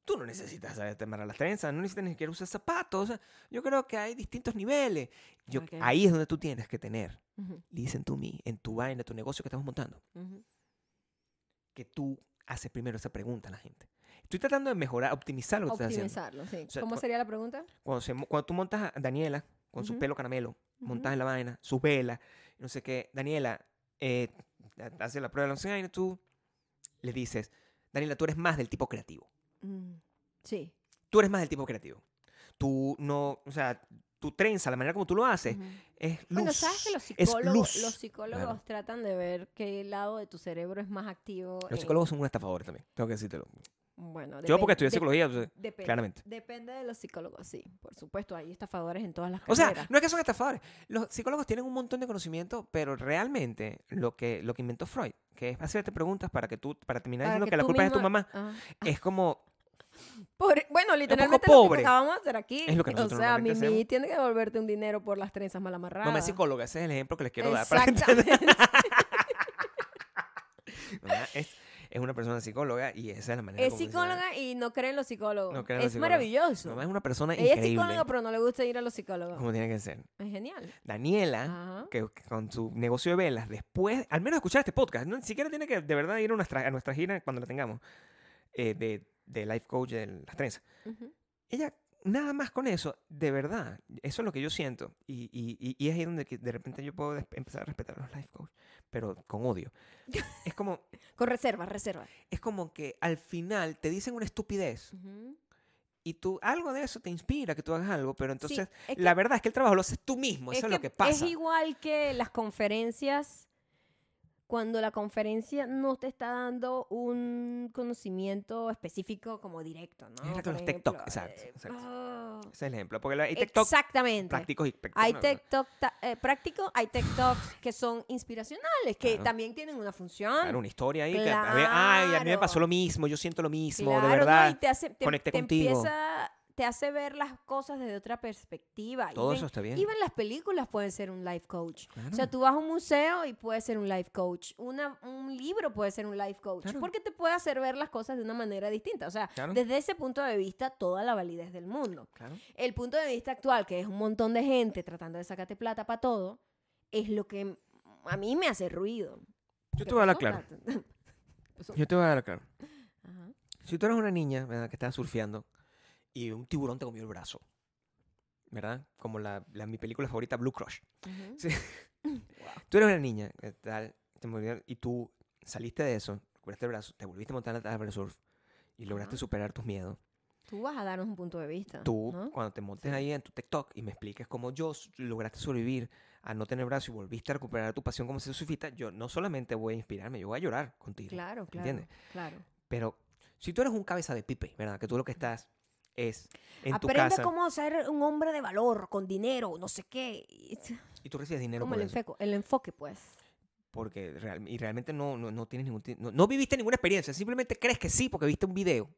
S2: Tú no necesitas saber amarrar las trenzas, no necesitas ni siquiera usar zapatos. o sea, yo creo que hay distintos niveles. Yo,
S1: Ok.
S2: Ahí es donde tú tienes que tener,
S1: Ujú,
S2: listen to me, en tu vaina, tu negocio que estamos montando,
S1: ujú.
S2: que tú haces primero esa pregunta a la gente. Estoy tratando de mejorar, optimizar lo que estás haciendo.
S1: Optimizarlo, sí.
S2: O sea,
S1: ¿Cómo
S2: tú-
S1: sería la pregunta?
S2: Cuando, se mo- cuando tú montas a Daniela con su
S1: Ujú.
S2: pelo caramelo, montas
S1: Ujú.
S2: en la vaina, sus velas, no sé qué, Daniela eh, hace la prueba de la once vaina, tú le dices, Daniela, tú eres más del tipo creativo.
S1: Mm, Sí.
S2: tú eres más del tipo creativo. Tú no, o sea, tu trenza, la manera como tú lo haces,
S1: Ujú.
S2: es luz.
S1: Bueno, ¿sabes que los
S2: es
S1: psicólogos,
S2: luz.
S1: los psicólogos
S2: Claro.
S1: tratan de ver qué lado de tu cerebro es más activo?
S2: Los
S1: en-
S2: psicólogos son unos estafadores también, tengo que decírtelo.
S1: Bueno,
S2: Yo porque
S1: depende-
S2: estudié
S1: de-
S2: psicología, entonces,
S1: Depende,
S2: claramente.
S1: Depende de los psicólogos, sí. Por supuesto, hay estafadores en todas las
S2: O
S1: carreras.
S2: sea, no es que son estafadores. Los psicólogos tienen un montón de conocimiento, pero realmente lo que, lo que inventó Freud, que es hacerte preguntas para que tú, para terminar
S1: Para
S2: diciendo que, la
S1: tú
S2: culpa es de tu
S1: misma-
S2: mamá,
S1: Ah.
S2: es como,
S1: Pobre- bueno, literalmente
S2: pobre.
S1: lo que acabamos de hacer aquí.
S2: Es lo que
S1: o
S2: nosotros
S1: sea,
S2: normalmente
S1: Mimi
S2: hacemos.
S1: tiene que devolverte un dinero por las trenzas mal amarradas.
S2: mamá es psicóloga, ese es el ejemplo que les quiero dar. Para que
S1: Exactamente.
S2: Mamá es, es una persona psicóloga y esa es la manera
S1: Es
S2: como se-
S1: psicóloga y no creen los psicólogos.
S2: No creen los
S1: es
S2: psicólogos.
S1: maravilloso.
S2: Mamá es una persona
S1: Ella es
S2: increíble.
S1: psicóloga, pero no le gusta ir a los psicólogos.
S2: Como ¿Ah? tiene que ser.
S1: Es genial.
S2: Daniela,
S1: Ajá.
S2: que que con su negocio de velas, después, al menos escuchar este podcast, no, ni siquiera tiene que de verdad ir a nuestra, a nuestra gira cuando la tengamos, eh, de, de Life Coach de las trenzas.
S1: Ujú.
S2: Ella, nada más con eso, de verdad, eso es lo que yo siento. Y, y- y- y es ahí donde que de repente yo puedo des- empezar a respetar a los Life Coach, pero con odio. es, como,
S1: Con reserva, reserva.
S2: es como que al final te dicen una estupidez
S1: Ujú.
S2: y tú, algo de eso te inspira que tú hagas algo, pero
S1: Sí,
S2: entonces,
S1: es que-
S2: la verdad es que el trabajo lo haces tú mismo, eso es, lo que
S1: Es
S2: pasa.
S1: igual que las conferencias. Cuando la conferencia no te está dando un conocimiento específico como directo, ¿no?
S2: Era con
S1: Por
S2: los
S1: ejemplo,
S2: TikTok, exacto,
S1: eh,
S2: exacto.
S1: ah,
S2: Ese es el ejemplo. Porque la- hay TikTok
S1: Exactamente.
S2: prácticos y prácticos,
S1: Hay
S2: no, no.
S1: TikTok ta- eh, práctico, hay TikToks que son inspiracionales, que
S2: Claro.
S1: también tienen una función.
S2: Claro, una historia ahí. que a mí- ay, a mí me pasó
S1: ah, Claro.
S2: lo mismo, yo siento lo mismo,
S1: Claro,
S2: de
S1: ¿no?
S2: verdad.
S1: Y te hace, te,
S2: conecté
S1: te
S2: contigo.
S1: empieza- te hace ver las cosas desde otra perspectiva.
S2: Todo
S1: Even-
S2: eso está bien.
S1: Even las películas pueden ser un life coach. O sea,
S2: Claro.
S1: tú vas a un museo y puede ser un life coach. Una, un libro puede ser un life coach.
S2: Claro.
S1: Porque te puede hacer ver las cosas de una manera distinta. O sea,
S2: Claro.
S1: desde ese punto de vista, toda la validez del mundo.
S2: Claro.
S1: El punto de vista actual, que es un montón de gente tratando de sacarte plata para todo, es lo que a mí me hace ruido. ¿Qué
S2: Yo te voy a hablar
S1: pasó?
S2: claro.
S1: Ah, t-
S2: Yo te voy a hablar claro.
S1: Ajá.
S2: Si tú eres una niña, ¿verdad? Que estás surfeando y un tiburón te comió el brazo, ¿verdad? Como la, la- mi película favorita, Blue Crush.
S1: Ujú.
S2: Sí. Tú eres una niña, eh, tal, te murió- y tú saliste de eso, curaste el brazo, te volviste a montar a la tabla de surf y lograste
S1: Ajá.
S2: superar tus miedos.
S1: Tú vas a darnos un punto de vista.
S2: Tú,
S1: ¿no?
S2: cuando te montes
S1: Sí.
S2: ahí en tu TikTok y me expliques cómo yo s- lograste sobrevivir a no tener brazo y volviste a recuperar tu pasión como surfista, yo no solamente voy a inspirarme, yo voy a llorar contigo.
S1: Claro, claro.
S2: ¿Entiendes?
S1: Claro.
S2: Pero si tú eres un cabeza de pipe, ¿verdad? Que tú lo que estás es en tu
S1: Aprende
S2: casa
S1: cómo ser un hombre de valor, con dinero, no sé qué. y-
S2: y tú recibes dinero
S1: Como
S2: por
S1: el,
S2: eso.
S1: enfeco- el enfoque, pues.
S2: Porque real- y realmente no, no, no tienes ningún... ti- No, no viviste ninguna experiencia, simplemente crees que sí porque viste un video.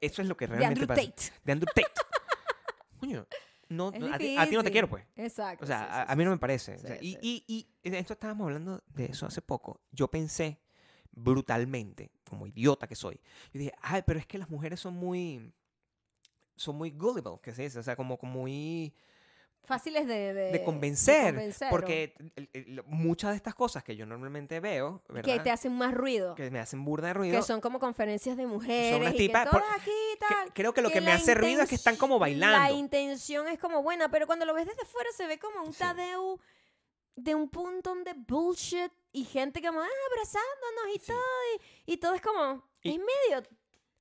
S2: Eso es lo que
S1: De
S2: realmente
S1: Andrew
S2: pasa.
S1: Tate.
S2: De Andrew Tate. Coño, no,
S1: Es
S2: no, a, ti, a ti no te
S1: difícil.
S2: quiero, pues.
S1: Exacto.
S2: O sea,
S1: sí,
S2: a,
S1: sí,
S2: a mí
S1: sí,
S2: no
S1: sí.
S2: me parece. O
S1: Sí,
S2: sea, y,
S1: sí.
S2: y, y de esto estábamos hablando de eso hace poco. Yo pensé brutalmente, como idiota que soy. Yo dije, ay, pero es que las mujeres son muy. son muy gullible, que se dice. O sea, como, como muy.
S1: Fáciles de, de,
S2: de convencer.
S1: convencer,
S2: porque el- el- muchas de estas cosas que yo normalmente
S1: o-
S2: veo,
S1: Que
S2: ¿verdad?
S1: te hacen más ruido.
S2: Que me hacen burda de ruido.
S1: Que son como conferencias de mujeres.
S2: unas
S1: y que
S2: tipas, por-
S1: todas aquí y
S2: que-
S1: tal.
S2: creo que lo que, me
S1: la
S2: hace ruido es que están como
S1: intenci- La
S2: bailando.
S1: intención es como buena, pero cuando lo ves desde fuera se ve como un
S2: Sí.
S1: tadeu de un montón de bullshit y gente como ah, abrazándonos y
S2: Sí.
S1: todo. Y, y todo es como,
S2: Y-
S1: es medio,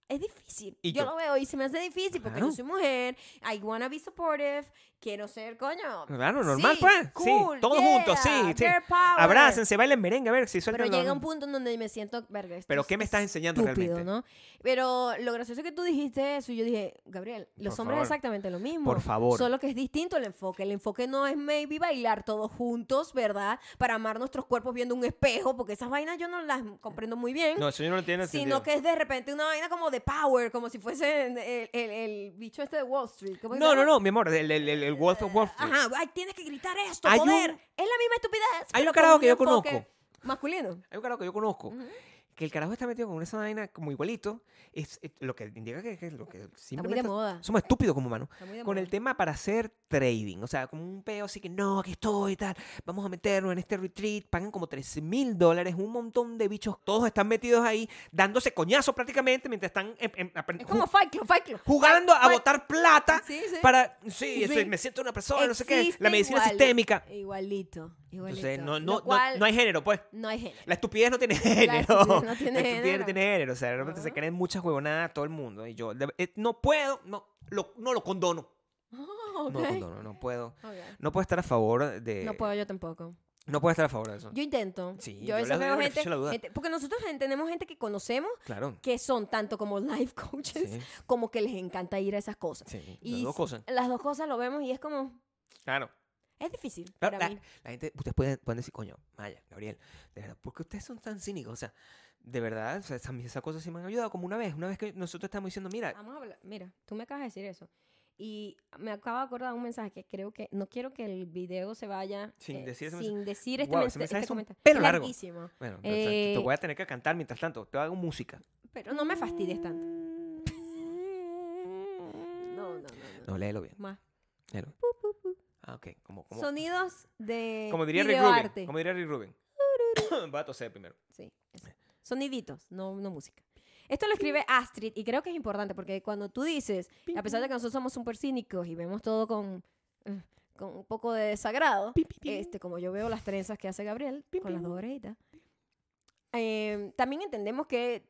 S1: es difícil.
S2: Y
S1: yo,
S2: yo-
S1: lo veo y se me hace difícil porque
S2: Claro.
S1: yo soy mujer, I wanna be supportive, quiero ser, coño.
S2: Claro, normal,
S1: sí,
S2: pues.
S1: cool,
S2: sí, todos
S1: yeah,
S2: juntos, sí. sí.
S1: girl power.
S2: Abrácense, bailen merengue, a ver si sueltan
S1: Pero
S2: los-
S1: llega un punto en donde me siento, verga, esto
S2: Pero
S1: es
S2: ¿qué me estás enseñando
S1: estúpido,
S2: realmente?
S1: ¿no? Pero lo gracioso es que tú dijiste eso y yo dije, Gabriel, los
S2: Por
S1: hombres es
S2: favor.
S1: exactamente lo mismo.
S2: Por favor.
S1: Solo que es distinto el enfoque. El enfoque no es maybe bailar todos juntos, ¿verdad? Para amar nuestros cuerpos viendo un espejo, porque esas vainas yo no las comprendo muy bien.
S2: No, eso yo no lo entiendo.
S1: sino que es de repente una vaina como de power, como si fuese el, el- el bicho este de Wall Street. ¿Cómo que
S2: No,
S1: se
S2: no,
S1: llama?
S2: no, mi amor, el, el, el, el Wolf of Wall Street.
S1: Ajá, ay, tienes que gritar esto,
S2: Hay
S1: poder.
S2: un-
S1: es la misma estupidez.
S2: hay un
S1: pero con
S2: carajo que yo
S1: enfoque
S2: conozco.
S1: Masculino.
S2: Hay un carajo que yo conozco,
S1: Ujú.
S2: que el carajo está metido con esa vaina como igualito, es, es lo que indica que, que lo que
S1: Está muy de
S2: simplemente
S1: moda.
S2: somos estúpidos como humanos.
S1: Está muy de
S2: Con
S1: moda.
S2: el tema para hacer trading, o sea, como un peo así que no, aquí estoy y tal, vamos a meternos en este retreat, pagan como 13 mil dólares, un montón de bichos, todos están metidos ahí, dándose coñazos prácticamente mientras están em- em- aprend-
S1: Es
S2: ju-
S1: como Fight Club, Fight Club.
S2: jugando a
S1: Fight-
S2: botar plata
S1: Sí, sí.
S2: para, sí, eso,
S1: Sí.
S2: me siento una persona, no sé qué,
S1: Existe
S2: la medicina
S1: igual.
S2: sistémica.
S1: Igualito, igualito.
S2: Entonces,
S1: Lo
S2: no, no, no,
S1: cual,
S2: no hay género, pues.
S1: no hay género.
S2: La estupidez no tiene género.
S1: estupidez no tiene
S2: La estupidez
S1: género.
S2: no tiene género. O sea, realmente se
S1: Ajá.
S2: creen muchas huevonadas todo el mundo. Y yo de- eh, no puedo, no lo, no lo condono.
S1: Oh,
S2: No lo
S1: ok.
S2: condono, no puedo.
S1: Ok.
S2: No puedo estar a favor de.
S1: No puedo yo tampoco.
S2: no puedo estar a favor de eso.
S1: Yo intento.
S2: Sí,
S1: yo a
S2: yo le
S1: veces
S2: doy
S1: veo
S2: el
S1: gente,
S2: beneficio de la duda.
S1: gente- Porque nosotros gen- tenemos gente que conocemos
S2: claro.
S1: que son tanto como life coaches
S2: Sí,
S1: como que les encanta ir a esas cosas.
S2: sí.
S1: Y
S2: las dos
S1: si-
S2: cosas.
S1: Las dos cosas lo vemos y es como.
S2: Claro.
S1: Es difícil.
S2: Claro,
S1: para
S2: la,
S1: mí.
S2: la gente, ustedes pueden, pueden decir, coño, Maya, Gabriel, de verdad, ¿por qué ustedes son tan cínicos? O sea, de verdad, o sea, esas, esas cosas sí me han ayudado. Como una vez, una vez que nosotros estamos diciendo, mira,
S1: Vamos a hablar. Mira, tú me acabas de decir eso. Y me acabo de acordar de un mensaje que creo que no quiero que el video se vaya eh,
S2: Sin decir ese
S1: sin decir este,
S2: Guau,
S1: mensa-
S2: ese mensaje
S1: este
S2: es un
S1: comentario.
S2: pelo largo.
S1: Larguísimo.
S2: bueno, o sea, te-
S1: Eh,
S2: te voy a tener que cantar mientras tanto, te hago música.
S1: Pero no me fastidies tanto. No, no, no. no.
S2: No, léelo bien.
S1: Más.
S2: léelo. Ah, ok. Como, como,
S1: Sonidos de
S2: como diría Rick Rubin.
S1: videoarte.
S2: Como diría Rick Rubin. Va a toser primero.
S1: Sí, eso. Soniditos, no, no música. Esto lo escribe Astrid y creo que es importante porque cuando tú dices, a pesar de que nosotros somos súper cínicos y vemos todo con, eh, con un poco de desagrado, este, como yo veo las trenzas que hace Gabriel con las dos orejitas, eh, también entendemos que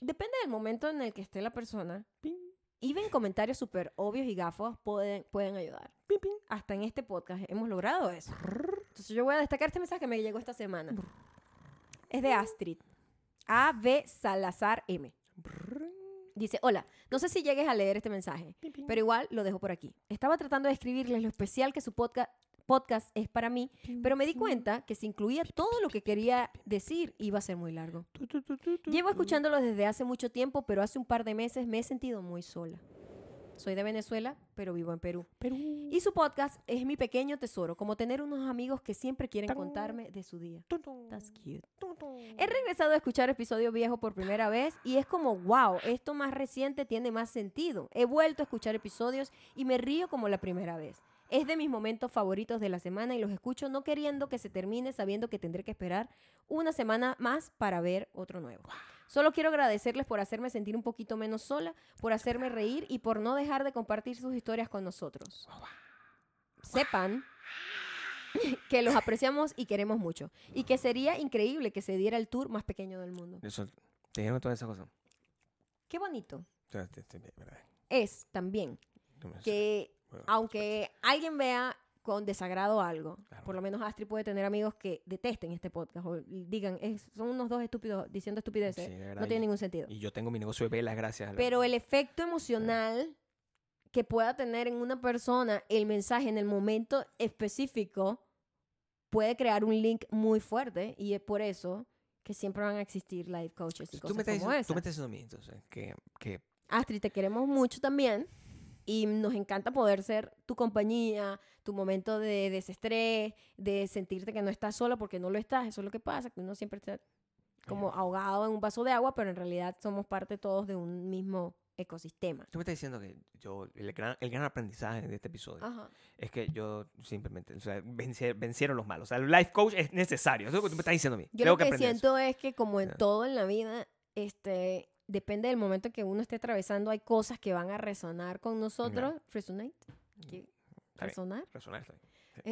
S1: depende del momento en el que esté la persona, even comentarios súper obvios y gafos pueden, pueden ayudar. Hasta en este podcast hemos logrado eso. Entonces yo voy a destacar este mensaje que me llegó esta semana. Es de Astrid. A. B. Salazar M. Dice, hola, no sé si llegues a leer este mensaje, pero igual lo dejo por aquí. Estaba tratando de escribirles lo especial que su podca- podcast es para mí, pero me di cuenta que si incluía todo lo que quería decir, iba a ser muy largo. Llevo escuchándolo desde hace mucho tiempo, pero hace un par de meses me he sentido muy sola. Soy de Venezuela, pero vivo en Perú. Y su podcast es mi pequeño tesoro, como tener unos amigos que siempre quieren
S2: Tarán.
S1: contarme de su día. That's cute. He regresado a escuchar episodios viejos por primera vez y es como, wow, esto más reciente tiene más sentido. He vuelto a escuchar episodios y me río como la primera vez. Es de mis momentos favoritos de la semana y los escucho no queriendo que se termine sabiendo que tendré que esperar una semana más para ver otro nuevo. Solo quiero agradecerles por hacerme sentir un poquito menos sola, por hacerme reír y por no dejar de compartir sus historias con nosotros.
S2: Oh,
S1: Sepan que los apreciamos y queremos mucho y que sería increíble que se diera el tour más pequeño del mundo.
S2: Eso, te dijeron todas esas cosas.
S1: Qué bonito
S2: Te- te- te- verdad.
S1: es también
S2: No me-
S1: que
S2: bueno,
S1: aunque alguien vea con desagrado algo,
S2: Claro.
S1: por lo menos Astri puede tener amigos que detesten este podcast o digan, "Es- son unos dos estúpidos diciendo estupideces,
S2: Sí, de verdad,
S1: no tiene
S2: y-
S1: ningún sentido.
S2: Y yo tengo mi negocio de velas gracias a la-
S1: Pero el efecto emocional que pueda tener en una persona el mensaje en el momento específico puede crear un link muy fuerte y es por eso que siempre van a existir life coaches y
S2: Tú me
S1: cosas como
S2: estás diciendo- tú me
S1: esas.
S2: estás diciendo a mí, entonces, que, que
S1: Astrid, te queremos mucho también y nos encanta poder ser tu compañía, tu momento de desestrés, de sentirte que no estás sola porque no lo estás. Eso es lo que pasa, que uno siempre está como ahogado en un vaso de agua, pero en realidad somos parte todos de un mismo ecosistema.
S2: tú me estás diciendo que yo el gran, el gran aprendizaje de este episodio
S1: Ajá.
S2: es que yo simplemente, o sea, venci- vencieron los malos. O sea, el life coach es necesario. Eso es lo que tú me estás diciendo a mí.
S1: Yo
S2: Tengo
S1: lo que,
S2: aprender eso.
S1: siento es que como en
S2: Ya.
S1: todo en la vida, este, depende del momento que uno esté atravesando, hay cosas que van a resonar con nosotros, resonate, que-
S2: Mm, Está bien.
S1: resonar,
S2: Resonar, está bien.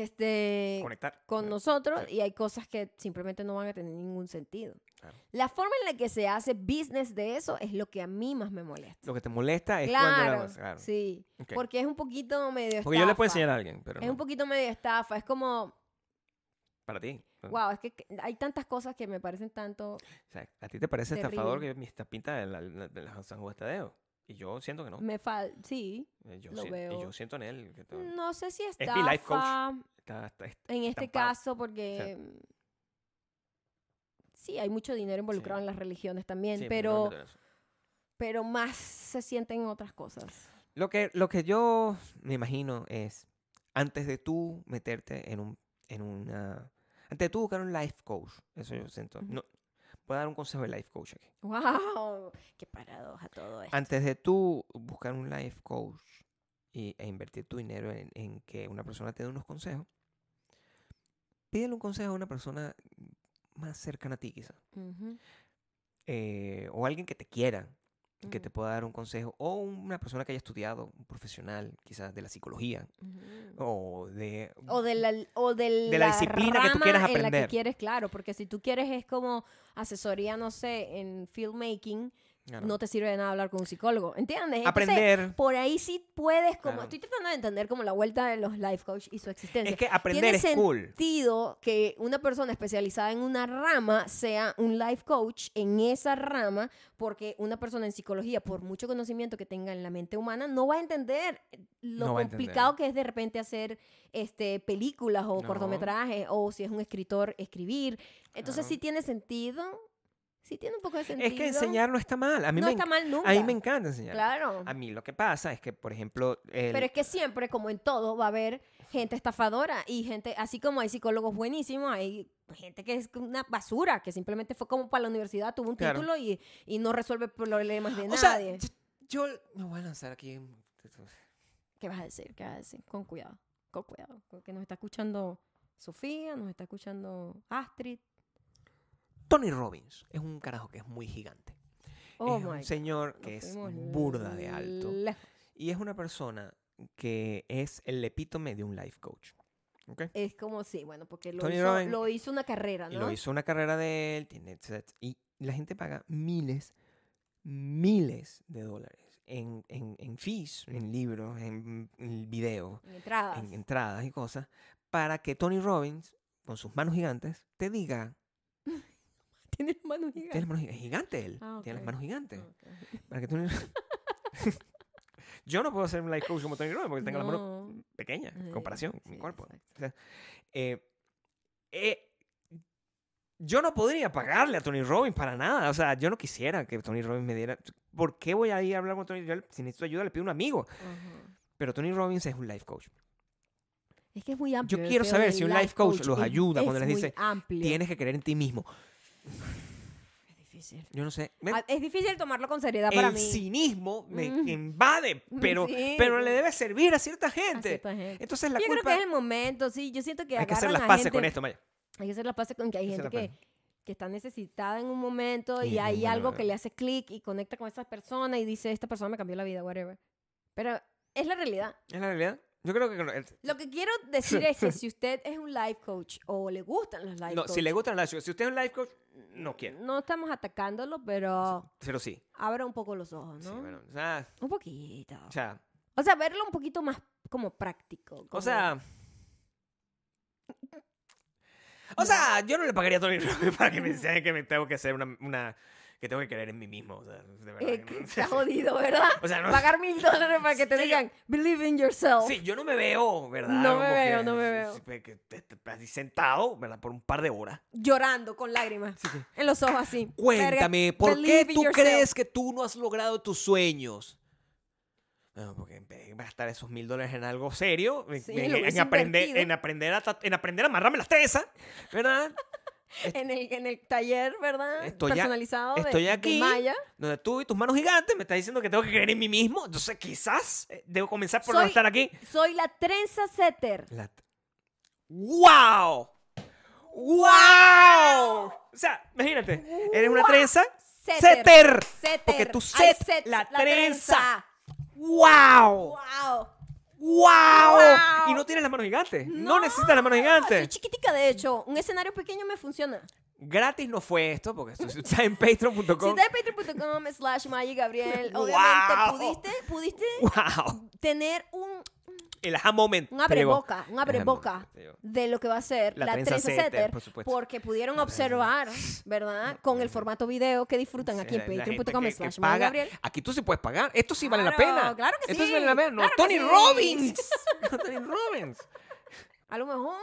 S1: este,
S2: conectar.
S1: con
S2: Eh,
S1: nosotros
S2: sí.
S1: y hay cosas que simplemente no van a tener ningún sentido.
S2: Claro.
S1: La forma en la que se hace business de eso es lo que a mí más me molesta.
S2: Lo que te molesta es cuando la
S1: claro,
S2: vas- claro.
S1: sí,
S2: Ok.
S1: porque es un poquito medio
S2: Porque yo le
S1: estafa.
S2: puedo enseñar a alguien, pero
S1: Es
S2: no,
S1: un poquito medio estafa, es como,
S2: para ti. no.
S1: wow, es que hay tantas cosas que me parecen tanto
S2: O sea, a ti te parece
S1: Terrible.
S2: estafador que mi esta pinta de la, la- de la San Juan Tadeo. Y yo siento que no.
S1: me fal, sí,
S2: Eh, yo
S1: lo
S2: si-
S1: veo.
S2: Y yo siento en él que está-
S1: No sé si
S2: mi
S1: estafa
S2: life coach. está- está- está-
S1: en este
S2: estampado.
S1: caso porque mm, sí, hay mucho dinero involucrado en las religiones también,
S2: sí,
S1: pero,
S2: mira, no, no, no, no.
S1: pero más se sienten otras cosas.
S2: Lo que, lo que yo me imagino es, antes de tú meterte en un, en una, antes de tú buscar un life coach, eso yo siento,
S1: Ujú.
S2: no, voy a dar un consejo de life coach aquí.
S1: ¡Wow! ¡Qué paradoja todo esto!
S2: Antes de tú buscar un life coach y, e invertir tu dinero en, en que una persona te dé unos consejos, pídele un consejo a una persona más cercana a ti quizá,
S1: Ujú,
S2: eh, o alguien que te quiera, que te
S1: Ujú.
S2: pueda dar un consejo, o una persona que haya estudiado, un profesional quizás de la psicología,
S1: ujú.
S2: o de...
S1: O de la, o de
S2: Oh. De la disciplina que tú quieras
S1: rama En la que
S2: aprender.
S1: quieres, claro, porque si tú quieres es como asesoría, no sé, en filmmaking,
S2: Claro.
S1: no te sirve de nada hablar con un psicólogo, ¿entiendes? Entonces,
S2: aprender.
S1: por ahí sí puedes como
S2: Claro.
S1: estoy tratando de entender como la vuelta de los life coach y su existencia
S2: Es que aprender
S1: tiene
S2: es cool.
S1: sentido que una persona especializada en una rama sea un life coach en esa rama porque una persona en psicología por mucho conocimiento que tenga en la mente humana no va a entender lo
S2: No va a entender.
S1: complicado que es de repente hacer este películas o
S2: No.
S1: cortometrajes o si es un escritor escribir entonces
S2: Claro.
S1: sí tiene sentido sí tiene un poco de sentido
S2: Es que enseñar no está mal. A mí,
S1: no
S2: me,
S1: está
S2: enc-
S1: mal nunca
S2: a mí me encanta enseñar.
S1: claro
S2: A mí lo que pasa es que, por ejemplo, el-
S1: Pero es que siempre, como en todo, va a haber gente estafadora y gente, así como hay psicólogos buenísimos, hay gente que es una basura, que simplemente fue como para la universidad, tuvo un
S2: Claro.
S1: título y, y no resuelve problemas de
S2: o sea,
S1: nadie.
S2: yo- yo me voy a lanzar aquí. un-
S1: ¿Qué vas a decir? ¿Qué vas a decir? Con cuidado, con cuidado. Porque nos está escuchando Sofía, nos está escuchando Astrid.
S2: Tony Robbins es un carajo que es muy gigante.
S1: Oh
S2: es
S1: my
S2: un
S1: God,
S2: señor
S1: nos
S2: que es
S1: fuimos
S2: burda de alto.
S1: lejos.
S2: Y es una persona que es el epítome de un life coach. ¿ok?
S1: Es como, sí, bueno, porque lo,
S2: Tony
S1: hizo,
S2: Robbins.
S1: lo hizo una carrera,
S2: Y
S1: ¿no?
S2: lo hizo una carrera de él. Tiene, sets, y la gente paga miles, miles de dólares en, en, en fees,
S1: Mm.
S2: en libros, en, en videos,
S1: En entradas.
S2: en entradas y cosas, para que Tony Robbins, con sus manos gigantes, te diga.
S1: Tiene la mano
S2: Tiene las manos gigantes. gigante él.
S1: Ah,
S2: Tiene las
S1: ok.
S2: manos gigantes.
S1: Ok.
S2: Para que Tony Yo no puedo ser un life coach como Tony Robbins porque tengo las manos
S1: No.
S2: pequeñas en
S1: Sí,
S2: comparación con mi
S1: sí,
S2: cuerpo.
S1: exacto.
S2: O sea, eh, eh, yo no podría pagarle a Tony Robbins para nada. O sea, yo no quisiera que Tony Robbins me diera. ¿Por qué voy a ir a hablar con Tony Robbins? Si necesito ayuda, le pido a un amigo.
S1: Ajá.
S2: Pero Tony Robbins es un life coach.
S1: Es que es muy amplio. el
S2: quiero
S1: pedo
S2: saber
S1: del
S2: si un life coach los
S1: es-
S2: ayuda
S1: es
S2: cuando les
S1: muy
S2: dice,
S1: amplio.
S2: Tienes que creer en ti mismo.
S1: Es difícil.
S2: Yo no sé. ¿ven?
S1: Ah, Es difícil tomarlo con seriedad para
S2: El
S1: mí.
S2: cinismo me
S1: Mm.
S2: invade, pero,
S1: Sí,
S2: pero
S1: sí.
S2: le debe servir a cierta
S1: a
S2: gente.
S1: cierta gente.
S2: Entonces la
S1: yo creo
S2: culpa
S1: que es el momento, sí. Yo siento que
S2: hay que hacer
S1: agarran
S2: las
S1: a
S2: paces
S1: gente-
S2: con esto, Maya.
S1: Hay que hacer las paces con que hay
S2: Hay que
S1: gente
S2: hacer
S1: que,
S2: las
S1: que está necesitada en un momento y,
S2: Y
S1: hay
S2: bueno,
S1: algo que le hace clic y conecta con esa persona y dice, esta persona me cambió la vida, whatever. Pero es la realidad.
S2: ¿Es la realidad? Yo creo que... con el-
S1: Lo que quiero decir es que si usted es un life coach o le gustan los life
S2: No,
S1: coach,
S2: si le gustan las Si usted es un life coach, no quiere.
S1: no estamos atacándolo, pero
S2: Pero sí.
S1: abra un poco los ojos,
S2: Sí,
S1: ¿no?
S2: bueno, o sea,
S1: Un poquito.
S2: o sea,
S1: O sea, verlo un poquito más como práctico.
S2: o
S1: como-
S2: sea... O sea, yo no le pagaría a Tony Robbins para que me enseñe que me tengo que hacer una, una- que tengo que creer en mí mismo, o sea, de verdad
S1: Eh,
S2: que no-
S1: que está jodido, ¿verdad?
S2: O sea, no-
S1: Pagar mil dólares para que te
S2: Sí, yo-
S1: digan, believe in yourself.
S2: Sí, yo no me veo, ¿verdad?
S1: No me
S2: Como
S1: veo,
S2: que-
S1: no me veo.
S2: que- que- que- que- Así sentado, ¿verdad? Por un par de horas.
S1: Llorando con lágrimas en los ojos así.
S2: Cuéntame,
S1: Verga,
S2: ¿por qué
S1: believe in
S2: tú
S1: yourself.
S2: crees que tú no has logrado tus sueños? No, porque en vez de gastar esos mil dólares en algo serio, en-
S1: Sí,
S2: en,
S1: lo
S2: en
S1: hubiese
S2: aprender,
S1: invertido.
S2: en, aprender a, ta- en aprender a amarrarme las trenzas, ¿verdad?
S1: En el, en el taller, ¿verdad?
S2: Estoy a-
S1: Personalizado de-
S2: estoy
S1: de
S2: aquí.
S1: Maya.
S2: Donde tú y tus manos gigantes me estás diciendo que tengo que creer en mí mismo. Entonces, quizás eh, debo comenzar por no
S1: Soy-
S2: estar aquí.
S1: Soy la trenza setter.
S2: La t- ¡Wow! ¡Wow! O sea, imagínate, eres una
S1: Guau.
S2: trenza.
S1: Setter.
S2: ¡Setter!
S1: Setter.
S2: Porque tú
S1: Ay,
S2: set,
S1: set,
S2: la,
S1: la
S2: trenza.
S1: trenza.
S2: ¡Wow!
S1: ¡Wow!
S2: ¡Wow!
S1: Guau.
S2: Y no tienes las manos gigantes. No, necesitas las manos
S1: Soy
S2: gigantes.
S1: chiquitica, de hecho. Un escenario pequeño me funciona.
S2: Gratis no fue esto, porque esto está en patreon.com.
S1: Si estás en patreon.com slash Maya y Gabriel,
S2: Wow.
S1: obviamente pudiste, pudiste
S2: ¡Wow!
S1: tener un,
S2: El aha moment.
S1: un
S2: te llegó.
S1: abreboca, un abreboca
S2: te llegó.
S1: de lo que va a ser
S2: La
S1: la,
S2: trenza
S1: trenza
S2: setter,
S1: setter,
S2: por supuesto. Ah,
S1: porque pudieron observar, ¿verdad? Con el formato video que disfrutan
S2: Sí,
S1: aquí en
S2: la- la gente
S1: patreon.com
S2: que- que
S1: slash Maya y
S2: paga.
S1: Gabriel.
S2: Aquí tú sí puedes pagar. Esto sí vale la
S1: Claro,
S2: pena.
S1: claro que
S2: Esto sí
S1: sí,
S2: vale la pena. No,
S1: claro que
S2: Tony
S1: sí.
S2: Robbins. Tony Robbins.
S1: A lo mejor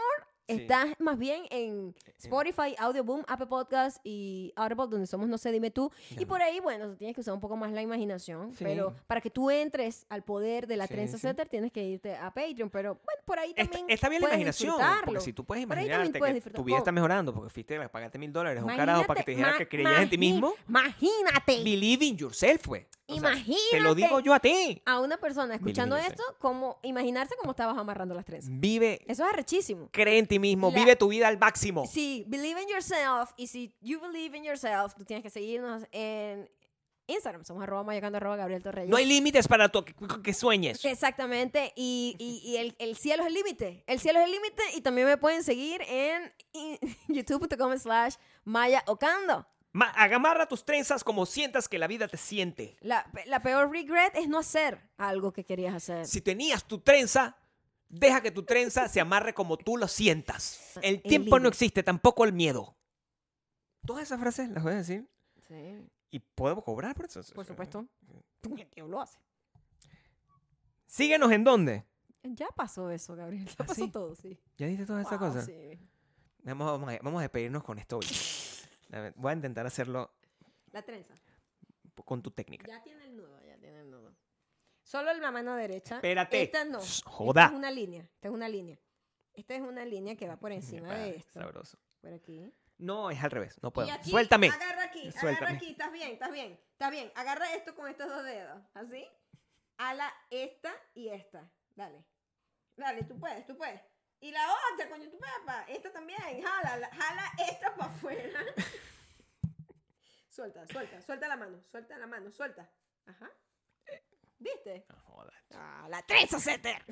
S2: Sí. Eh,
S1: estás más bien en Spotify, Audioboom, Apple Podcast y Audible, donde somos No sé, dime tú. Y por ahí, bueno, tienes que usar un poco más la imaginación.
S2: Sí.
S1: Pero para que tú entres al poder de la
S2: Sí,
S1: trenza
S2: sí.
S1: setter, tienes que irte a Patreon. Pero bueno, por ahí
S2: Está,
S1: también.
S2: está bien la
S1: puedes
S2: imaginación.
S1: disfrutarlo.
S2: Porque si tú puedes
S1: Por ahí también
S2: imaginarte
S1: puedes
S2: que tu
S1: disfrutar.
S2: vida
S1: Oh.
S2: está mejorando porque fuiste a pagaste mil dólares a un carajo
S1: Imagínate,
S2: para que te dijera
S1: ma-
S2: que creyeras en ti mismo.
S1: Imagínate.
S2: Believe in yourself, güey. O sea, Te lo
S1: Imagínate.
S2: digo yo a ti.
S1: a una persona escuchando
S2: Believe in
S1: esto, como imaginarse cómo estabas amarrando las trenzas.
S2: Vive,
S1: Eso es arrechísimo.
S2: cree en ti mismo,
S1: La-
S2: vive tu vida al máximo.
S1: Sí, believe in yourself. Y si you believe in yourself, tú tienes que seguirnos en Instagram. Somos arroba mayocando arroba Gabriel Torreyes.
S2: No hay límites para tu, que, que sueñes.
S1: Exactamente. Y, y- y el, el cielo es el límite. El cielo es el límite. Y también me pueden seguir en in- youtube.com slash mayaocando.
S2: Ma- agamarra tus trenzas como sientas que la vida te siente.
S1: La, la peor regret es no hacer algo que querías hacer.
S2: Si tenías tu trenza, deja que tu trenza se amarre como tú lo sientas. El
S1: El
S2: tiempo no
S1: libre.
S2: existe, tampoco el miedo. Todas esas frases las voy a decir
S1: Sí,
S2: y podemos cobrar por eso.
S1: por supuesto. Tu tío lo hace.
S2: Síguenos en dónde.
S1: Ya pasó eso, Gabriel. Ya
S2: ¿Ah,
S1: pasó
S2: sí?
S1: todo, sí.
S2: ¿Ya diste todas esas
S1: Wow,
S2: cosas?
S1: sí.
S2: Vamos, vamos a, vamos a despedirnos con esto. hoy. A ver, Voy a intentar hacerlo
S1: La trenza.
S2: con tu técnica.
S1: Ya tiene el nudo, ya tiene el nudo. Solo la mano derecha.
S2: Espérate.
S1: Esta no.
S2: Shh,
S1: Esta
S2: joda.
S1: es una línea. Esta es una línea. Esta es una línea que va por encima
S2: Ah,
S1: de esto.
S2: Sabroso.
S1: Por aquí.
S2: No, es al revés. No puedo.
S1: Y aquí,
S2: Suéltame.
S1: Agarra aquí,
S2: Suéltame.
S1: agarra aquí. Estás bien, estás bien. Estás bien. Agarra esto con estos dos dedos. Así. Ala esta y esta. Dale. Dale, tú puedes, tú puedes. Y la otra, coño, tú puedes. pa. Esta también. Jala, la- jala esta para afuera. suelta, suelta, suelta la mano, suelta la mano, suelta. Ajá. ¿Viste?
S2: No jodas.
S1: Ah, la trenza setter.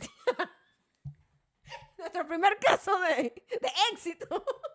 S1: Nuestro primer caso de, de éxito.